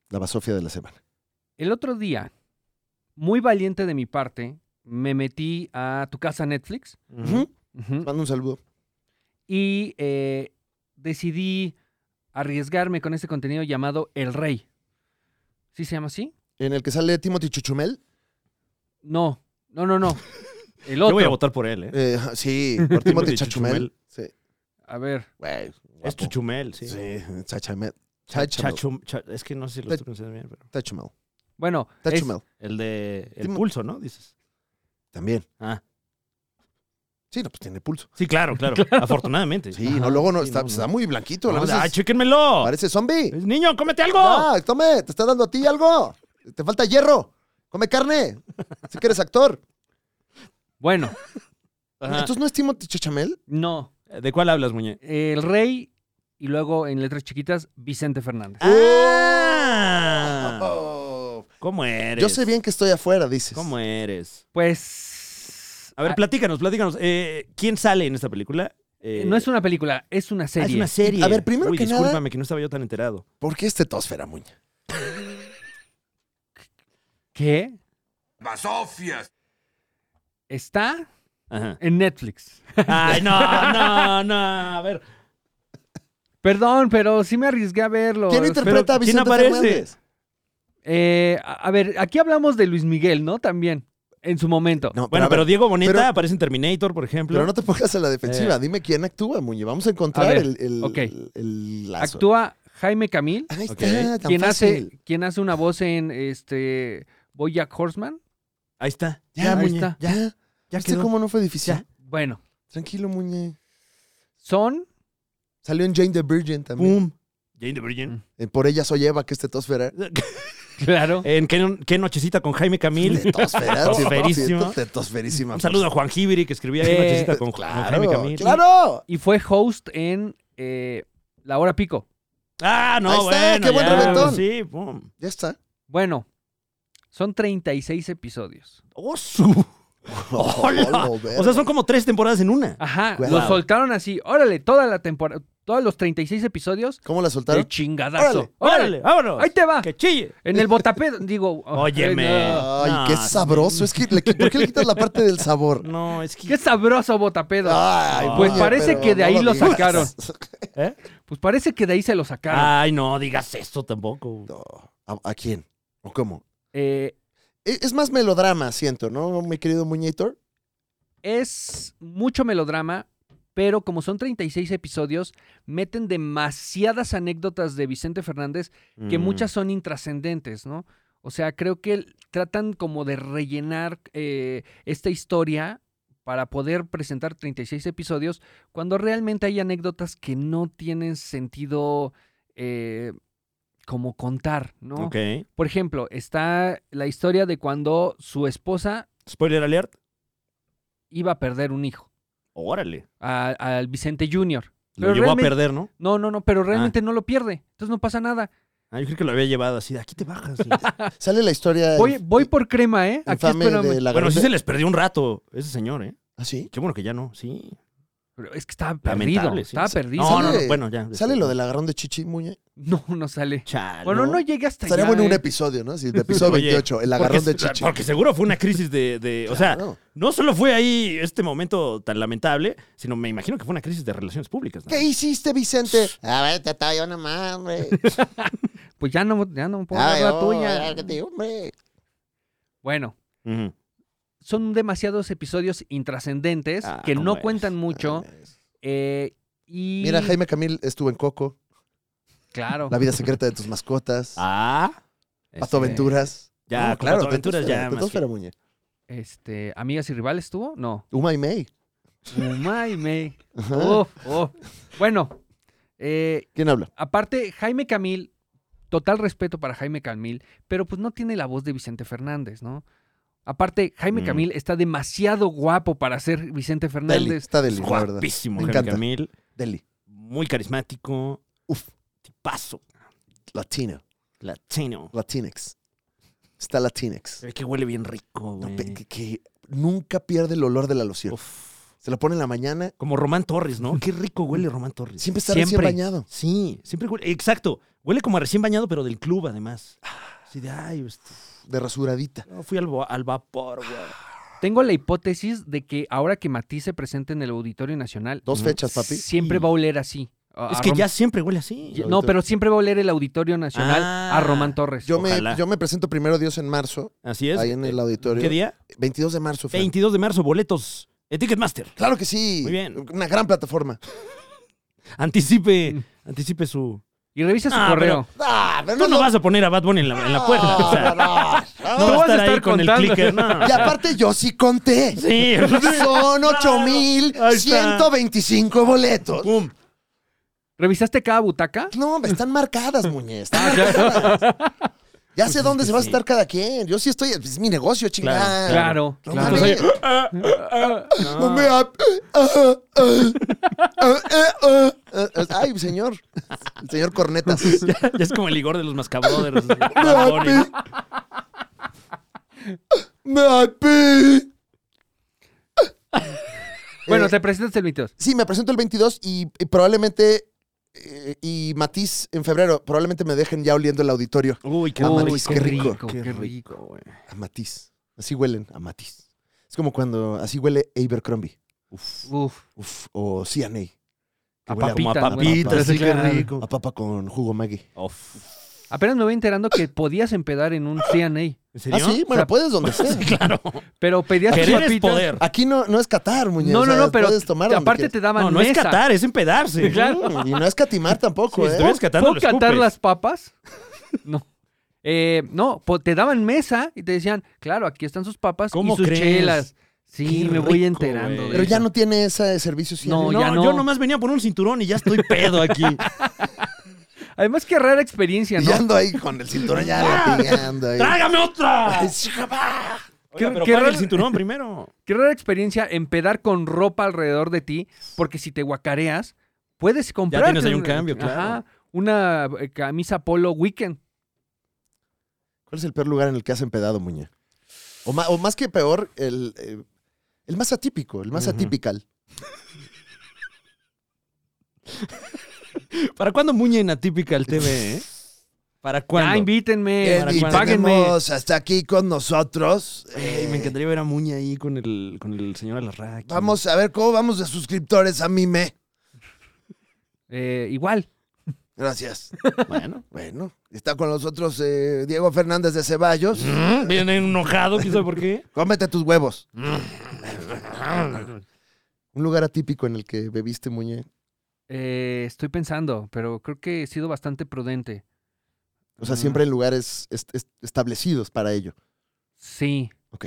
Speaker 2: La basofia de la semana.
Speaker 3: El otro día, muy valiente de mi parte, me metí a tu casa Netflix
Speaker 2: Ujú.
Speaker 3: ujú,
Speaker 2: Mando un saludo.
Speaker 3: y eh, decidí arriesgarme con este contenido llamado El Rey. ¿Sí se llama así?
Speaker 2: En el que sale Timothy Chuchumel.
Speaker 3: No, no, no, no. El
Speaker 1: Yo voy a
Speaker 3: otro.
Speaker 1: votar por él, ¿eh?
Speaker 2: Eh, sí, por Timothy
Speaker 1: Timothy
Speaker 2: Chachumel.
Speaker 1: Chuchumel.
Speaker 2: Sí.
Speaker 3: A ver,
Speaker 2: Güey,
Speaker 1: Es
Speaker 2: guapo.
Speaker 1: Chuchumel, sí.
Speaker 2: Sí, Chachamel. Chachamel.
Speaker 1: Chachum- cha- es que no sé si lo estoy pronunciando bien, pero.
Speaker 2: Chachumel.
Speaker 3: bueno, es-
Speaker 2: Chachumel.
Speaker 1: El de. El
Speaker 2: Timo-
Speaker 1: pulso, ¿no? Dices.
Speaker 2: También.
Speaker 1: Ah.
Speaker 2: Sí, no, pues tiene pulso.
Speaker 1: Sí, claro, claro. Afortunadamente.
Speaker 2: Sí,
Speaker 1: Ajá.
Speaker 2: no, luego no,
Speaker 1: Sí,
Speaker 2: está,
Speaker 1: no,
Speaker 2: está
Speaker 1: no.
Speaker 2: muy blanquito. a
Speaker 1: No, ah,
Speaker 2: veces
Speaker 1: ¡Ay, chéquenmelo!
Speaker 2: parece zombie.
Speaker 1: Niño, cómete algo.
Speaker 2: Ah, tome, te está dando a ti algo. Te falta hierro. Come carne. Si que eres actor.
Speaker 3: bueno,
Speaker 1: Ajá.
Speaker 2: ¿Entonces no es Timothy Chachamel?
Speaker 3: no.
Speaker 1: ¿De cuál hablas, Muñe?
Speaker 3: El Rey y luego en letras chiquitas, Vicente Fernández.
Speaker 1: Ah, ¿Cómo eres?
Speaker 2: Oh. Yo sé bien que estoy afuera, dices.
Speaker 1: ¿Cómo eres?
Speaker 3: Pues.
Speaker 1: A ver, platícanos, platícanos. Eh, ¿Quién sale en esta película? Eh,
Speaker 3: No es una película, es una
Speaker 1: ah,
Speaker 3: serie.
Speaker 1: es una serie.
Speaker 2: A ver, primero
Speaker 1: Uy,
Speaker 2: que nada-
Speaker 1: discúlpame que no estaba yo tan enterado.
Speaker 2: ¿Por qué este tosfera, Muña?
Speaker 3: ¿Qué?
Speaker 6: Basofias.
Speaker 3: Está
Speaker 1: Ajá.
Speaker 3: en Netflix.
Speaker 1: Ay, no, no, no. A ver.
Speaker 3: Perdón, pero sí me arriesgué a verlo.
Speaker 2: ¿Quién
Speaker 3: Espero-
Speaker 2: interpreta a
Speaker 1: Oh, ¿quién
Speaker 2: Vicente
Speaker 1: aparece?
Speaker 2: Fernández?
Speaker 3: Eh, a a ver, aquí hablamos de Luis Miguel, ¿no? También, en su momento.
Speaker 2: No,
Speaker 1: Bueno,
Speaker 2: a ver,
Speaker 1: pero Diego Boneta
Speaker 2: pero-
Speaker 1: aparece en Terminator, por ejemplo.
Speaker 2: pero no te pongas a la defensiva.
Speaker 1: Eh.
Speaker 2: Dime quién actúa, Muñe. Vamos a encontrar
Speaker 3: A ver,
Speaker 2: el, el,
Speaker 3: ok.
Speaker 2: el, el lazo.
Speaker 3: Actúa Jaime Camil,
Speaker 2: Ahí está,
Speaker 1: Ok.
Speaker 2: Ah, tan
Speaker 3: quien hace,
Speaker 2: fácil.
Speaker 3: quien hace una voz en este Bojack Horseman.
Speaker 1: Ahí está.
Speaker 2: Ya, Ah,
Speaker 3: Ahí
Speaker 2: Muñe,
Speaker 3: está.
Speaker 2: ya.
Speaker 1: Ya
Speaker 2: ¿Viste
Speaker 1: quedó.
Speaker 2: cómo no fue difícil?
Speaker 1: Ya.
Speaker 3: Bueno,
Speaker 2: Tranquilo, Muñe.
Speaker 3: son
Speaker 2: Salió en Jane the Virgin también.
Speaker 1: Boom. Jane the Virgin.
Speaker 2: Eh, Por ella soy Eva, que es tetosfera.
Speaker 3: Claro.
Speaker 1: En qué, qué nochecita con Jaime Camil.
Speaker 2: Tetosfera. sí,
Speaker 1: Tetosferísima.
Speaker 2: sí, Tetosferísima.
Speaker 1: Un saludo a Juan Gibri que escribía
Speaker 3: Eh,
Speaker 1: Qué nochecita con, con Jaime
Speaker 2: Claro,
Speaker 1: Camil.
Speaker 2: claro.
Speaker 3: Y fue host en eh, La Hora Pico.
Speaker 1: Ah, no,
Speaker 2: Ahí está,
Speaker 1: bueno.
Speaker 2: qué buen
Speaker 1: ya, pues
Speaker 2: reventón.
Speaker 1: Sí, boom.
Speaker 2: Ya está.
Speaker 3: Bueno, son 36 episodios.
Speaker 1: ¡Oh, su!
Speaker 2: Hola,
Speaker 1: ¡Hola! O sea, son como tres temporadas en una.
Speaker 3: Ajá,
Speaker 2: Wow.
Speaker 3: lo soltaron así. Órale, toda la temporada, todos los 36 episodios
Speaker 2: ¿Cómo la
Speaker 3: de
Speaker 2: soltaron?
Speaker 3: chingadazo.
Speaker 2: Órale,
Speaker 1: ¡Órale, vámonos!
Speaker 3: Ahí te va.
Speaker 1: ¡Que chille!
Speaker 3: En el botapedo, digo. oh,
Speaker 1: Óyeme.
Speaker 3: eh, no.
Speaker 2: Ay,
Speaker 1: No,
Speaker 2: qué
Speaker 1: sí.
Speaker 2: sabroso. Es que, le- ¿por qué le quitas la parte del sabor?
Speaker 1: No, es que...
Speaker 3: Qué sabroso botapedo.
Speaker 2: Ay,
Speaker 1: Pues
Speaker 2: Muñe,
Speaker 3: parece
Speaker 2: pero
Speaker 3: que de
Speaker 2: no
Speaker 3: ahí lo
Speaker 2: digas.
Speaker 3: sacaron.
Speaker 1: ¿Eh?
Speaker 3: Pues parece que de ahí se lo sacaron.
Speaker 1: Ay, no digas eso tampoco.
Speaker 2: No. ¿A, a quién? ¿O cómo?
Speaker 3: Eh,
Speaker 2: E- Es más melodrama, siento, ¿no, mi querido Muñetor?
Speaker 3: es mucho melodrama, pero como son 36 episodios, meten demasiadas anécdotas de Vicente Fernández que
Speaker 1: Mm.
Speaker 3: muchas son intrascendentes, ¿no? O sea, creo que l- tratan como de rellenar eh, esta historia para poder presentar 36 episodios, cuando realmente hay anécdotas que no tienen sentido eh, como contar, ¿no?
Speaker 1: Ok.
Speaker 3: Por ejemplo, está la historia de cuando su esposa
Speaker 1: Spoiler alert.
Speaker 3: iba a perder un hijo,
Speaker 1: Órale.
Speaker 3: a- al Vicente Junior.
Speaker 1: Lo
Speaker 3: Pero
Speaker 1: llevó
Speaker 3: realmente-
Speaker 1: a perder, ¿no?
Speaker 3: No, no, no, pero realmente no lo pierde, entonces no pasa nada.
Speaker 1: Ah, yo creo que lo había llevado así. de aquí te bajas.
Speaker 2: Sale la historia.
Speaker 3: Voy, voy por crema, ¿eh? Aquí
Speaker 2: infame
Speaker 3: espérame.
Speaker 2: de la
Speaker 1: bueno, sí
Speaker 2: Garza.
Speaker 1: se les perdió un rato ese señor, ¿eh?
Speaker 2: ¿Ah, sí?
Speaker 1: Qué bueno que ya no, sí.
Speaker 3: Pero es que estaba perdido.
Speaker 1: Lamentable, sí.
Speaker 3: Estaba
Speaker 1: Sí.
Speaker 3: perdido.
Speaker 1: No,
Speaker 3: No,
Speaker 1: no,
Speaker 2: Sale-
Speaker 1: no, bueno, ya.
Speaker 2: ¿Sale lo del agarrón de chichi, Muñe?
Speaker 3: no, sale.
Speaker 1: Chale.
Speaker 3: Bueno, no llegué hasta
Speaker 2: Estaría
Speaker 3: allá,
Speaker 2: bueno un
Speaker 3: ¿eh?
Speaker 2: episodio, ¿no? Sí, el episodio
Speaker 1: Oye,
Speaker 2: 28, el agarrón de
Speaker 1: porque,
Speaker 2: chichi.
Speaker 1: porque seguro fue una crisis de... de- O sea,
Speaker 2: Claro.
Speaker 1: no solo fue ahí este momento tan lamentable, sino me imagino que fue una crisis de relaciones públicas. ¿no?
Speaker 2: ¿Qué hiciste, Vicente? A ver, te estaba yo nomás, hombre.
Speaker 3: Pues ya no, ya no puedo
Speaker 2: Ay,
Speaker 3: dar la
Speaker 2: oh,
Speaker 3: tuya.
Speaker 2: ay, que te digo, hombre.
Speaker 3: Bueno,
Speaker 1: Ujú.
Speaker 3: son demasiados episodios intrascendentes
Speaker 1: Ah,
Speaker 3: que
Speaker 1: ¿cómo
Speaker 3: no
Speaker 1: ves?
Speaker 3: cuentan mucho. eh, y
Speaker 2: Mira, Jaime Camil estuvo en Coco,
Speaker 3: Claro.
Speaker 2: La vida secreta de tus mascotas,
Speaker 1: Ah,
Speaker 2: Pato
Speaker 3: este,
Speaker 2: Aventuras.
Speaker 1: ya,
Speaker 2: No,
Speaker 1: claro,
Speaker 2: de
Speaker 1: aventuras
Speaker 2: atmósfera,
Speaker 1: ya
Speaker 2: de
Speaker 1: más que-
Speaker 2: atmósfera, Muñe.
Speaker 3: Este, ¿Amigas y rivales estuvo? No.
Speaker 2: Uma y May.
Speaker 3: Umay, me.
Speaker 2: Ajá.
Speaker 3: Uf, uf. Bueno, eh,
Speaker 2: ¿Quién habla?
Speaker 3: aparte, Jaime Camil, total respeto para Jaime Camil, pero pues no tiene la voz de Vicente Fernández, ¿no? Aparte, Jaime
Speaker 1: Mm.
Speaker 3: Camil está demasiado guapo para ser Vicente
Speaker 2: Deli.
Speaker 3: Fernández.
Speaker 2: Está Deli,
Speaker 1: Es
Speaker 2: la verdad.
Speaker 1: guapísimo,
Speaker 2: Me
Speaker 1: Jaime
Speaker 2: encanta.
Speaker 1: Camil.
Speaker 2: Deli.
Speaker 1: Muy carismático.
Speaker 2: Uf.
Speaker 1: Tipazo.
Speaker 2: Latino.
Speaker 1: Latino.
Speaker 2: Latinex. Está Latinex.
Speaker 1: Se ve que huele bien rico,
Speaker 2: No,
Speaker 1: güey.
Speaker 2: pe- que, que nunca pierde el olor de la loción.
Speaker 1: Uf.
Speaker 2: Se la pone en la mañana.
Speaker 1: Como Román Torres, ¿no? Qué rico huele Román Torres.
Speaker 2: Siempre está recién
Speaker 3: Siempre.
Speaker 2: bañado.
Speaker 1: Sí, siempre huele. Exacto. Huele como a recién bañado, pero del club, además.
Speaker 2: Ah.
Speaker 1: Así de, ay, este,
Speaker 2: De rasuradita.
Speaker 1: no, fui al, va- al vapor, güey.
Speaker 3: Tengo la hipótesis de que ahora que Matiz se presente en el Auditorio Nacional, mm,
Speaker 2: Dos fechas, papi.
Speaker 3: siempre
Speaker 1: Sí.
Speaker 3: va a oler así. a-
Speaker 1: Es
Speaker 3: a
Speaker 1: que
Speaker 3: Rom-
Speaker 1: ya siempre huele así.
Speaker 3: ya- No, pero siempre va a oler el Auditorio Nacional
Speaker 1: Ah.
Speaker 3: a Román Torres.
Speaker 2: Yo me,
Speaker 1: Ojalá.
Speaker 2: yo me presento primero Dios en marzo,
Speaker 1: Así es. eh,
Speaker 2: ahí en el auditorio.
Speaker 1: ¿Qué día?
Speaker 2: 22 de marzo. Fran.
Speaker 1: 22 de marzo, boletos. En Ticketmaster.
Speaker 2: Claro que sí.
Speaker 1: Muy bien.
Speaker 2: Una gran plataforma.
Speaker 1: Anticipe, anticipe su.
Speaker 3: Y revisa su
Speaker 1: Ah,
Speaker 3: correo.
Speaker 2: Ah, pero
Speaker 1: Tú no
Speaker 2: lo-
Speaker 1: vas a poner a Bad Bunny en la, en la puerta. o sea, no
Speaker 2: No, no, no.
Speaker 1: va a
Speaker 3: vas a
Speaker 1: estar ahí
Speaker 3: estar
Speaker 1: con el
Speaker 3: contando.
Speaker 1: clicker. No.
Speaker 2: Y aparte yo sí conté.
Speaker 1: Sí.
Speaker 2: Son
Speaker 1: Ahí está.
Speaker 2: 8.125 boletos.
Speaker 1: Pum.
Speaker 3: ¿Revisaste cada butaca?
Speaker 2: No, hombre, están marcadas, muñe. están
Speaker 3: Ah, claro.
Speaker 2: Ya sé dónde se va a
Speaker 1: Pues Sí.
Speaker 2: estar cada quien. Yo sí estoy. Es mi negocio, chingada.
Speaker 3: Claro,
Speaker 2: No
Speaker 3: claro.
Speaker 2: mames. No me ap- ah, ah, ah, ah, ah, ah, ah. Ay, señor. El señor Cornetas.
Speaker 1: Ya, ya es como el Igor de los Mascabrothers.
Speaker 2: Me
Speaker 1: Bad Bunny.
Speaker 2: apé. Me apé.
Speaker 3: Bueno,
Speaker 2: Eh,
Speaker 3: te presentas el 22.
Speaker 2: Sí, me presento el 22 y, y probablemente. eh, y Matiz en febrero. Probablemente me dejen ya oliendo el auditorio.
Speaker 1: Uy, qué
Speaker 2: Ah,
Speaker 1: rico.
Speaker 2: Matiz, qué rico,
Speaker 3: qué rico.
Speaker 1: güey.
Speaker 2: A Matiz. Así huelen a Matiz. Es como cuando así huele Abercrombie. Uf.
Speaker 3: Uf,
Speaker 2: Uf. O CNA.
Speaker 3: a
Speaker 1: huele como a
Speaker 3: papita.
Speaker 1: papita,
Speaker 3: ¿no?
Speaker 1: sí, qué
Speaker 3: Claro.
Speaker 1: rico.
Speaker 2: A papa con jugo Maggi.
Speaker 1: Of.
Speaker 3: Apenas me voy enterando que podías empedar en un CNA.
Speaker 1: ¿En
Speaker 2: Ah,
Speaker 1: serio?
Speaker 2: sí, bueno,
Speaker 3: O sea,
Speaker 2: puedes donde sea.
Speaker 1: Claro.
Speaker 3: Pero pedías tus
Speaker 1: Querer es
Speaker 3: papitas.
Speaker 1: poder.
Speaker 2: Aquí no, no es Qatar, muñeco.
Speaker 3: No, no, no, pero
Speaker 2: Puedes tomar donde
Speaker 3: aparte
Speaker 2: quieras.
Speaker 3: te daban
Speaker 1: No, no es
Speaker 3: mesa.
Speaker 1: catar, es empedarse.
Speaker 3: Ah, Claro.
Speaker 2: Mm, Y no es catimar
Speaker 1: Sí, si
Speaker 2: tampoco, ¿eh?
Speaker 1: estuvieras catando,
Speaker 3: ¿Puedo
Speaker 1: lo
Speaker 3: catar
Speaker 1: escupes.
Speaker 3: las papas? No. Eh, no, po- te daban mesa y te decían, claro, aquí están sus papas
Speaker 1: ¿Cómo
Speaker 3: y sus
Speaker 1: crees?
Speaker 3: chelas. Sí,
Speaker 1: Qué
Speaker 3: me voy
Speaker 1: rico,
Speaker 3: enterando.
Speaker 1: güey.
Speaker 2: Pero ya no tiene ese servicio
Speaker 3: No,
Speaker 1: No,
Speaker 2: No,
Speaker 3: ya no.
Speaker 1: yo nomás venía por un cinturón y ya estoy pedo aquí.
Speaker 3: Además, qué rara experiencia,
Speaker 2: y
Speaker 3: ¿no? Ah,
Speaker 2: ya ando ahí con el cinturón ya latigando ahí.
Speaker 1: ¡Trágame otra!
Speaker 2: Ay, sí, capaz.
Speaker 1: Oiga,
Speaker 3: Qué-
Speaker 1: pero
Speaker 3: qué
Speaker 1: paga el
Speaker 3: raro.
Speaker 1: cinturón primero.
Speaker 3: Qué rara experiencia empedar con ropa alrededor de ti, porque si te guacareas, puedes comprar.
Speaker 1: tienes ahí un cambio, claro.
Speaker 3: una eh, camisa polo weekend.
Speaker 2: ¿Cuál es el peor lugar en el que has empedado, Muñe? O, ma- o más que peor, el, eh, el más atípico, el más
Speaker 1: Ujú.
Speaker 2: atípical.
Speaker 1: ¿Para cuándo Muñe en Atípica el TV, eh? ¿Para
Speaker 3: Ya,
Speaker 1: cuándo?
Speaker 3: invítenme.
Speaker 2: Eh,
Speaker 1: Eddie,
Speaker 3: ¿para
Speaker 1: cuándo?
Speaker 3: páguenme.
Speaker 2: hasta aquí con nosotros. Eh,
Speaker 1: Ey, me encantaría ver a Muñe ahí con el, con el señor Alarraqui.
Speaker 2: a ver cómo vamos de suscriptores a Mime.
Speaker 3: Eh, igual.
Speaker 2: Gracias.
Speaker 1: Bueno.
Speaker 2: Bueno, está con nosotros eh, Diego Fernández de Ceballos.
Speaker 1: Mm, Viene enojado, quién sabe por qué.
Speaker 2: Cómete tus huevos. Un lugar atípico en el que bebiste, Muñe.
Speaker 3: Eh, estoy pensando, pero creo que he sido bastante prudente.
Speaker 2: O sea,
Speaker 3: Ah.
Speaker 2: siempre en lugares est- est- establecidos para ello.
Speaker 3: Sí.
Speaker 2: Ok.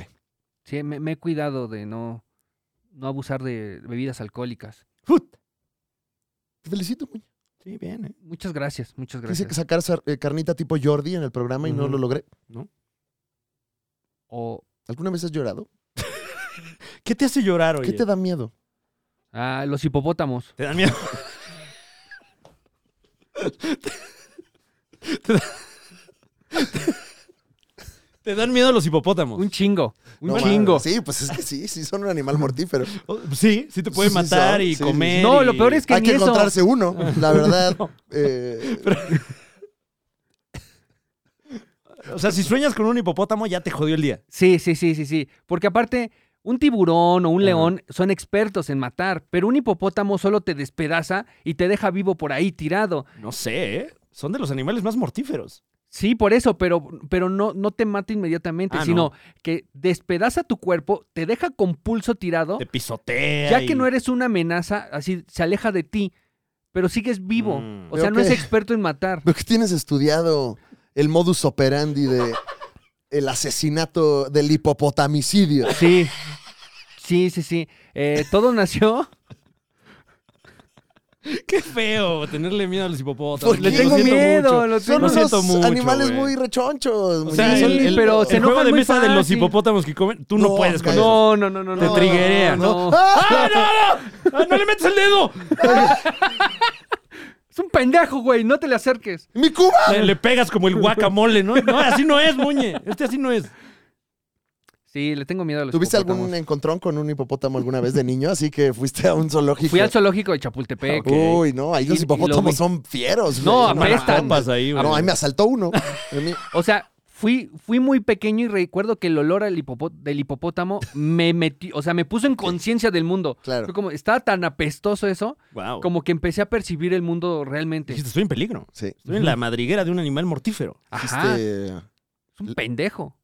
Speaker 3: Sí, me, me he cuidado de no, no abusar de bebidas alcohólicas.
Speaker 1: Fut.
Speaker 2: Te felicito, Muñe.
Speaker 1: Sí, bien, ¿eh?
Speaker 3: Muchas gracias, muchas
Speaker 2: Quise
Speaker 3: gracias.
Speaker 2: que sacar sar- eh, carnita tipo Jordi en el programa y no
Speaker 1: Ujú.
Speaker 2: lo logré.
Speaker 3: O,
Speaker 2: ¿Alguna vez has llorado?
Speaker 1: ¿Qué te hace llorar, oye?
Speaker 2: ¿Qué te da miedo?
Speaker 3: ah, los hipopótamos.
Speaker 1: ¿Te dan miedo? ¿Te, da- Te dan miedo los hipopótamos.
Speaker 3: Un chingo. Un
Speaker 2: No,
Speaker 3: chingo.
Speaker 2: madre, Sí, pues es que sí, sí son un animal mortífero.
Speaker 1: Oh, Sí, sí te pueden
Speaker 2: Sí, sí,
Speaker 1: matar
Speaker 2: son,
Speaker 1: y
Speaker 2: sí, sí.
Speaker 1: comer.
Speaker 3: No,
Speaker 1: y-
Speaker 3: lo peor es que
Speaker 2: Hay
Speaker 3: ni
Speaker 2: que
Speaker 3: eso.
Speaker 2: encontrarse uno, la verdad. eh,
Speaker 1: O sea, si sueñas con un hipopótamo, ya te jodió el día.
Speaker 3: Sí, sí, sí, sí, sí. Porque aparte, un tiburón o un
Speaker 1: Ajá.
Speaker 3: león son expertos en matar, pero un hipopótamo solo te despedaza y te deja vivo por ahí tirado.
Speaker 1: No sé, ¿eh? Son de los animales más mortíferos.
Speaker 3: Sí, por eso, pero, pero no, no te mata inmediatamente,
Speaker 1: Ah, no.
Speaker 3: sino que despedaza tu cuerpo, te deja con pulso tirado,
Speaker 1: Te pisotea.
Speaker 3: ya que
Speaker 1: y-
Speaker 3: no eres una amenaza, así se aleja de ti, pero sigues vivo.
Speaker 1: Mm.
Speaker 3: o sea,
Speaker 2: Creo
Speaker 3: no es
Speaker 2: que-
Speaker 3: experto en matar.
Speaker 2: ¿Pero qué tienes estudiado el modus operandi de el asesinato del hipopotamicidio?
Speaker 3: Sí, sí, sí, sí. Eh, todo nació.
Speaker 1: Qué feo tenerle miedo a los hipopótamos.
Speaker 2: ¿Por
Speaker 1: Le
Speaker 2: qué?
Speaker 1: tengo
Speaker 2: Lo
Speaker 1: miedo
Speaker 2: siento
Speaker 1: mucho.
Speaker 3: lo
Speaker 2: Son
Speaker 1: Lo
Speaker 3: tengo-
Speaker 2: unos
Speaker 1: siento mucho,
Speaker 2: animales
Speaker 1: güey.
Speaker 2: muy rechonchos.
Speaker 1: O
Speaker 2: muy ¡Ah!
Speaker 1: sea,
Speaker 3: Sí,
Speaker 1: el, el-
Speaker 3: pero
Speaker 1: el
Speaker 3: se
Speaker 1: juego
Speaker 3: enojan
Speaker 1: de
Speaker 3: muy
Speaker 1: mesa de los
Speaker 3: fácil.
Speaker 1: hipopótamos que comen, tú no,
Speaker 2: No,
Speaker 1: puedes con eso.
Speaker 3: No, no, no, no.
Speaker 1: Te
Speaker 3: no,
Speaker 1: triguerea.
Speaker 3: No.
Speaker 1: ¡Ah, no, no! ¡Ah, ¡No le metes el dedo!
Speaker 3: Es un pendejo, güey. No te le acerques.
Speaker 2: ¡Mi Cuba!
Speaker 1: Le, le pegas como el guacamole, ¿no? No, así no es, Muñe. Este así no es.
Speaker 3: Sí, le tengo miedo a los
Speaker 2: ¿Tuviste algún
Speaker 3: pues, hipopótamos.
Speaker 2: encontrón con un hipopótamo alguna vez de niño? Así que fuiste a un zoológico.
Speaker 3: Fui al zoológico de Chapultepec.
Speaker 2: Uy, no, ahí
Speaker 3: Y- y
Speaker 2: los
Speaker 3: lo
Speaker 2: hipopótamos
Speaker 3: vi.
Speaker 2: son fieros.
Speaker 3: No,
Speaker 2: güey,
Speaker 1: Malas
Speaker 3: apestan.
Speaker 2: mames.
Speaker 1: copas ahí, güey.
Speaker 2: Ah, No, ahí me asaltó uno. A mí-
Speaker 3: O sea, fui, fui muy pequeño y recuerdo que el olor al hipopó- del hipopótamo me metió, o sea, me puso en conciencia del mundo.
Speaker 2: Claro.
Speaker 3: Fue como, estaba tan apestoso eso,
Speaker 1: Wow.
Speaker 3: como que empecé a percibir el mundo realmente.
Speaker 1: Dijiste, estoy en peligro.
Speaker 2: Sí.
Speaker 1: Estoy en la madriguera de un animal mortífero.
Speaker 3: Ajá,
Speaker 2: Este,
Speaker 3: es un pendejo.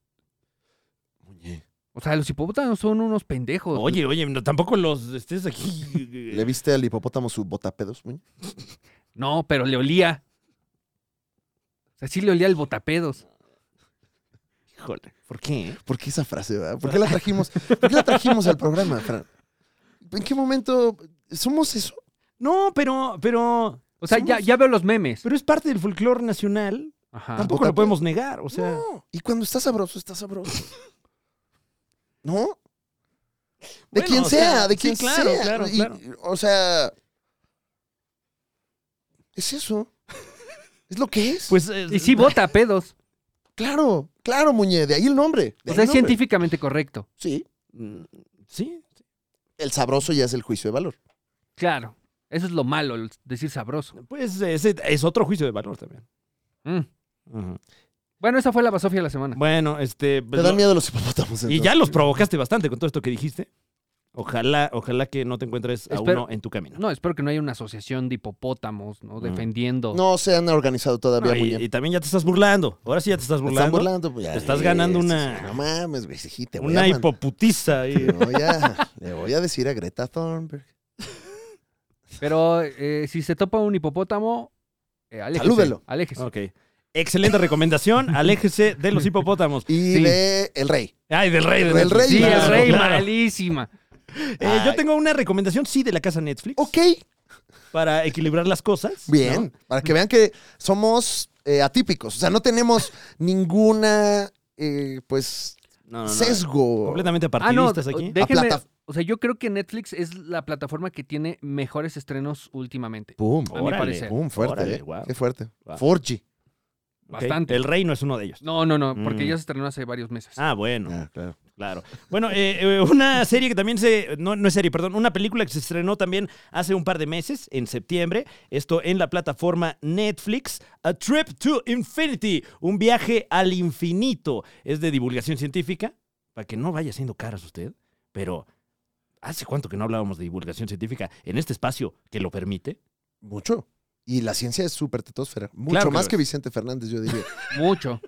Speaker 2: Muñe,
Speaker 3: O sea, los hipopótamos son unos pendejos.
Speaker 1: Oye, oye, no, tampoco los estés aquí.
Speaker 2: ¿Le viste al hipopótamo su botapedos, Muñe?
Speaker 3: No, pero le olía. O sea, sí le olía el botapedos.
Speaker 1: Híjole, ¿por qué?
Speaker 2: ¿Por qué esa frase, verdad? ¿Por qué la trajimos? ¿Por qué la trajimos al programa, Fran? ¿En qué momento somos eso?
Speaker 1: No, pero, pero,
Speaker 3: O sea, ya,
Speaker 1: Somos-
Speaker 3: ya veo los memes.
Speaker 1: pero es parte del folclore nacional.
Speaker 3: Ajá.
Speaker 1: Tampoco lo
Speaker 2: Botapedos.
Speaker 1: podemos negar. O sea,
Speaker 2: No. Y cuando está sabroso, está sabroso. ¿No? De
Speaker 1: Bueno,
Speaker 2: quien
Speaker 1: o
Speaker 2: sea,
Speaker 1: sea,
Speaker 2: de
Speaker 1: sí,
Speaker 2: quien
Speaker 1: claro,
Speaker 2: sea.
Speaker 1: claro,
Speaker 2: Y-
Speaker 1: claro.
Speaker 2: O sea. Es eso. Es lo que es.
Speaker 1: pues. eh,
Speaker 3: Y sí bota pedos.
Speaker 2: claro, claro, Muñe. De ahí el nombre. de
Speaker 3: O
Speaker 2: ahí
Speaker 3: sea,
Speaker 2: el
Speaker 3: es
Speaker 2: nombre.
Speaker 3: científicamente correcto.
Speaker 2: Sí.
Speaker 1: mm, Sí.
Speaker 2: El sabroso ya es el juicio de valor.
Speaker 3: Claro. Eso es lo malo, el decir sabroso.
Speaker 1: Pues ese es otro juicio de valor también.
Speaker 3: Mm.
Speaker 1: Ujú.
Speaker 3: Bueno, esa fue la basofia de la semana.
Speaker 1: Bueno, este.
Speaker 2: Te
Speaker 1: pues,
Speaker 2: dan
Speaker 1: lo-
Speaker 2: miedo los hipopótamos.
Speaker 1: y
Speaker 2: entonces.
Speaker 1: ya los provocaste bastante con todo esto que dijiste. Ojalá, ojalá que no te encuentres a
Speaker 3: Espero-
Speaker 1: uno en tu camino.
Speaker 3: No, espero que no haya una asociación de hipopótamos,
Speaker 1: Mm.
Speaker 3: ¿no? Defendiendo.
Speaker 2: No se han organizado todavía,
Speaker 1: No, y,
Speaker 2: Muñe.
Speaker 1: y también ya te estás burlando. Ahora sí ya te estás
Speaker 2: Te
Speaker 1: burlando.
Speaker 2: Están burlando, pues, ya,
Speaker 1: Te estás ganando
Speaker 2: sí,
Speaker 1: una-
Speaker 2: sí, No mames, güey, sí, te voy
Speaker 1: Una
Speaker 2: a mandar-
Speaker 1: hipoputiza. ahí.
Speaker 2: Le voy a, le voy a decir a Greta Thunberg.
Speaker 3: Pero eh, si se topa un hipopótamo, eh, aléjese.
Speaker 2: Salúdelo.
Speaker 3: Aléjese.
Speaker 1: Ok. Excelente recomendación. Aléjese de los hipopótamos.
Speaker 2: Y
Speaker 3: Sí.
Speaker 2: de El Rey.
Speaker 1: Ay, del rey. de
Speaker 2: Del
Speaker 1: Netflix.
Speaker 2: rey,
Speaker 3: Sí,
Speaker 2: claro,
Speaker 3: es rey,
Speaker 1: claro.
Speaker 3: malísima.
Speaker 1: Eh, yo
Speaker 2: Ay.
Speaker 1: tengo una recomendación, sí, de la casa Netflix.
Speaker 2: Ok,
Speaker 1: Para equilibrar las cosas.
Speaker 2: bien.
Speaker 1: ¿no?
Speaker 2: Para que vean que somos eh, atípicos. O sea, no tenemos ninguna, eh, pues,
Speaker 1: No, no, no.
Speaker 2: sesgo.
Speaker 1: Completamente
Speaker 3: Ah, no.
Speaker 1: partidistas aquí.
Speaker 3: déjenme-
Speaker 2: plata-
Speaker 3: O sea, yo creo que Netflix es la plataforma que tiene mejores estrenos últimamente.
Speaker 2: Pum,
Speaker 3: A mi parecer.
Speaker 2: pum, fuerte.
Speaker 1: órale,
Speaker 2: eh.
Speaker 1: guau.
Speaker 2: Qué fuerte.
Speaker 1: Guau.
Speaker 2: 4G.
Speaker 1: Ok,
Speaker 3: Bastante.
Speaker 1: El rey no es uno de ellos.
Speaker 3: No, no, no, porque
Speaker 1: Mm.
Speaker 3: ya se estrenó hace varios meses.
Speaker 1: Ah, bueno,
Speaker 2: Ah, claro.
Speaker 1: claro. Bueno, eh, eh, una serie que también se. No, no es serie, perdón. Una película que se estrenó también hace un par de meses, en septiembre. Esto en la plataforma Netflix. A Trip to Infinity. Un viaje al infinito. Es de divulgación científica. Para que no vaya siendo caras usted. Pero. ¿Hace cuánto que no hablábamos de divulgación científica en este espacio que lo permite?
Speaker 2: Mucho. Y la ciencia es súper tetósfera. Mucho
Speaker 1: Claro que
Speaker 2: más
Speaker 1: lo
Speaker 2: que Vicente Fernández, yo diría.
Speaker 3: Mucho.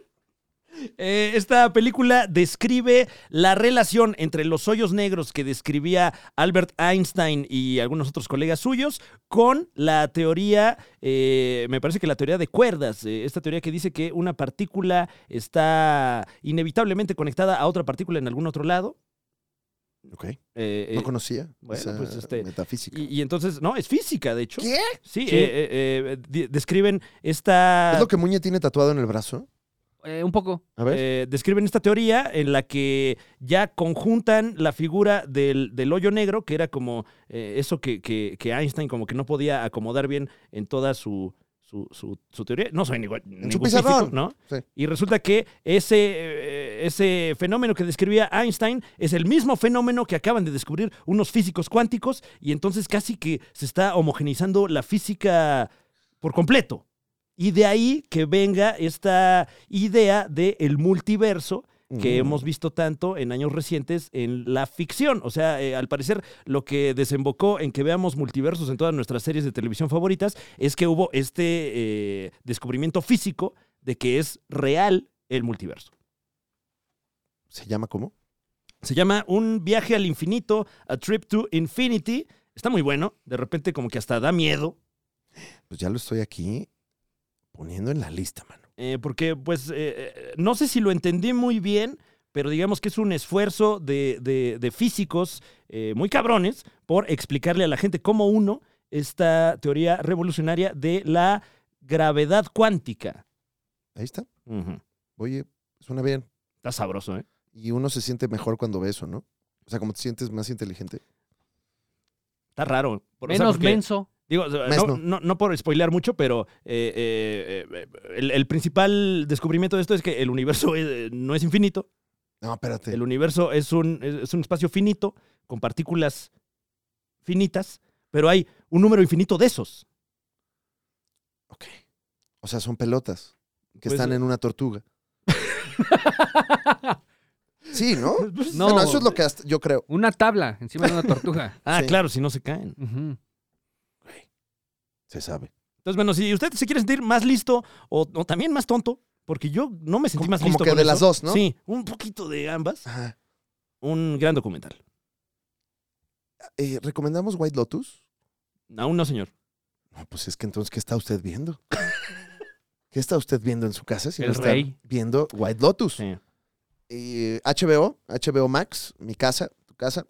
Speaker 1: Eh, esta película describe la relación entre los hoyos negros que describía Albert Einstein y algunos otros colegas suyos con la teoría, eh, me parece que la teoría de cuerdas, eh, esta teoría que dice que una partícula está inevitablemente conectada a otra partícula en algún otro lado.
Speaker 2: ok.
Speaker 1: Eh, eh,
Speaker 2: No conocía
Speaker 1: bueno,
Speaker 2: esa
Speaker 1: pues, este,
Speaker 2: metafísica.
Speaker 1: y, y entonces, no, es física, de hecho.
Speaker 2: ¿Qué?
Speaker 1: Sí,
Speaker 3: Sí.
Speaker 1: eh, eh, eh, di- describen esta...
Speaker 2: ¿Es lo que Muñe tiene tatuado en el brazo?
Speaker 3: Eh, un poco.
Speaker 2: A ver.
Speaker 1: Eh, describen esta teoría en la que ya conjuntan la figura del, del hoyo negro, que era como eh, eso que, que- que Einstein como que no podía acomodar bien en toda su, su, su- su teoría. No soy ni,
Speaker 2: su pizarrón.
Speaker 1: ¿no?
Speaker 2: Sí.
Speaker 1: Y resulta que ese, eh, ese fenómeno que describía Einstein es el mismo fenómeno que acaban de descubrir unos físicos cuánticos y entonces casi que se está homogenizando la física por completo. Y de ahí que venga esta idea del el multiverso
Speaker 2: Mm.
Speaker 1: que hemos visto tanto en años recientes en la ficción. O sea, eh, al parecer lo que desembocó en que veamos multiversos en todas nuestras series de televisión favoritas es que hubo este eh, descubrimiento físico de que es real el multiverso.
Speaker 2: ¿Se llama cómo?
Speaker 1: Se llama Un viaje al infinito, A Trip to Infinity. Está muy bueno, de repente como que hasta da miedo,
Speaker 2: Pues ya lo estoy aquí poniendo en la lista, mano.
Speaker 1: eh, porque pues eh, eh, no sé si lo entendí muy bien, pero digamos que es un esfuerzo de, de- de físicos eh, muy cabrones por explicarle a la gente cómo uno esta teoría revolucionaria de la gravedad cuántica.
Speaker 2: Ahí está.
Speaker 1: Ujú.
Speaker 2: Oye, suena bien.
Speaker 1: Está sabroso, ¿eh?
Speaker 2: Y uno se siente mejor cuando ve eso, ¿no? O sea, como te sientes más inteligente.
Speaker 1: Está raro. Por- o sea,
Speaker 3: Menos
Speaker 1: porque-
Speaker 3: menso.
Speaker 1: Digo, no,
Speaker 2: Mes no.
Speaker 1: no- no por spoilear mucho, pero eh, eh, eh, el, el principal descubrimiento de esto es que el universo eh, no es infinito.
Speaker 2: No, espérate.
Speaker 1: El universo es un, es un espacio finito con partículas finitas, pero hay un número infinito de esos.
Speaker 2: Ok. O sea, son pelotas que
Speaker 1: Pues,
Speaker 2: están
Speaker 1: eh.
Speaker 2: en una tortuga. sí, ¿no?
Speaker 3: No.
Speaker 2: Bueno, eso es lo que hasta- yo creo.
Speaker 3: Una tabla encima de una tortuga.
Speaker 1: Ah,
Speaker 2: Sí.
Speaker 1: claro, si no se caen.
Speaker 3: Ujú.
Speaker 2: Se sabe.
Speaker 1: Entonces, bueno, si usted se quiere sentir más listo o, o también más tonto, porque yo no me sentí
Speaker 2: Como-
Speaker 1: más
Speaker 2: como
Speaker 1: listo.
Speaker 2: que
Speaker 1: con
Speaker 2: de
Speaker 1: eso.
Speaker 2: las dos, ¿no?
Speaker 1: Sí, un poquito de ambas.
Speaker 2: Ajá.
Speaker 1: Un gran documental.
Speaker 2: Eh, ¿Recomendamos White Lotus?
Speaker 1: Aún no, señor.
Speaker 2: No, pues es que entonces, ¿qué está usted viendo? ¿Qué está usted viendo en su casa si no
Speaker 3: El
Speaker 2: está
Speaker 3: rey.
Speaker 2: viendo White Lotus?
Speaker 1: Sí.
Speaker 2: Eh, HBO, HBO Max, mi casa, tu casa.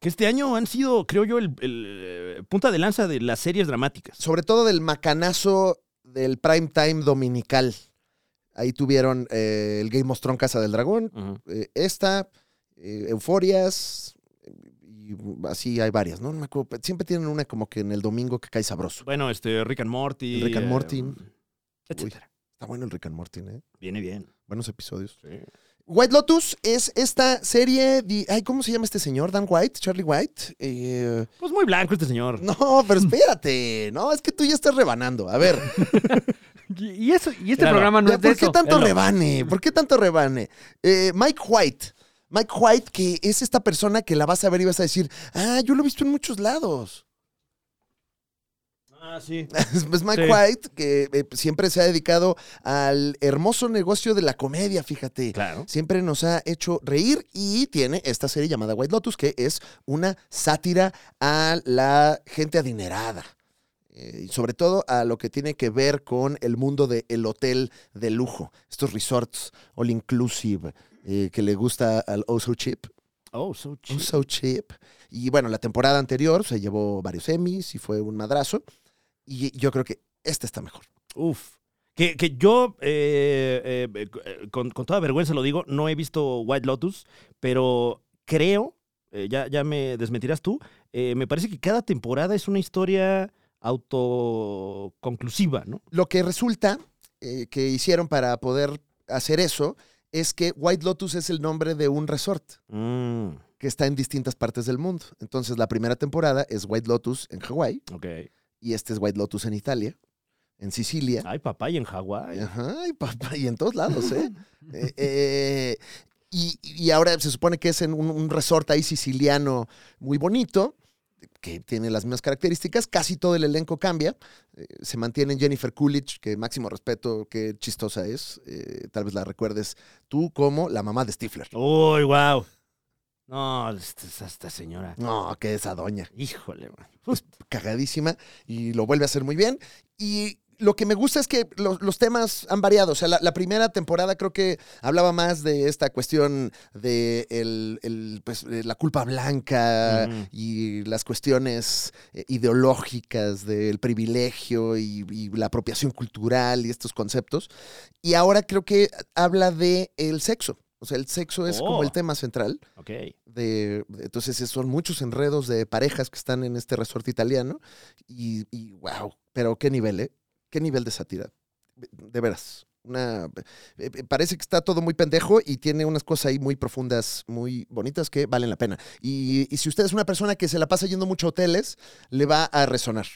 Speaker 1: Que este año han sido, creo yo, el, el, eh, punta de lanza de las series dramáticas.
Speaker 2: Sobre todo del macanazo del prime time dominical. Ahí tuvieron eh, el Game of Thrones Casa del Dragón,
Speaker 1: Ujú.
Speaker 2: eh, esta, eh, Euforias, eh, y así hay varias, ¿no? No me acuerdo, pero Siempre tienen una como que en el domingo que cae sabroso.
Speaker 1: Bueno, este, Rick and Morty.
Speaker 2: Rick and
Speaker 1: eh,
Speaker 2: Morty.
Speaker 1: etcétera.
Speaker 2: Está bueno el Rick and Morty, ¿eh?
Speaker 1: Viene bien.
Speaker 2: Buenos episodios. White Lotus es esta serie. de- ay, ¿cómo se llama este señor? Dan White, Charlie White. Eh,
Speaker 1: Pues muy blanco este señor.
Speaker 2: no, pero espérate. No, es que tú ya estás rebanando. A ver,
Speaker 3: Y, y eso, y este
Speaker 1: Claro.
Speaker 3: programa no
Speaker 2: ya,
Speaker 3: es de
Speaker 2: ¿por qué
Speaker 3: eso.
Speaker 2: tanto
Speaker 1: Velo.
Speaker 2: rebane? ¿Por qué tanto rebane? Eh, Mike White. Mike White, que es esta persona que la vas a ver y vas a decir, ah, yo lo he visto en muchos lados.
Speaker 1: Ah, sí.
Speaker 2: Pues Mike
Speaker 1: Sí.
Speaker 2: White, que eh, siempre se ha dedicado al hermoso negocio de la comedia, fíjate.
Speaker 1: Claro.
Speaker 2: Siempre nos ha hecho reír y tiene esta serie llamada White Lotus, que es una sátira a la gente adinerada. Eh, y sobre todo a lo que tiene que ver con el mundo del hotel de lujo, estos resorts all inclusive eh, que le gusta al Oh So Cheap.
Speaker 1: Oh, so
Speaker 2: Oh
Speaker 1: cheap.
Speaker 2: So Cheap. Y bueno, la temporada anterior se llevó varios Emmys y fue un madrazo. Y yo creo que esta está mejor.
Speaker 1: Uf. Que, que yo, eh, eh, eh, con, con toda vergüenza lo digo, no he visto White Lotus, pero creo, eh, ya, ya me desmentirás tú, eh, me parece que cada temporada es una historia autoconclusiva, ¿no?
Speaker 2: Lo que resulta eh, que hicieron para poder hacer eso es que White Lotus es el nombre de un resort
Speaker 1: Mm,
Speaker 2: que está en distintas partes del mundo. Entonces, la primera temporada es White Lotus en Hawái
Speaker 1: ok.
Speaker 2: y este es White Lotus en Italia, en Sicilia.
Speaker 1: Ay, papá, y en Hawái.
Speaker 2: Ajá, y, papá, y en todos lados, ¿eh? Eh, eh, y, y ahora se supone que es en un, un resort ahí siciliano muy bonito, que tiene las mismas características. Casi todo el elenco cambia. Eh, se mantienen Jennifer Coolidge, que máximo respeto, qué chistosa es. Eh, tal vez la recuerdes tú como la mamá de Stifler.
Speaker 1: Uy, wow. No, esta, esta señora.
Speaker 2: No, que esa doña.
Speaker 1: Híjole, man.
Speaker 2: pues, cagadísima y lo vuelve a hacer muy bien. Y lo que me gusta es que lo- los temas han variado. O sea, la, la primera temporada creo que hablaba más de esta cuestión de el- el, pues, eh, la culpa blanca
Speaker 1: Ujú.
Speaker 2: y las cuestiones eh, ideológicas del privilegio y, y la apropiación cultural y estos conceptos. Y ahora creo que habla de el sexo. O sea, el sexo es como
Speaker 1: Oh.
Speaker 2: el tema central
Speaker 1: Ok.
Speaker 2: de, de- entonces es- son muchos enredos de parejas que están en este resort italiano y, y wow, pero qué nivel, ¿eh? Qué nivel de sátira, de, de veras. una eh, eh, parece que está todo muy pendejo y tiene unas cosas ahí muy profundas, muy bonitas que valen la pena. Y, y si usted es una persona que se la pasa yendo mucho a hoteles, le va a resonar.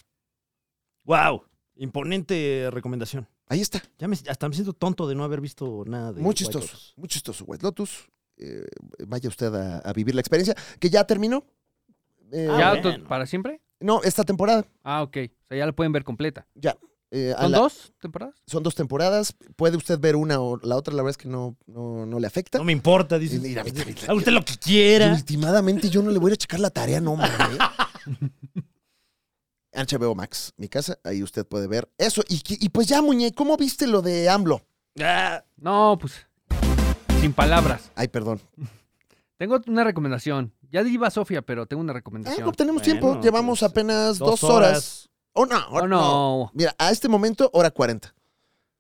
Speaker 1: ¡Wow! Imponente recomendación.
Speaker 2: Ahí está,
Speaker 1: Ya me, hasta me siento tonto de no haber visto nada de
Speaker 2: muy
Speaker 1: White
Speaker 2: chistoso,
Speaker 1: Lotus.
Speaker 2: muy chistoso, White Lotus. Eh, vaya usted a, a vivir la experiencia, que ya terminó. Eh,
Speaker 1: Ah,
Speaker 3: ¿Ya
Speaker 1: bueno.
Speaker 3: to- para siempre?
Speaker 2: No, esta temporada.
Speaker 3: Ah, ok. O sea, ya la pueden ver completa.
Speaker 2: Eh, a
Speaker 3: ¿Son
Speaker 2: la-
Speaker 3: dos temporadas?
Speaker 2: Son dos temporadas. Puede usted ver una o la otra, la verdad es que no, no, no le afecta.
Speaker 1: No me importa, dice.
Speaker 2: Mira, mira, mira.
Speaker 1: Haga usted lo que
Speaker 2: Y
Speaker 1: quiera.
Speaker 2: Últimamente yo no le voy a ir a checar la tarea, no mames. HBO Max, mi casa, ahí usted puede ver eso. Y, que- y pues ya, Muñe, ¿cómo viste lo de AMLO?
Speaker 1: Ah,
Speaker 3: No, pues. Sin palabras.
Speaker 2: Ay, perdón.
Speaker 3: Tengo una recomendación. Ya di a Sofía, pero tengo una
Speaker 2: Ah,
Speaker 3: recomendación.
Speaker 2: no tenemos
Speaker 1: Bueno,
Speaker 2: tiempo, llevamos
Speaker 1: pues,
Speaker 2: apenas dos, horas. Oh, no,
Speaker 3: Oh,
Speaker 2: oh, no.
Speaker 3: no.
Speaker 2: Mira, a este momento, hora 40.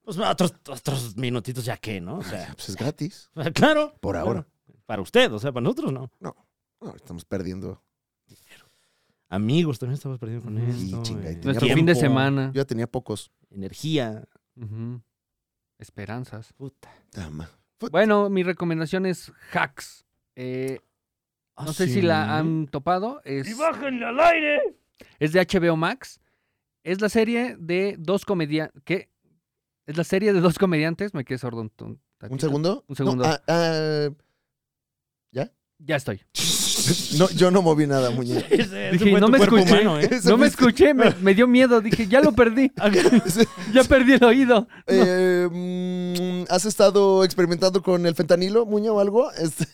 Speaker 1: Pues otros, otros minutitos ya que, ¿no? O sea,
Speaker 2: Pues es gratis.
Speaker 1: claro.
Speaker 2: Por
Speaker 1: claro.
Speaker 2: ahora.
Speaker 1: Para usted, o sea, para nosotros no.
Speaker 2: No, estamos perdiendo.
Speaker 1: Amigos, también estamos perdiendo con
Speaker 3: Ujú.
Speaker 1: esto.
Speaker 2: Y chinga, y
Speaker 1: eh,
Speaker 3: Nuestro
Speaker 2: Tiempo.
Speaker 3: fin de semana.
Speaker 2: Yo ya tenía pocos.
Speaker 1: Energía.
Speaker 3: Ujú. Esperanzas.
Speaker 1: Puta.
Speaker 2: Dama.
Speaker 3: Bueno, mi recomendación es Hacks. Eh,
Speaker 2: Ah,
Speaker 1: Ah,
Speaker 3: no sé si la han topado. Es,
Speaker 5: bájenle al aire!
Speaker 3: es de HBO Max. Es la serie de dos comediantes. ¿Qué? Es la serie de dos comediantes. Me quedé sordo. un t- un
Speaker 2: ¿Un
Speaker 3: tantito.
Speaker 2: segundo?
Speaker 3: Un segundo.
Speaker 2: No, ah, ah,
Speaker 3: Ya estoy.
Speaker 2: no, yo no moví nada, Muñe.
Speaker 1: Es- es-
Speaker 3: Dije,
Speaker 1: fue
Speaker 3: no
Speaker 1: tu
Speaker 3: me
Speaker 1: cuerpo
Speaker 3: escuché.
Speaker 1: humano, ¿eh?
Speaker 2: Ese
Speaker 3: No me
Speaker 2: fuiste-
Speaker 3: escuché, me, me dio miedo. Dije, ya lo perdí.
Speaker 2: ese-
Speaker 3: Ya perdí el oído.
Speaker 2: Eh, mm, ¿Has estado experimentando con el fentanilo, Muño, o algo? Este-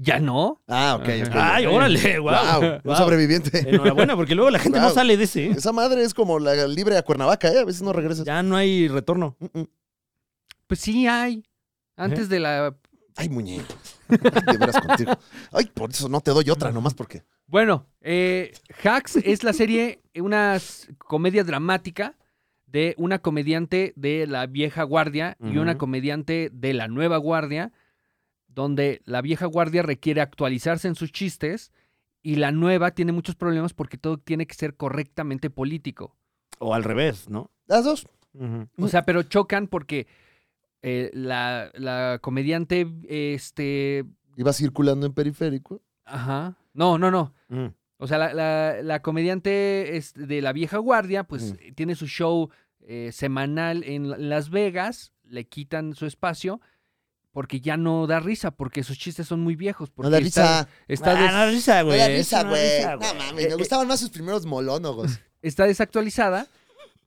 Speaker 3: Ya no.
Speaker 2: Ah, ok.
Speaker 3: Ajá.
Speaker 2: ok.
Speaker 1: Ay, órale, Eh,
Speaker 2: Wow,
Speaker 1: guau.
Speaker 2: un sobreviviente.
Speaker 1: Enhorabuena, porque luego la gente no
Speaker 2: Wow.
Speaker 1: sale de ese. ¿eh?
Speaker 2: Esa madre es como la libre a Cuernavaca, ¿eh? A veces no regresas.
Speaker 1: Ya no hay retorno.
Speaker 2: Mm, mm.
Speaker 3: Pues sí hay. Antes de la.
Speaker 2: Ay, Muñe. Ay, de veras contigo. Ay, por eso no te doy otra, nomás porque.
Speaker 3: Bueno, eh, Hacks es la serie, una s- comedia dramática de una comediante de la vieja guardia y una
Speaker 1: Ujú.
Speaker 3: comediante de la nueva guardia, donde la vieja guardia requiere actualizarse en sus chistes y la nueva tiene muchos problemas porque todo tiene que ser correctamente político.
Speaker 1: O al revés, ¿no?
Speaker 2: Las dos.
Speaker 3: O sea, pero chocan porque eh, la, la comediante, este,
Speaker 2: Iba circulando en periférico.
Speaker 3: ajá, no, no, no,
Speaker 1: Mm.
Speaker 3: O sea, la, la- la comediante este, de la vieja guardia, pues tiene su show eh, semanal en La- Las Vegas, le quitan su espacio porque ya no da risa, porque sus chistes son muy viejos.
Speaker 2: No
Speaker 3: Porque
Speaker 2: da
Speaker 3: está-
Speaker 2: risa.
Speaker 3: Está,
Speaker 1: Ah,
Speaker 3: des-
Speaker 1: no da risa,
Speaker 2: No
Speaker 1: güey.
Speaker 2: da
Speaker 1: Eso
Speaker 2: risa,
Speaker 1: no da
Speaker 2: güey.
Speaker 1: risa,
Speaker 2: No
Speaker 1: güey.
Speaker 2: mames,
Speaker 1: Eh,
Speaker 2: me gustaban más sus primeros monólogos.
Speaker 3: está desactualizada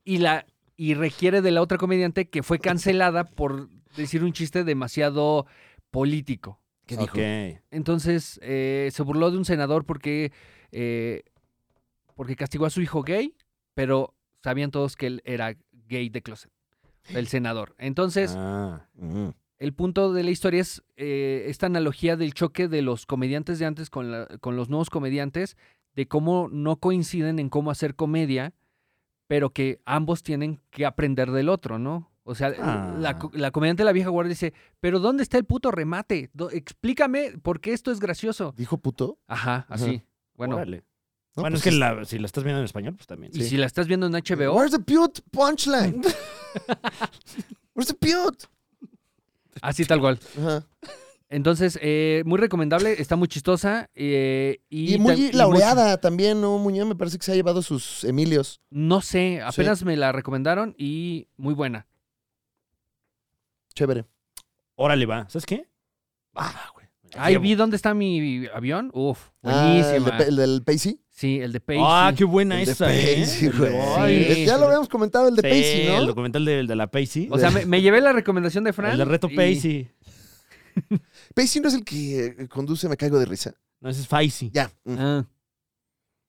Speaker 3: y, la, y requiere de la otra comediante que fue cancelada por decir un chiste demasiado político.
Speaker 2: ¿Qué dijo?
Speaker 1: eh, Ok.
Speaker 3: Entonces eh, se burló de un senador porque, eh, porque castigó a su hijo gay, pero sabían todos que él era gay de closet, el senador. Entonces,
Speaker 1: Ah.
Speaker 2: Mm.
Speaker 3: el punto de la historia es eh, esta analogía del choque de los comediantes de antes con, la- con los nuevos comediantes, de cómo no coinciden en cómo hacer comedia, pero que ambos tienen que aprender del otro, ¿no? O sea,
Speaker 1: Ah.
Speaker 3: la, co- la comediante de la vieja guardia dice, pero ¿dónde está el puto remate? Do- explícame por qué esto es gracioso.
Speaker 2: ¿Dijo puto?
Speaker 3: Ajá, así. Bueno,
Speaker 1: Órale.
Speaker 2: No,
Speaker 1: bueno,
Speaker 2: pues
Speaker 1: es que la- si la estás viendo en español, pues también.
Speaker 3: y si la estás viendo en HBO,
Speaker 2: Where's the pute punchline? Where's the pute?
Speaker 3: así tal cual.
Speaker 2: Ajá.
Speaker 3: Entonces, eh, muy recomendable, está muy chistosa. eh,
Speaker 2: Y,
Speaker 3: y, tam- y
Speaker 2: muy laureada también, ¿no? Muñoz me parece que se ha llevado sus Emilios.
Speaker 3: No sé, apenas me la recomendaron y muy buena.
Speaker 2: Chévere.
Speaker 1: Órale, va. ¿Sabes qué?
Speaker 2: Ah, güey.
Speaker 3: Ahí
Speaker 1: Llevo.
Speaker 3: vi dónde está mi avión. Uf,
Speaker 2: Ah, el, de
Speaker 3: buenísima.
Speaker 2: Pe- el del Pacey.
Speaker 3: sí, el de Pace.
Speaker 1: Ah,
Speaker 3: sí.
Speaker 1: qué buena
Speaker 2: El de
Speaker 1: esa, ¿eh?
Speaker 2: Pacey,
Speaker 1: El de-
Speaker 2: güey.
Speaker 1: Ay,
Speaker 3: Sí.
Speaker 2: ya lo habíamos comentado, el de
Speaker 1: sí,
Speaker 2: Pacey, ¿no?
Speaker 1: El documental de, de la Pacey.
Speaker 3: O sea, me, me llevé la recomendación de Fran.
Speaker 1: el de Reto
Speaker 3: y-
Speaker 1: Pacey.
Speaker 2: Pacey no es el que eh, conduce Me Caigo de Risa.
Speaker 1: No, ese es Faisy.
Speaker 2: Ya. Mm.
Speaker 3: Ah.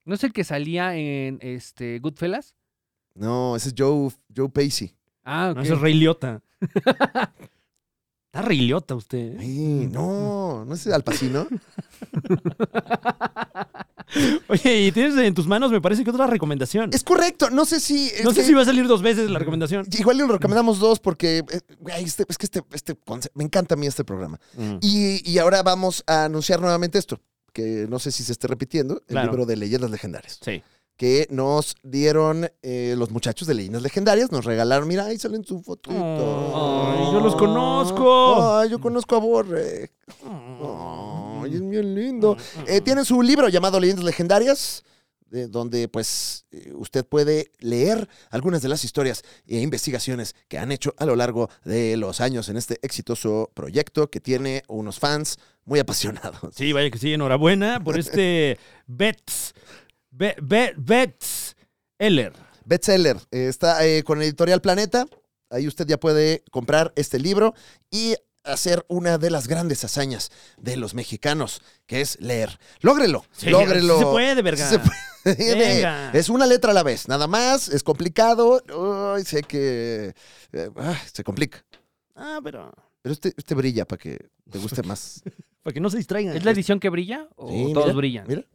Speaker 3: ¿No es el que salía en este Goodfellas?
Speaker 2: No, ese es Joe, Joe Pacey.
Speaker 3: Ah, ok.
Speaker 1: No, ese es Rey Liotta. Está Rey Liotta usted. ¿eh?
Speaker 2: Ay, no, no es Al Pacino.
Speaker 1: Oye, y tienes en tus manos, me parece que otra recomendación.
Speaker 2: es correcto, no sé si... es
Speaker 1: no sé
Speaker 2: que-
Speaker 1: si va a salir dos veces la recomendación.
Speaker 2: Igual lo recomendamos dos porque, eh, güey, este- es que este, este conce- me encanta a mí este programa.
Speaker 1: Mm.
Speaker 2: Y, y ahora vamos a anunciar nuevamente esto, que no sé si se esté repitiendo, el
Speaker 1: Claro.
Speaker 2: libro de leyendas legendarias.
Speaker 1: Sí.
Speaker 2: que nos dieron eh, los muchachos de Leyendas Legendarias. Nos regalaron, mira, ahí salen su fotito.
Speaker 1: Ay, yo los conozco.
Speaker 2: Ay, yo conozco a Borre. Ay, es bien lindo. Eh, tienen su libro llamado Leyendas Legendarias, de donde pues eh, usted puede leer algunas de las historias e investigaciones que han hecho a lo largo de los años en este exitoso proyecto que tiene unos fans muy apasionados.
Speaker 1: Sí, vaya que sí, enhorabuena por este Betz. Be- Be- Betz Eller.
Speaker 2: Bestseller, eh, está eh, con Editorial Planeta. Ahí usted ya puede comprar este libro y hacer una de las grandes hazañas de los mexicanos, que es leer. Lógrelo,
Speaker 1: Sí,
Speaker 2: lógrelo.
Speaker 1: sí se puede, verga.
Speaker 2: Sí se puede.
Speaker 1: Venga.
Speaker 2: Es una letra a la vez, nada más, es complicado. Ay, sé que eh, ah, se complica.
Speaker 1: Ah, pero.
Speaker 2: Pero usted, usted brilla para que te guste más.
Speaker 1: Para que no se distraigan.
Speaker 3: ¿Es la edición que brilla o
Speaker 2: Sí,
Speaker 3: todos
Speaker 2: mira,
Speaker 3: brillan?
Speaker 2: Mira,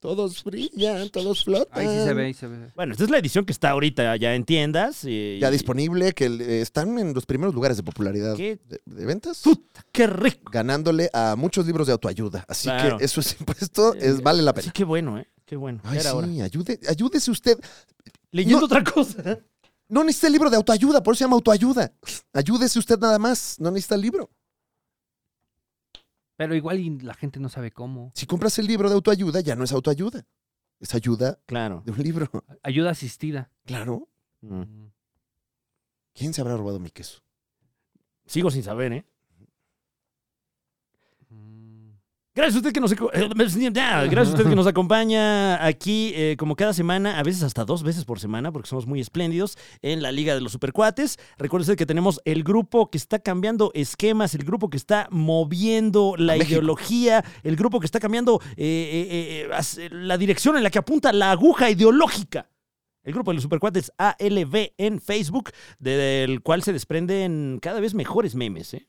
Speaker 2: Ah. todos brillan, todos flotan.
Speaker 3: Ahí sí se ve, ahí se ve.
Speaker 1: Bueno, esta es la edición que está ahorita ya en tiendas. y-
Speaker 2: Ya disponible, que eh, están en los primeros lugares de popularidad
Speaker 1: Qué-
Speaker 2: de- de ventas.
Speaker 1: ¡Qué rico!
Speaker 2: ganándole a muchos libros de autoayuda. Así
Speaker 1: Claro.
Speaker 2: que eso es impuesto, es, vale la
Speaker 1: Sí,
Speaker 2: pena.
Speaker 1: qué bueno, ¿eh? Qué bueno.
Speaker 2: Ay,
Speaker 1: Ya era hora.
Speaker 2: sí, ayude, ayúdese usted.
Speaker 1: Leyendo
Speaker 2: No.
Speaker 1: otra cosa.
Speaker 2: No necesita el libro de autoayuda, por eso se llama autoayuda. Ayúdese usted nada más, no necesita el libro.
Speaker 3: Pero igual y la gente no sabe cómo.
Speaker 2: Si compras el libro de autoayuda, ya no es autoayuda. Es ayuda
Speaker 1: Claro.
Speaker 2: de un libro.
Speaker 3: Ayuda asistida.
Speaker 2: Claro.
Speaker 1: Mm.
Speaker 2: ¿Quién se habrá robado mi queso?
Speaker 1: Sigo sin saber, ¿eh?
Speaker 3: Mm.
Speaker 1: Gracias a usted que nos, eh, aco- "Ah, gracias a usted que nos acompaña aquí eh, como cada semana, a veces hasta dos veces por semana, porque somos muy espléndidos en la Liga de los Supercuates. Recuerde usted que tenemos el grupo que está cambiando esquemas, el grupo que está moviendo la
Speaker 2: México.
Speaker 1: ideología, el grupo que está cambiando eh, eh, eh, as- la dirección en la que apunta la aguja ideológica. El grupo de los Supercuates ALB en Facebook, del cual se desprenden cada vez mejores memes. ¿eh?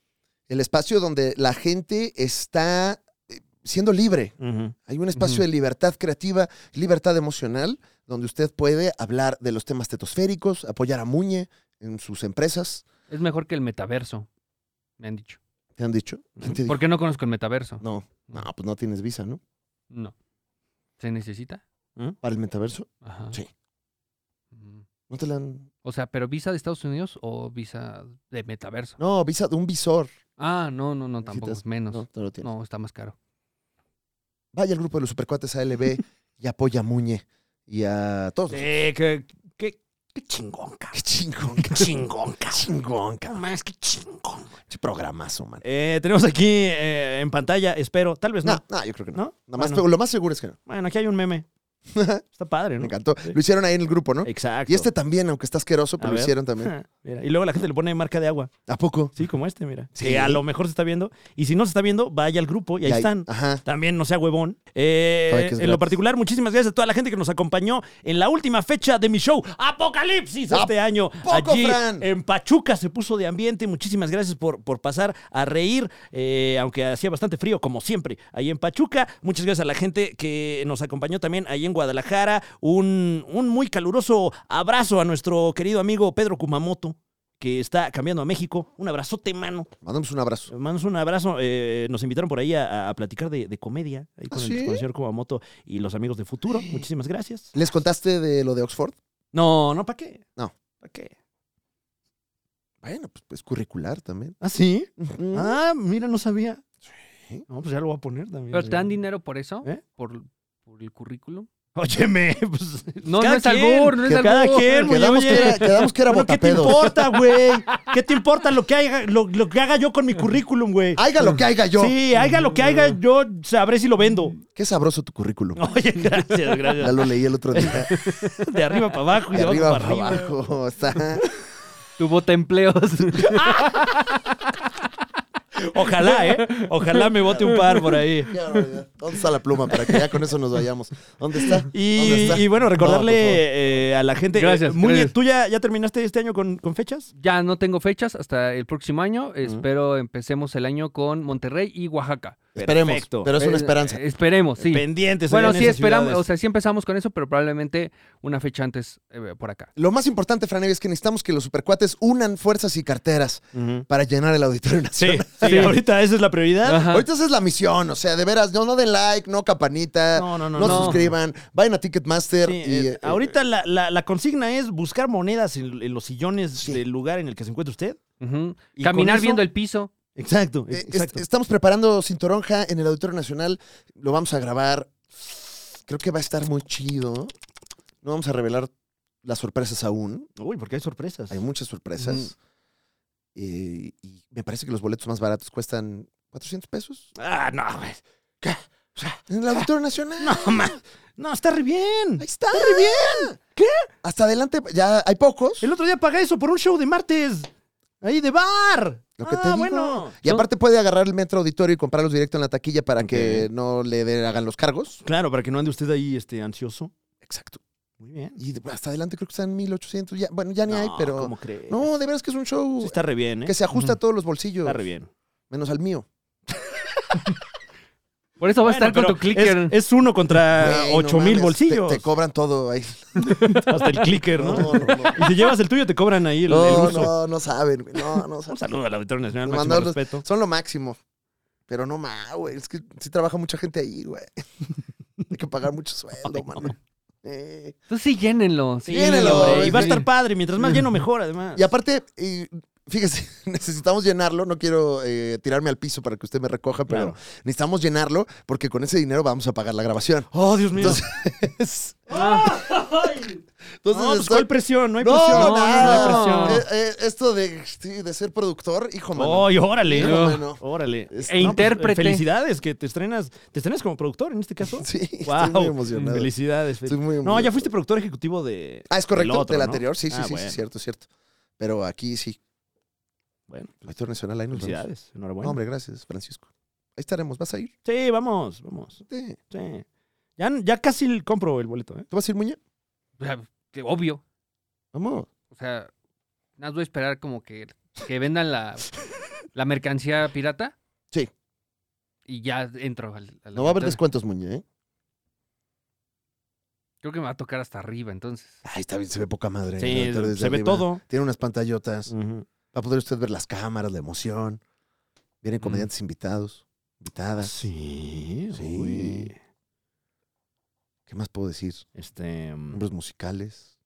Speaker 2: El espacio donde la gente está eh, siendo libre.
Speaker 1: Ujú.
Speaker 2: Hay un espacio de libertad creativa, libertad emocional, donde usted puede hablar de los temas tetosféricos, apoyar a Muñe en sus empresas.
Speaker 3: Es mejor que el metaverso, me han dicho.
Speaker 2: ¿Te han dicho? ¿Quién te dijo?
Speaker 3: Porque no conozco el metaverso.
Speaker 2: No, no, pues no tienes visa, ¿no?
Speaker 3: No. ¿Se necesita?
Speaker 2: Para el metaverso.
Speaker 3: Ajá.
Speaker 2: Sí.
Speaker 3: Mm.
Speaker 2: No te la han.
Speaker 3: O sea, pero visa de Estados Unidos o visa de metaverso.
Speaker 2: No, visa de un visor.
Speaker 3: Ah, no, no, no, tampoco.
Speaker 2: Necesitas-
Speaker 3: menos.
Speaker 2: No,
Speaker 3: No,
Speaker 2: no lo tienes.
Speaker 3: está más caro.
Speaker 2: Vaya al grupo de los supercuates ALB y apoya a Muñe y a todos. nosotros.
Speaker 1: Sí, qué, qué- qué chingón, cabrón.
Speaker 2: Qué chingón, qué
Speaker 1: chingón, cabrón.
Speaker 2: chingón, cabrón.
Speaker 1: Más que chingón.
Speaker 2: Qué programazo, man.
Speaker 1: Eh, tenemos aquí eh, en pantalla, espero, tal vez no.
Speaker 2: No, no, yo creo que no.
Speaker 1: ¿No?
Speaker 2: Nada más,
Speaker 1: Bueno.
Speaker 2: pero lo más seguro es que no.
Speaker 1: Bueno, aquí hay un meme. Está padre,
Speaker 2: Me
Speaker 1: ¿no?
Speaker 2: encantó.
Speaker 1: Sí.
Speaker 2: Lo hicieron ahí en el grupo, ¿no?
Speaker 1: Exacto.
Speaker 2: Y este también, aunque está asqueroso,
Speaker 1: A
Speaker 2: pero lo
Speaker 1: ver.
Speaker 2: hicieron también.
Speaker 1: Mira, Y luego la gente le pone marca de agua.
Speaker 2: ¿A poco?
Speaker 1: Sí, como este, mira.
Speaker 2: Sí.
Speaker 1: Que a lo mejor se está viendo. Y si no se está viendo, vaya al grupo y ahí
Speaker 2: Y
Speaker 1: están.
Speaker 2: Ajá.
Speaker 1: También no sea huevón. Eh,
Speaker 2: Ay, que
Speaker 1: en
Speaker 2: es
Speaker 1: lo
Speaker 2: gratis.
Speaker 1: particular, muchísimas gracias a toda la gente que nos acompañó en la última fecha de mi show, Apocalipsis,
Speaker 2: ¿A
Speaker 1: este año.
Speaker 2: poco,
Speaker 1: Allí
Speaker 2: Fran?
Speaker 1: en Pachuca se puso de ambiente. Muchísimas gracias por, por pasar a reír, eh, aunque hacía bastante frío, como siempre, ahí en Pachuca. Muchas gracias a la gente que nos acompañó también ahí en Guadalajara. Un, un muy caluroso abrazo a nuestro querido amigo Pedro Kumamoto, que está cambiando a México. Un abrazote, mano.
Speaker 2: Mandamos un abrazo.
Speaker 1: Manos un abrazo. Eh, nos invitaron por ahí a, a platicar de, de comedia ahí con,
Speaker 2: ¿Ah,
Speaker 1: el,
Speaker 2: sí?
Speaker 1: con el señor Kumamoto y los amigos de Futuro. Muchísimas gracias.
Speaker 2: ¿Les contaste de lo de Oxford?
Speaker 1: No, no, ¿para qué?
Speaker 2: No.
Speaker 1: ¿Para qué?
Speaker 2: Bueno, pues es curricular también.
Speaker 1: ¿Ah, sí?
Speaker 2: Ujú.
Speaker 1: Ah, mira, no sabía. No, pues ya lo voy a poner también.
Speaker 3: ¿Pero te dan dinero por eso?
Speaker 1: ¿Eh?
Speaker 3: ¿Por, por el currículum?
Speaker 1: Óyeme, pues.
Speaker 3: No,
Speaker 1: cada
Speaker 3: no es
Speaker 1: quien.
Speaker 3: albur, no es
Speaker 2: Que
Speaker 3: albur.
Speaker 1: Cada quien, güey,
Speaker 2: Quedamos
Speaker 1: oye.
Speaker 2: que era, quedamos que era
Speaker 1: Bueno, ¿Qué te
Speaker 2: botapedo.
Speaker 1: importa, güey? ¿Qué te importa lo que haga, lo, lo que haga yo con mi currículum, güey?
Speaker 2: Haiga lo que haiga yo.
Speaker 1: Sí, haga lo que haga, yo sabré si lo vendo.
Speaker 2: Qué sabroso tu currículum.
Speaker 1: Oye, gracias,
Speaker 2: Ya
Speaker 1: gracias.
Speaker 2: lo leí el otro día.
Speaker 1: De arriba para abajo y
Speaker 2: De arriba para
Speaker 1: arriba.
Speaker 2: abajo. Está.
Speaker 3: Tu bota empleos.
Speaker 1: Ojalá, ¿eh? Ojalá me bote un par por ahí.
Speaker 2: Qué barbaridad. ¿Dónde está la pluma? Para que ya con eso nos vayamos. ¿Dónde está? ¿Dónde
Speaker 1: Y,
Speaker 2: está?
Speaker 1: y bueno, recordarle
Speaker 2: No, por favor.
Speaker 1: eh, a la gente.
Speaker 3: Gracias,
Speaker 1: eh, Muñe,
Speaker 3: gracias.
Speaker 1: ¿tú ya, ya terminaste este año con, con fechas?
Speaker 3: ya no tengo fechas hasta el próximo año. Espero empecemos el año con Monterrey y Oaxaca.
Speaker 2: Esperemos,
Speaker 1: Perfecto.
Speaker 2: pero es una
Speaker 3: Eh,
Speaker 2: esperanza.
Speaker 3: esperemos, sí.
Speaker 1: Pendientes.
Speaker 3: bueno,
Speaker 1: allá en
Speaker 3: sí
Speaker 1: esas
Speaker 3: esperamos,
Speaker 1: ciudades.
Speaker 3: o sea, sí empezamos con eso, pero probablemente una fecha antes eh, por acá.
Speaker 2: Lo más importante, Franevia, es que necesitamos que los supercuates unan fuerzas y carteras
Speaker 1: Ujú.
Speaker 2: para llenar el auditorio
Speaker 1: Sí,
Speaker 2: nacional.
Speaker 1: sí, ahorita esa es la prioridad.
Speaker 3: Ajá.
Speaker 2: Ahorita esa es la misión, o sea, de veras, no, no den like, no campanita,
Speaker 1: No,
Speaker 2: no,
Speaker 1: no, no,
Speaker 2: se
Speaker 1: no.
Speaker 2: suscriban, vayan a Ticketmaster.
Speaker 1: Sí,
Speaker 2: y,
Speaker 1: eh,
Speaker 2: eh,
Speaker 1: ahorita la, la- la consigna es buscar monedas en, en los sillones del lugar en el que se encuentra usted.
Speaker 3: Ujú.
Speaker 1: ¿Y con
Speaker 3: Caminar
Speaker 1: eso?
Speaker 3: viendo el piso.
Speaker 1: Exacto,
Speaker 2: eh, es-
Speaker 1: exacto.
Speaker 2: estamos preparando Cintoronja en el Auditorio Nacional, lo vamos a grabar. Creo que va a estar muy chido. No vamos a revelar las sorpresas aún.
Speaker 1: Uy, porque hay sorpresas.
Speaker 2: Hay muchas sorpresas. Eh, y me parece que los boletos más baratos cuestan 400 pesos
Speaker 1: Ah, no, güey. ¿Qué? O sea,
Speaker 2: en el Auditorio Nacional.
Speaker 1: no, ma- no, está re bien.
Speaker 2: Ahí está. re bien! ¿Qué? Hasta adelante, ya hay pocos.
Speaker 1: El otro día pagué eso por un show de martes. Ahí de bar.
Speaker 2: Lo que
Speaker 1: ah,
Speaker 2: te digo.
Speaker 1: bueno.
Speaker 2: Y aparte puede agarrar el metro auditorio y comprarlos directo en la taquilla para que no le den- hagan los cargos.
Speaker 1: Claro, para que no ande usted ahí este, ansioso.
Speaker 2: Exacto.
Speaker 1: Muy bien.
Speaker 2: Y de- hasta adelante creo que están 1800. Ya, bueno, ya ni hay,
Speaker 1: No,
Speaker 2: pero...
Speaker 1: ¿Cómo crees?
Speaker 2: No, de veras que es un show
Speaker 1: Sí está re bien, ¿eh?
Speaker 2: que se ajusta a todos los bolsillos.
Speaker 1: Está re bien.
Speaker 2: Menos al mío.
Speaker 3: Por eso va a estar
Speaker 1: Bueno,
Speaker 3: con tu
Speaker 1: pero
Speaker 3: clicker.
Speaker 1: Es, es uno contra
Speaker 2: Güey,
Speaker 1: Ah,
Speaker 2: no
Speaker 1: ocho mil
Speaker 2: mames,
Speaker 1: bolsillos.
Speaker 2: Te, te cobran todo ahí.
Speaker 1: Hasta el clicker, ¿no?
Speaker 2: No, no, no.
Speaker 1: Y si llevas el tuyo, te cobran ahí el, el
Speaker 2: No,
Speaker 1: uso.
Speaker 2: no, no saben, güey. No, no
Speaker 1: Un
Speaker 2: saben.
Speaker 1: saludo al Auditorio Nacional,
Speaker 2: Nos
Speaker 1: máximo
Speaker 2: mandaron-
Speaker 1: respeto.
Speaker 2: Son lo máximo. Pero no más, güey. Es que sí trabaja mucha gente ahí, güey. Hay que pagar mucho sueldo, mano. Eh,
Speaker 3: Entonces sí, llénenlo. Sí,
Speaker 2: Llénenlo,
Speaker 1: Hombre,
Speaker 2: güey.
Speaker 1: y va a estar
Speaker 3: Sí.
Speaker 1: padre, mientras más lleno mejor, además.
Speaker 2: Y aparte, y, fíjese, necesitamos llenarlo. No quiero eh, tirarme al piso para que usted me recoja, pero
Speaker 1: Claro.
Speaker 2: necesitamos llenarlo porque con ese dinero vamos a pagar la grabación.
Speaker 1: Oh, Dios mío.
Speaker 2: Entonces,
Speaker 3: Ah,
Speaker 2: entonces
Speaker 1: no, pues,
Speaker 2: estoy-
Speaker 1: ¿cuál presión? No hay
Speaker 2: No,
Speaker 1: presión.
Speaker 3: no, no,
Speaker 1: no
Speaker 3: no.
Speaker 1: hay
Speaker 2: Eh,
Speaker 1: presión.
Speaker 2: eh, esto de, sí, de ser productor, hijo, mano.
Speaker 1: ¡Ay, órale!
Speaker 2: Hijo, mano.
Speaker 1: Órale. No, pues,
Speaker 2: E
Speaker 3: intérprete.
Speaker 1: felicidades, que te estrenas, te estrenas como productor en este caso.
Speaker 2: Sí,
Speaker 1: Guau.
Speaker 2: estoy muy emocionado.
Speaker 1: Felicidades. fel-
Speaker 2: Estoy muy
Speaker 1: No, ya
Speaker 2: emocionado.
Speaker 1: fuiste productor ejecutivo de.
Speaker 2: Ah, es correcto,
Speaker 1: del otro,
Speaker 2: del
Speaker 1: ¿no?
Speaker 2: anterior. Sí, sí,
Speaker 1: Ah,
Speaker 2: sí,
Speaker 1: bueno.
Speaker 2: sí, cierto, cierto. Pero aquí sí.
Speaker 1: Bueno, pues,
Speaker 2: Auditorio Nacional, ahí nos vemos.
Speaker 1: felicidades. Enhorabuena.
Speaker 2: No, hombre, pues, gracias, Francisco. Ahí estaremos. ¿Vas a ir?
Speaker 1: Sí, vamos, vamos.
Speaker 2: Sí.
Speaker 1: Sí. Ya, ya casi compro el boleto, ¿eh?
Speaker 2: ¿Tú vas a ir, Muñe?
Speaker 3: que obvio.
Speaker 2: Vamos.
Speaker 3: O sea, nada más voy a esperar como que, que vendan la, la mercancía pirata.
Speaker 2: Sí.
Speaker 3: Y ya entro al, al
Speaker 2: No va a haber
Speaker 3: auditorio.
Speaker 2: descuentos, Muñe, ¿eh?
Speaker 3: Creo que me va a tocar hasta arriba, entonces.
Speaker 2: Ay, está bien, se ve poca madre. el
Speaker 1: Sí,
Speaker 2: auditorio desde
Speaker 1: se ve
Speaker 2: arriba.
Speaker 1: todo. Mm.
Speaker 2: Tiene unas pantallotas.
Speaker 1: Ujú.
Speaker 2: Va a poder usted ver las cámaras, la emoción.
Speaker 1: Mm.
Speaker 2: Vienen comediantes invitados, invitadas.
Speaker 1: Sí,
Speaker 2: Ah. Sí.
Speaker 1: uy.
Speaker 2: ¿Qué más puedo decir?
Speaker 1: Este. mm,
Speaker 2: Nombres musicales.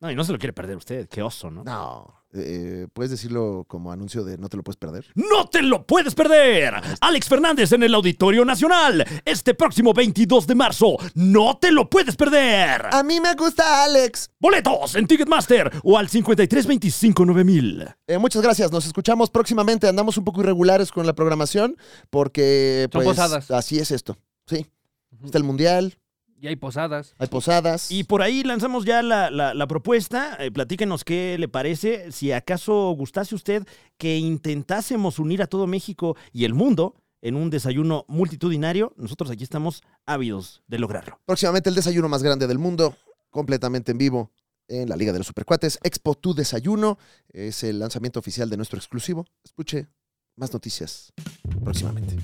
Speaker 1: No, y no se lo quiere perder usted. Qué oso, ¿no?
Speaker 2: No. eh, ¿Puedes decirlo como anuncio de no te lo puedes perder?
Speaker 1: ¡No te lo puedes perder! Alex Fernández en el Auditorio Nacional. Este próximo 22 de marzo. ¡No te lo puedes perder!
Speaker 2: A mí me gusta Alex.
Speaker 1: Boletos en Ticketmaster o al 53259000.
Speaker 2: Eh, muchas gracias. Nos escuchamos próximamente. Andamos un poco irregulares con la programación porque
Speaker 3: Son
Speaker 2: pues,
Speaker 3: posadas.
Speaker 2: así es esto. Sí.
Speaker 3: Ujú.
Speaker 2: Está el mundial,
Speaker 3: Y hay posadas.
Speaker 2: hay posadas.
Speaker 1: Y por ahí lanzamos ya la, la- la propuesta. Eh, platíquenos qué le parece. Si acaso gustase usted que intentásemos unir a todo México y el mundo en un desayuno multitudinario, nosotros aquí estamos ávidos de lograrlo.
Speaker 2: próximamente el desayuno más grande del mundo, completamente en vivo en la Liga de los Supercuates. Expo Tu Desayuno es el lanzamiento oficial de nuestro exclusivo. Escuche más noticias próximamente.